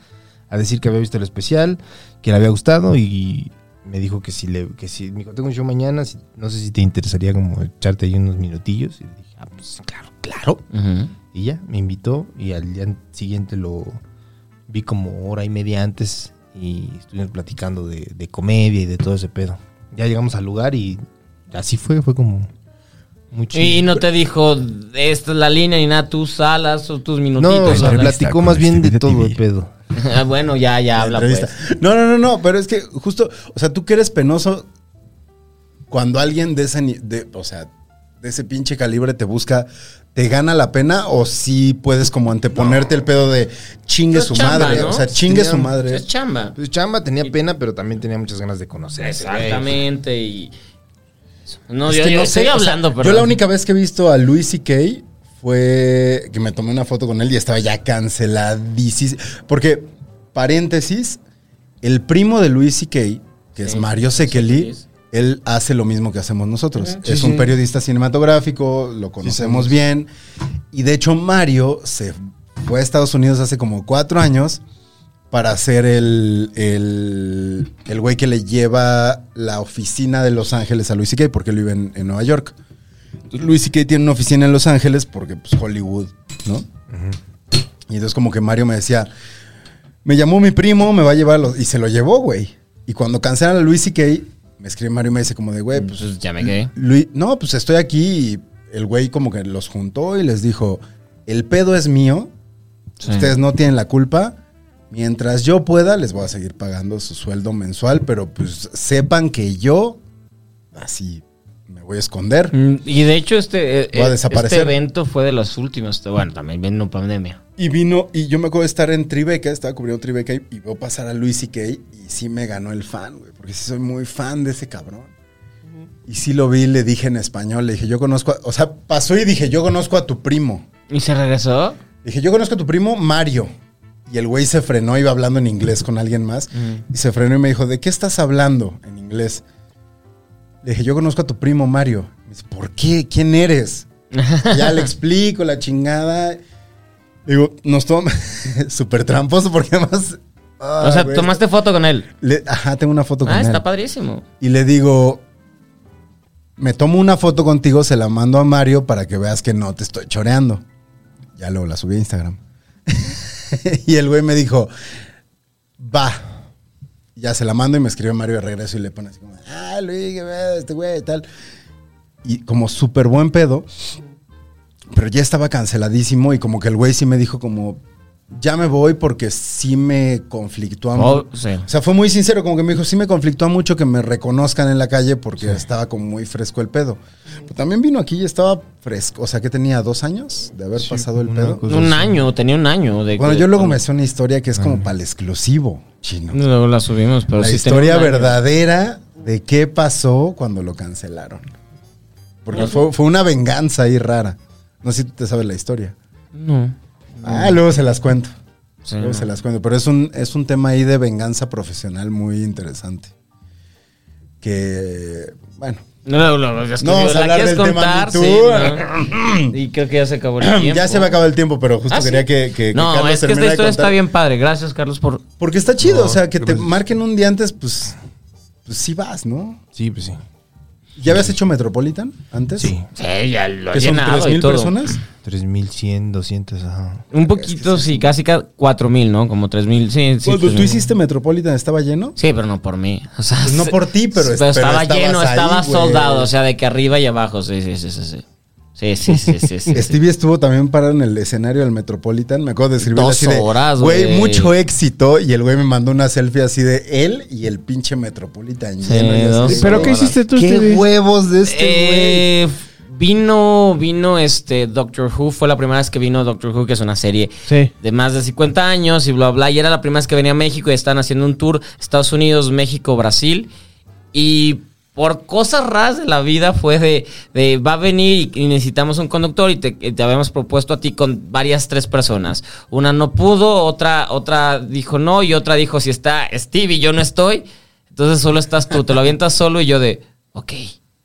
a decir que había visto el especial, que le había gustado y me dijo que si le, que si, me dijo, tengo un show mañana, si- no sé si te interesaría como echarte ahí unos minutillos. Y le dije, ah, pues claro, claro. Ujú. Y ya, me invitó y al día siguiente lo vi como hora y media antes y estuvimos platicando de, de comedia y de todo ese pedo. Ya llegamos al lugar y así fue, fue como muy chido. Y no te dijo, esta es la línea ni nada, tus salas o tus No, o minutitos. sea, ¿verdad? platicó más bien de todo el pedo. Ah, bueno, ya, ya la habla entrevista. pues. No, no, no, no, pero es que justo, o sea, tú que eres penoso cuando alguien de ese, ni- de, o sea, de ese pinche calibre te busca, ¿te gana la pena o si puedes como anteponerte el pedo de chingue Es su chamba, madre? ¿no? O sea, chingue su Teníamos- madre. Es chamba. Pues chamba tenía pena, pero también tenía muchas ganas de conocer. Exactamente. Y... No, Es yo, que yo no estoy sé, o sea, hablando, pero. Yo la única vez que he visto a Luis C.K. fue que me tomé una foto con él y estaba ya canceladísimo. Porque, paréntesis, el primo de Luis C.K., que es Sí, Mario Sekeli, sí, sí. él hace lo mismo que hacemos nosotros. Sí, es sí. un periodista cinematográfico, lo conocemos bien. Y de hecho, Mario se fue a Estados Unidos hace como cuatro años para ser el, el, el güey que le lleva la oficina de Los Ángeles a Luis C.K. porque él vive en, en Nueva York. Luis C.K. tiene una oficina en Los Ángeles porque pues, Hollywood, ¿no? Y entonces como que Mario me decía, me llamó mi primo, me va a llevar a los... Y se lo llevó, güey. Y cuando cancelan a Luis C.K., me escribe Mario y me dice como de, güey, pues... Pues ya me quedé. Luis, no, pues estoy aquí y el güey como que los juntó y les dijo, el pedo es mío, Sí. Ustedes no tienen la culpa. Mientras yo pueda, les voy a seguir pagando su sueldo mensual, pero pues sepan que yo así me voy a esconder. Mm, Y de hecho, este, eh, Voy a eh, desaparecer. este evento fue de los últimos. Bueno, también vino pandemia. Y vino, y yo me acuerdo de estar en Tribeca, estaba cubriendo Tribeca y, y veo pasar a Luis C.K. y sí me ganó el fan, güey, porque sí soy muy fan de ese cabrón. Y sí lo vi, le dije en español, le dije, yo conozco, a- o sea, pasó y dije, yo conozco a tu primo. ¿Y se regresó? Dije, yo conozco a tu primo Mario. Y el güey se frenó, iba hablando en inglés con alguien más. Mm. Y se frenó y me dijo, ¿de qué estás hablando en inglés? Le dije, yo conozco a tu primo Mario. Me dice, ¿por qué? ¿Quién eres? ya le explico la chingada. Digo, nos toma súper tramposo porque además... ah, o sea, güey. tomaste foto con él. Le- ajá, tengo una foto con Ah, él. está padrísimo. Y le digo, me tomo una foto contigo, se la mando a Mario para que veas que no te estoy choreando. Ya luego la subí a Instagram. y el güey me dijo, va. Ya se la mando y me escribe Mario de regreso y le pone así como, ah, Luis, qué pedo, este güey, tal. Y como súper buen pedo, pero ya estaba canceladísimo y como que el güey sí me dijo como, ya me voy porque sí me conflictó a Oh, sí. o sea, fue muy sincero, como que me dijo, sí me conflictó mucho que me reconozcan en la calle porque estaba como muy fresco el pedo. Pero también vino aquí y estaba fresco, o sea, que tenía dos años de haber Sí, pasado el una pedo. cosa. Pues un sí. año, tenía un año. De Bueno, que- yo luego me hacía una historia que es como para el exclusivo chino. Luego la subimos, pero la sí tenía historia un año. verdadera de qué pasó cuando lo cancelaron. Porque fue, fue una venganza ahí rara. No sé si tú te sabes la historia. No. Ah, luego se las cuento. Sí, Luego no. se las cuento. Pero es un, es un tema ahí de venganza profesional muy interesante. Que, bueno. No, no, no, es que No, si vamos a la hablar quieres del tema contar, Me sí, Too. ¿no? Y creo que ya se acabó el tiempo. Ya se me acaba el tiempo, pero justo Ah, quería sí. que, que- que No, Carlos es que esta terminara de historia contar. está bien padre. Gracias, Carlos, por. Porque está chido, No, o sea, que te gracias. marquen un día antes, pues, pues sí vas, ¿no? Sí, pues sí. ¿Ya habías hecho Metropolitan antes? Sí. Sí, ya lo Que son llenado 3.000 y todo. personas. 3100, 200, ajá. Un poquito, sí, casi ca- 4000, ¿no? Como 3000, sí, sí. Cuando pues, tú hiciste Metropolitan, ¿estaba lleno? Sí, pero no por mí. O sea, Pues no por ti, pero es- pero estaba estabas lleno, ahí, estaba güey. soldado, o sea, de que arriba y abajo. Sí, sí, sí, sí. Sí, sí, sí, sí. sí, sí, sí. Stevie estuvo también parado en el escenario del Metropolitan. Me acuerdo de escribir Dos así de, horas, güey, güey". mucho éxito. Y el güey me mandó una selfie así de él y el pinche Metropolitan Sí, lleno. Y así dos de, ¿Pero horas. qué hiciste tú, ¿Qué Stevie? huevos de este güey? Eh, vino, vino este Doctor Who. Fue la primera vez que vino Doctor Who, que es una serie Sí. de más de 50 años y bla, bla. Y era la primera vez que venía a México y están haciendo un tour Estados Unidos, México, Brasil. Y por cosas raras de la vida fue de, de, va a venir y, y necesitamos un conductor y te, y te habíamos propuesto a ti con varias tres personas. Una no pudo, otra, otra dijo no y otra dijo si está Stevie yo no estoy. Entonces solo estás tú, te lo avientas solo y yo de, ok.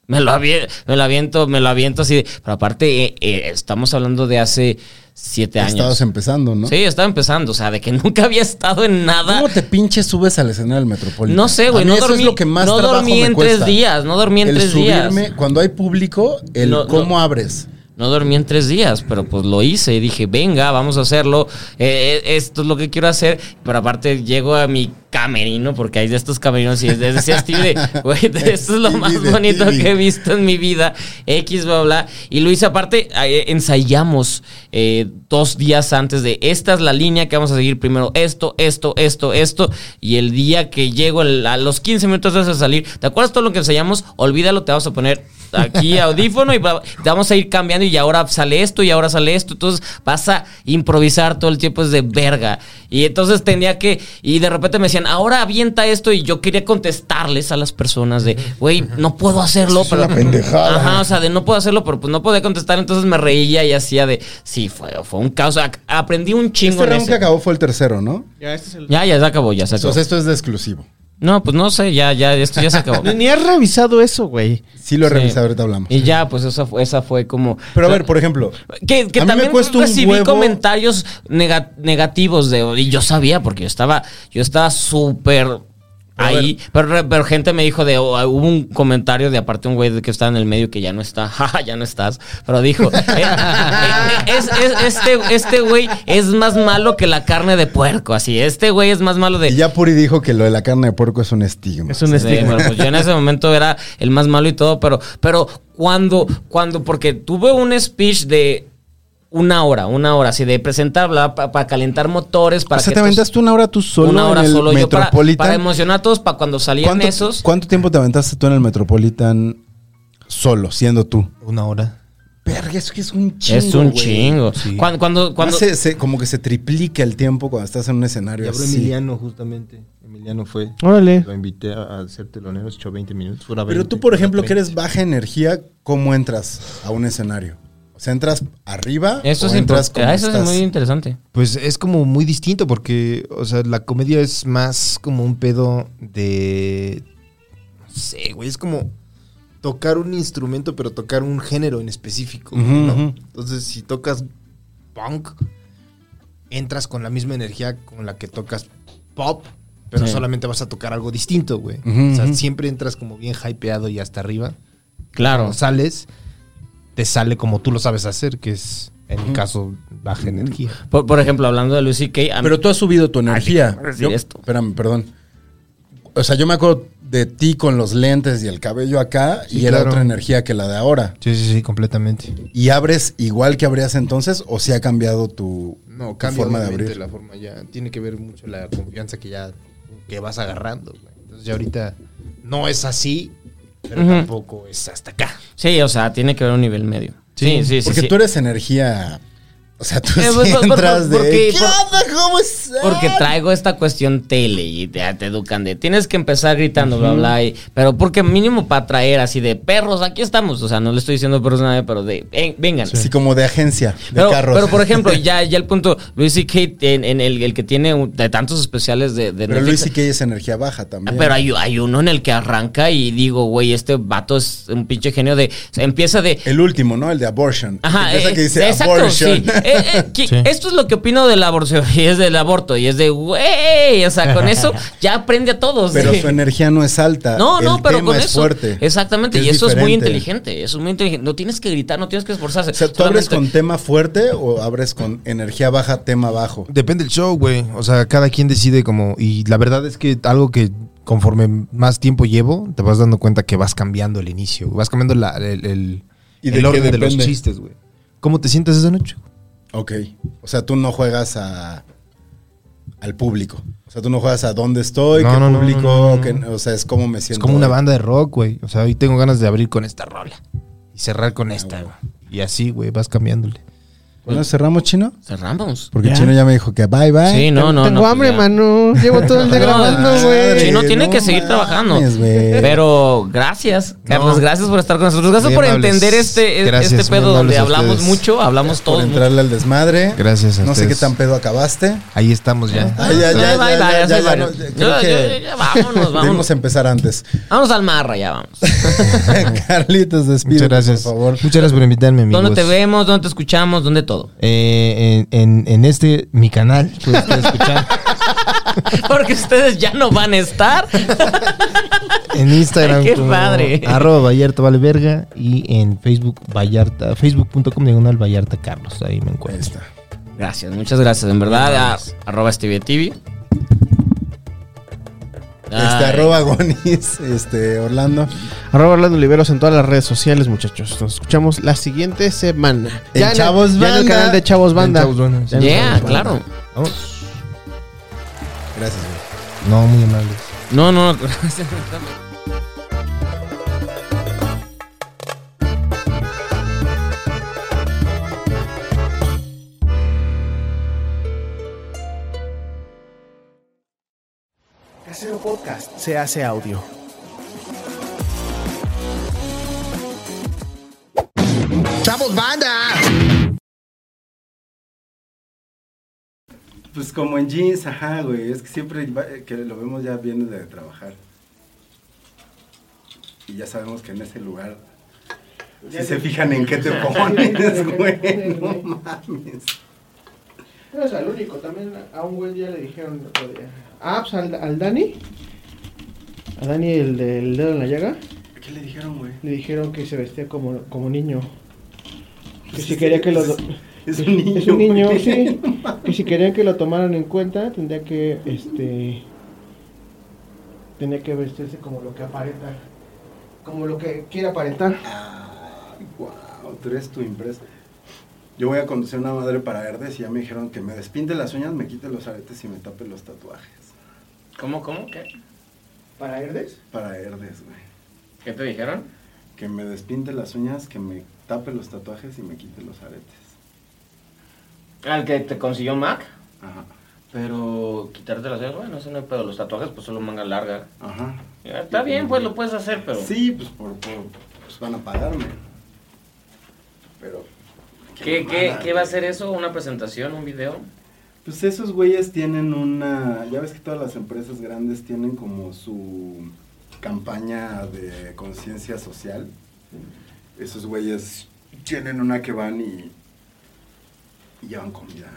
Me lo, avie- me lo aviento, me lo aviento así. de- pero aparte, eh, eh, estamos hablando de hace siete años. Estabas empezando, ¿no? Sí, estaba empezando, o sea, de que nunca había estado en nada. ¿Cómo te pinches subes al escenario del Metropolitano? No sé, güey, A mí no eso dormí, es lo que más no trabajo dormí me en cuesta. tres días, no dormí en el tres subirme, días. Cuando hay público, el No, no. cómo abres. No dormí en tres días, pero pues lo hice. Dije, venga, vamos a hacerlo. eh, eh, esto es lo que quiero hacer. Pero aparte llego a mi camerino, porque hay de estos camerinos y es de- decía Steve, de, güey, de- esto es lo Stevie más de bonito Stevie. que he visto en mi vida. X, bla, bla. Y lo hice aparte, eh, ensayamos eh, dos días antes de, esta es la línea que vamos a seguir primero. Esto, esto, esto, esto. Y el día que llego, el- a los 15 minutos antes de salir, ¿te acuerdas todo lo que ensayamos? Olvídalo, te vamos a poner aquí audífono y va- te vamos a ir cambiando y ahora sale esto y ahora sale esto. Entonces vas a improvisar todo el tiempo es de verga. Y entonces tenía que, y de repente me decían, ahora avienta esto y yo quería contestarles a las personas de, güey, no puedo hacerlo. Es una pendejada. Ajá, o sea, de no puedo hacerlo, pero pues no podía contestar. Entonces me reía y hacía de, sí, fue, fue un caos. Ac- Aprendí un chingo Este en round que ese. acabó fue el tercero, ¿no? Ya, este es el- Ya, ya se acabó, ya se acabó. Entonces esto es de exclusivo. No, pues no sé, ya, ya, esto ya se acabó. Ni, ni has revisado eso, güey. Sí lo he Sí. revisado, ahorita hablamos. Y ya, pues esa fue, esa fue como. Pero a ver, por ejemplo, Que, que a mí también me cuesta un recibí huevo- comentarios nega- negativos de y yo sabía porque yo estaba yo estaba súper A ahí, pero, pero gente me dijo de oh, hubo un comentario de aparte un güey de que estaba en el medio que ya no está, jaja, ya no estás, pero dijo, eh, eh, es- es- este este güey es más malo que la carne de puerco, así, este güey es más malo de y ya Puri dijo que lo de la carne de puerco es un estigma. Es un Sí, estigma. pero pues yo en ese momento era el más malo y todo, pero, pero cuando, cuando, porque tuve un speech de una hora, una hora, así de presentar, bla, pa- para calentar motores, para o sea, que te estos- aventaste una hora tú solo una hora en el solo yo para, Metropolitan. para emocionar a todos, para cuando salían ¿Cuánto, esos. cuánto tiempo te aventaste tú en el Metropolitan solo, siendo tú? Una hora. Verga, es que es un es un chingo. Cuando, cuando, cuando- Además, se- se- como que se triplica el tiempo cuando estás en un escenario Y habló así. Emiliano, justamente. Emiliano fue. Órale. Lo invité a a ser telonero, se echó 20 minutos. fuera Pero 20, tú, por ejemplo, fuera que 20. eres baja energía, ¿cómo entras a un escenario? O sea, ¿entras arriba eso o es entras impor- como ah, eso es estás? muy interesante. Pues es como muy distinto porque, o sea, la comedia es más como un pedo de... No sé, güey, es como tocar un instrumento, pero tocar un género en específico. Ujú, ¿no? ujú. Entonces, si tocas punk, entras con la misma energía con la que tocas pop, pero Sí. solamente vas a tocar algo distinto, güey. Ujú, o sea, ujú. siempre entras como bien hypeado y hasta arriba. Claro. Cuando sales, te sale como tú lo sabes hacer, que es, en mi caso, baja energía. Por, por ejemplo, hablando de Lucy Kay, a mí- Pero tú has subido tu energía. déjame decir Yo- esto. Espérame, perdón. O sea, yo me acuerdo de ti con los lentes y el cabello acá Sí, y era claro. otra energía que la de ahora. Sí, sí, sí, completamente. ¿Y abres igual que abrías entonces o si ha cambiado tu, tu No, cambia forma de obviamente abrir? la forma ya. Tiene que ver mucho la confianza que ya que vas agarrando. güey. Entonces ya ahorita no es así, pero Ujú. tampoco es hasta acá. sí, o sea, tiene que haber un nivel medio. Sí, sí, sí. Porque sí. tú eres energía. O sea, tú Eh, sí por- por- por- entras de. porque- ¿Qué por- onda? ¿Cómo estás?" Porque traigo esta cuestión tele y te, te educan de tienes que empezar gritando, bla, bla. y- pero porque mínimo para traer así de perros, aquí estamos. O sea, no le estoy diciendo perros a nadie, pero de "Ven, vengan. Así como de agencia, de Pero, carros. pero, por ejemplo, ya, ya el punto, Luis y Kate, en, en el, el que tiene un- de tantos especiales de, de Pero Netflix, Luis y que es energía baja también. pero hay, hay uno en el que arranca y digo, güey, este vato es un pinche genio de. o sea, empieza de. El último, ¿no? El de abortion. Ajá, Esa eh, que dice exacto, abortion. sí. Eh, eh, que- Sí. Esto es lo que opino del aborto y es del aborto y es de, güey, o sea, con eso ya aprende a todos. Pero Sí. su energía no es alta. No, El no, pero tema con es eso. fuerte. Exactamente, Es y eso es muy diferente. inteligente. Eso es muy inteligente. No tienes que gritar, no tienes que esforzarse. O sea, ¿tú abres con solamente- tema fuerte o abres con energía baja, tema bajo? Depende del show, güey. O sea, cada quien decide como... Y la verdad es que algo que conforme más tiempo llevo, te vas dando cuenta que vas cambiando el inicio. Vas cambiando la- el, el- ¿Y el de qué orden de los depende? chistes, güey. ¿Cómo te sientes esa noche? Ok. O sea, tú no juegas a al público. O sea, tú no juegas a dónde estoy, No, qué no, no, público, no, no, no. qué- o sea, es cómo me siento. Es como una hoy. banda de rock, güey. O sea, hoy tengo ganas de abrir con esta rola. Y cerrar con esta, güey. Y así, güey, vas cambiándole. ¿Bueno, cerramos, Chino? Cerramos. Porque Chino ya me dijo que bye, bye. Sí, no, no. Tengo no, hambre, pues ya. mano. Llevo todo el día No, grabando, güey. Chino tiene No que seguir mames, trabajando. güey. Pero gracias, Carlos, No. gracias por estar con nosotros. Gracias Muy por amables. entender este, Gracias, este muy pedo amables donde a hablamos ustedes. mucho, hablamos Por todos. mucho. entrarle al desmadre. Gracias a No sé qué ustedes. tan pedo acabaste. Ahí estamos ya. Ay, ya, ya, Ay, ya, bye, bye, ya, ya, soy varios. no, ya, Ya, creo que ya, ya, Vámonos, Debimos vámonos. empezar antes. Vamos al marra, ya vamos. Carlitos, despídete, Muchas gracias. por favor. Muchas gracias por invitarme, amigos. ¿Dónde te vemos? ¿Dónde te escuchamos? ¿Dónde todo. Eh, en, en- en este, mi canal, puede usted escuchar Porque ustedes ya no van a estar. en Instagram Ay, qué como padre. arroba Vallarta vale verga y en Facebook Vallarta, facebook.com diagonal Vallarta Carlos, ahí me Ahí encuentro. está. Gracias, muchas gracias. En verdad, a- arroba Stevie TV. Este, arroba Gonis, este, Orlando. Arroba Orlando Oliveros en todas las redes sociales, muchachos. Nos escuchamos la siguiente semana. En Chavos ya en el Banda. canal de Chavos Banda. En Chavos Banda, sí. Ya en Yeah, Chavos Banda. claro. Vamos. Gracias, güey. No, muy amables. No, no, Casero Podcast se hace audio. ¡Chavos, banda! Pues como en jeans, ajá, güey. Es que siempre va- eh, que lo vemos ya viene de trabajar. Y ya sabemos que en ese lugar si se fijan en qué te pones, güey. No mames. No es al único, también a un güey ya le dijeron el otro día. Ah, pues al, al Dani. A Dani, el del dedo en la llaga. ¿Qué le dijeron, güey? Le dijeron que se vestía como, como niño. Que si quería que lo. Pues Es un niño. Es un niño, güey. sí. Que si querían que lo tomaran en cuenta, tendría que. Este. Tendría que vestirse como lo que aparenta. Como lo que quiere aparentar. Wow, Ah, tú eres tu impresa. Yo voy a conducir una madre para verdes y ya me dijeron que me despinte las uñas, me quite los aretes y me tape los tatuajes. ¿Cómo, cómo? ¿Qué? ¿Para Herdes? Para verdes, güey. ¿Qué te dijeron? Que me despinte las uñas, que me tape los tatuajes y me quite los aretes. Al que te consiguió Mac. Ajá. Pero quitarte las cejas, bueno, eso no hay pedo. Los tatuajes, pues solo manga larga. Ajá. Ya, Está bien, pues lo puedes hacer, pero. Sí, pues por, por- pues van a pagarme. Pero ¿Qué, qué, mamada, ¿Qué va a güey. ser eso? ¿Una presentación? ¿Un video? pues esos güeyes tienen una, ya ves que todas las empresas grandes tienen como su campaña de conciencia social. Esos güeyes tienen una que van y, y llevan comida.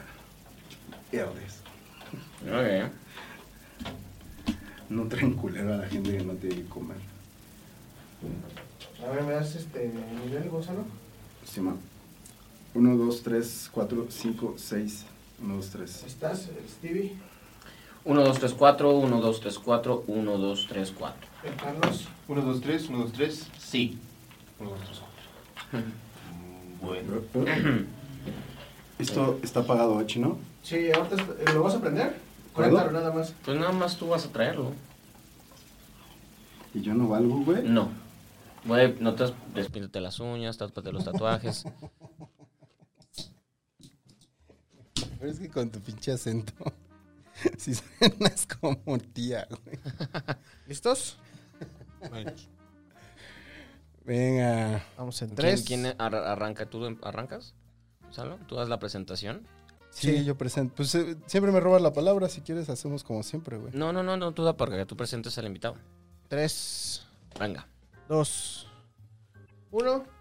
Verdes. Ok. No traen culero a la gente que no tiene que comer. A ver, ¿me das este nivel, Gonzalo? Sí, ma. 1, 2, 3, 4, 5, 6. 1, 2, 3. ¿Estás, Stevie? 1, 2, 3, 4, 1, 2, 3, 4, 1, 2, 3, 4. Carlos? 1, 2, 3, 1, 2, 3. Sí. 1, 2, 3, 4. Bueno. Esto está pagado hoy, ¿no? Sí, ahorita eh, lo vas a aprender. Conéctalo nada más. Pues nada más tú vas a traerlo. Y yo no valgo, güey. No. Güey, no te despíntate las uñas, tápate los tatuajes. Pero es que con tu pinche acento, si suenas como tía, güey. ¿Listos? Venga. Vamos en ¿Quién, tres. quién ar- arranca? ¿Tú em- arrancas? ¿Salo? ¿Tú das la presentación? Sí, yo presento. Pues eh, siempre me robas la palabra. Si quieres, hacemos como siempre, güey. No, no, no, no, tú da para que tú presentes al invitado. Tres, Venga. dos, uno.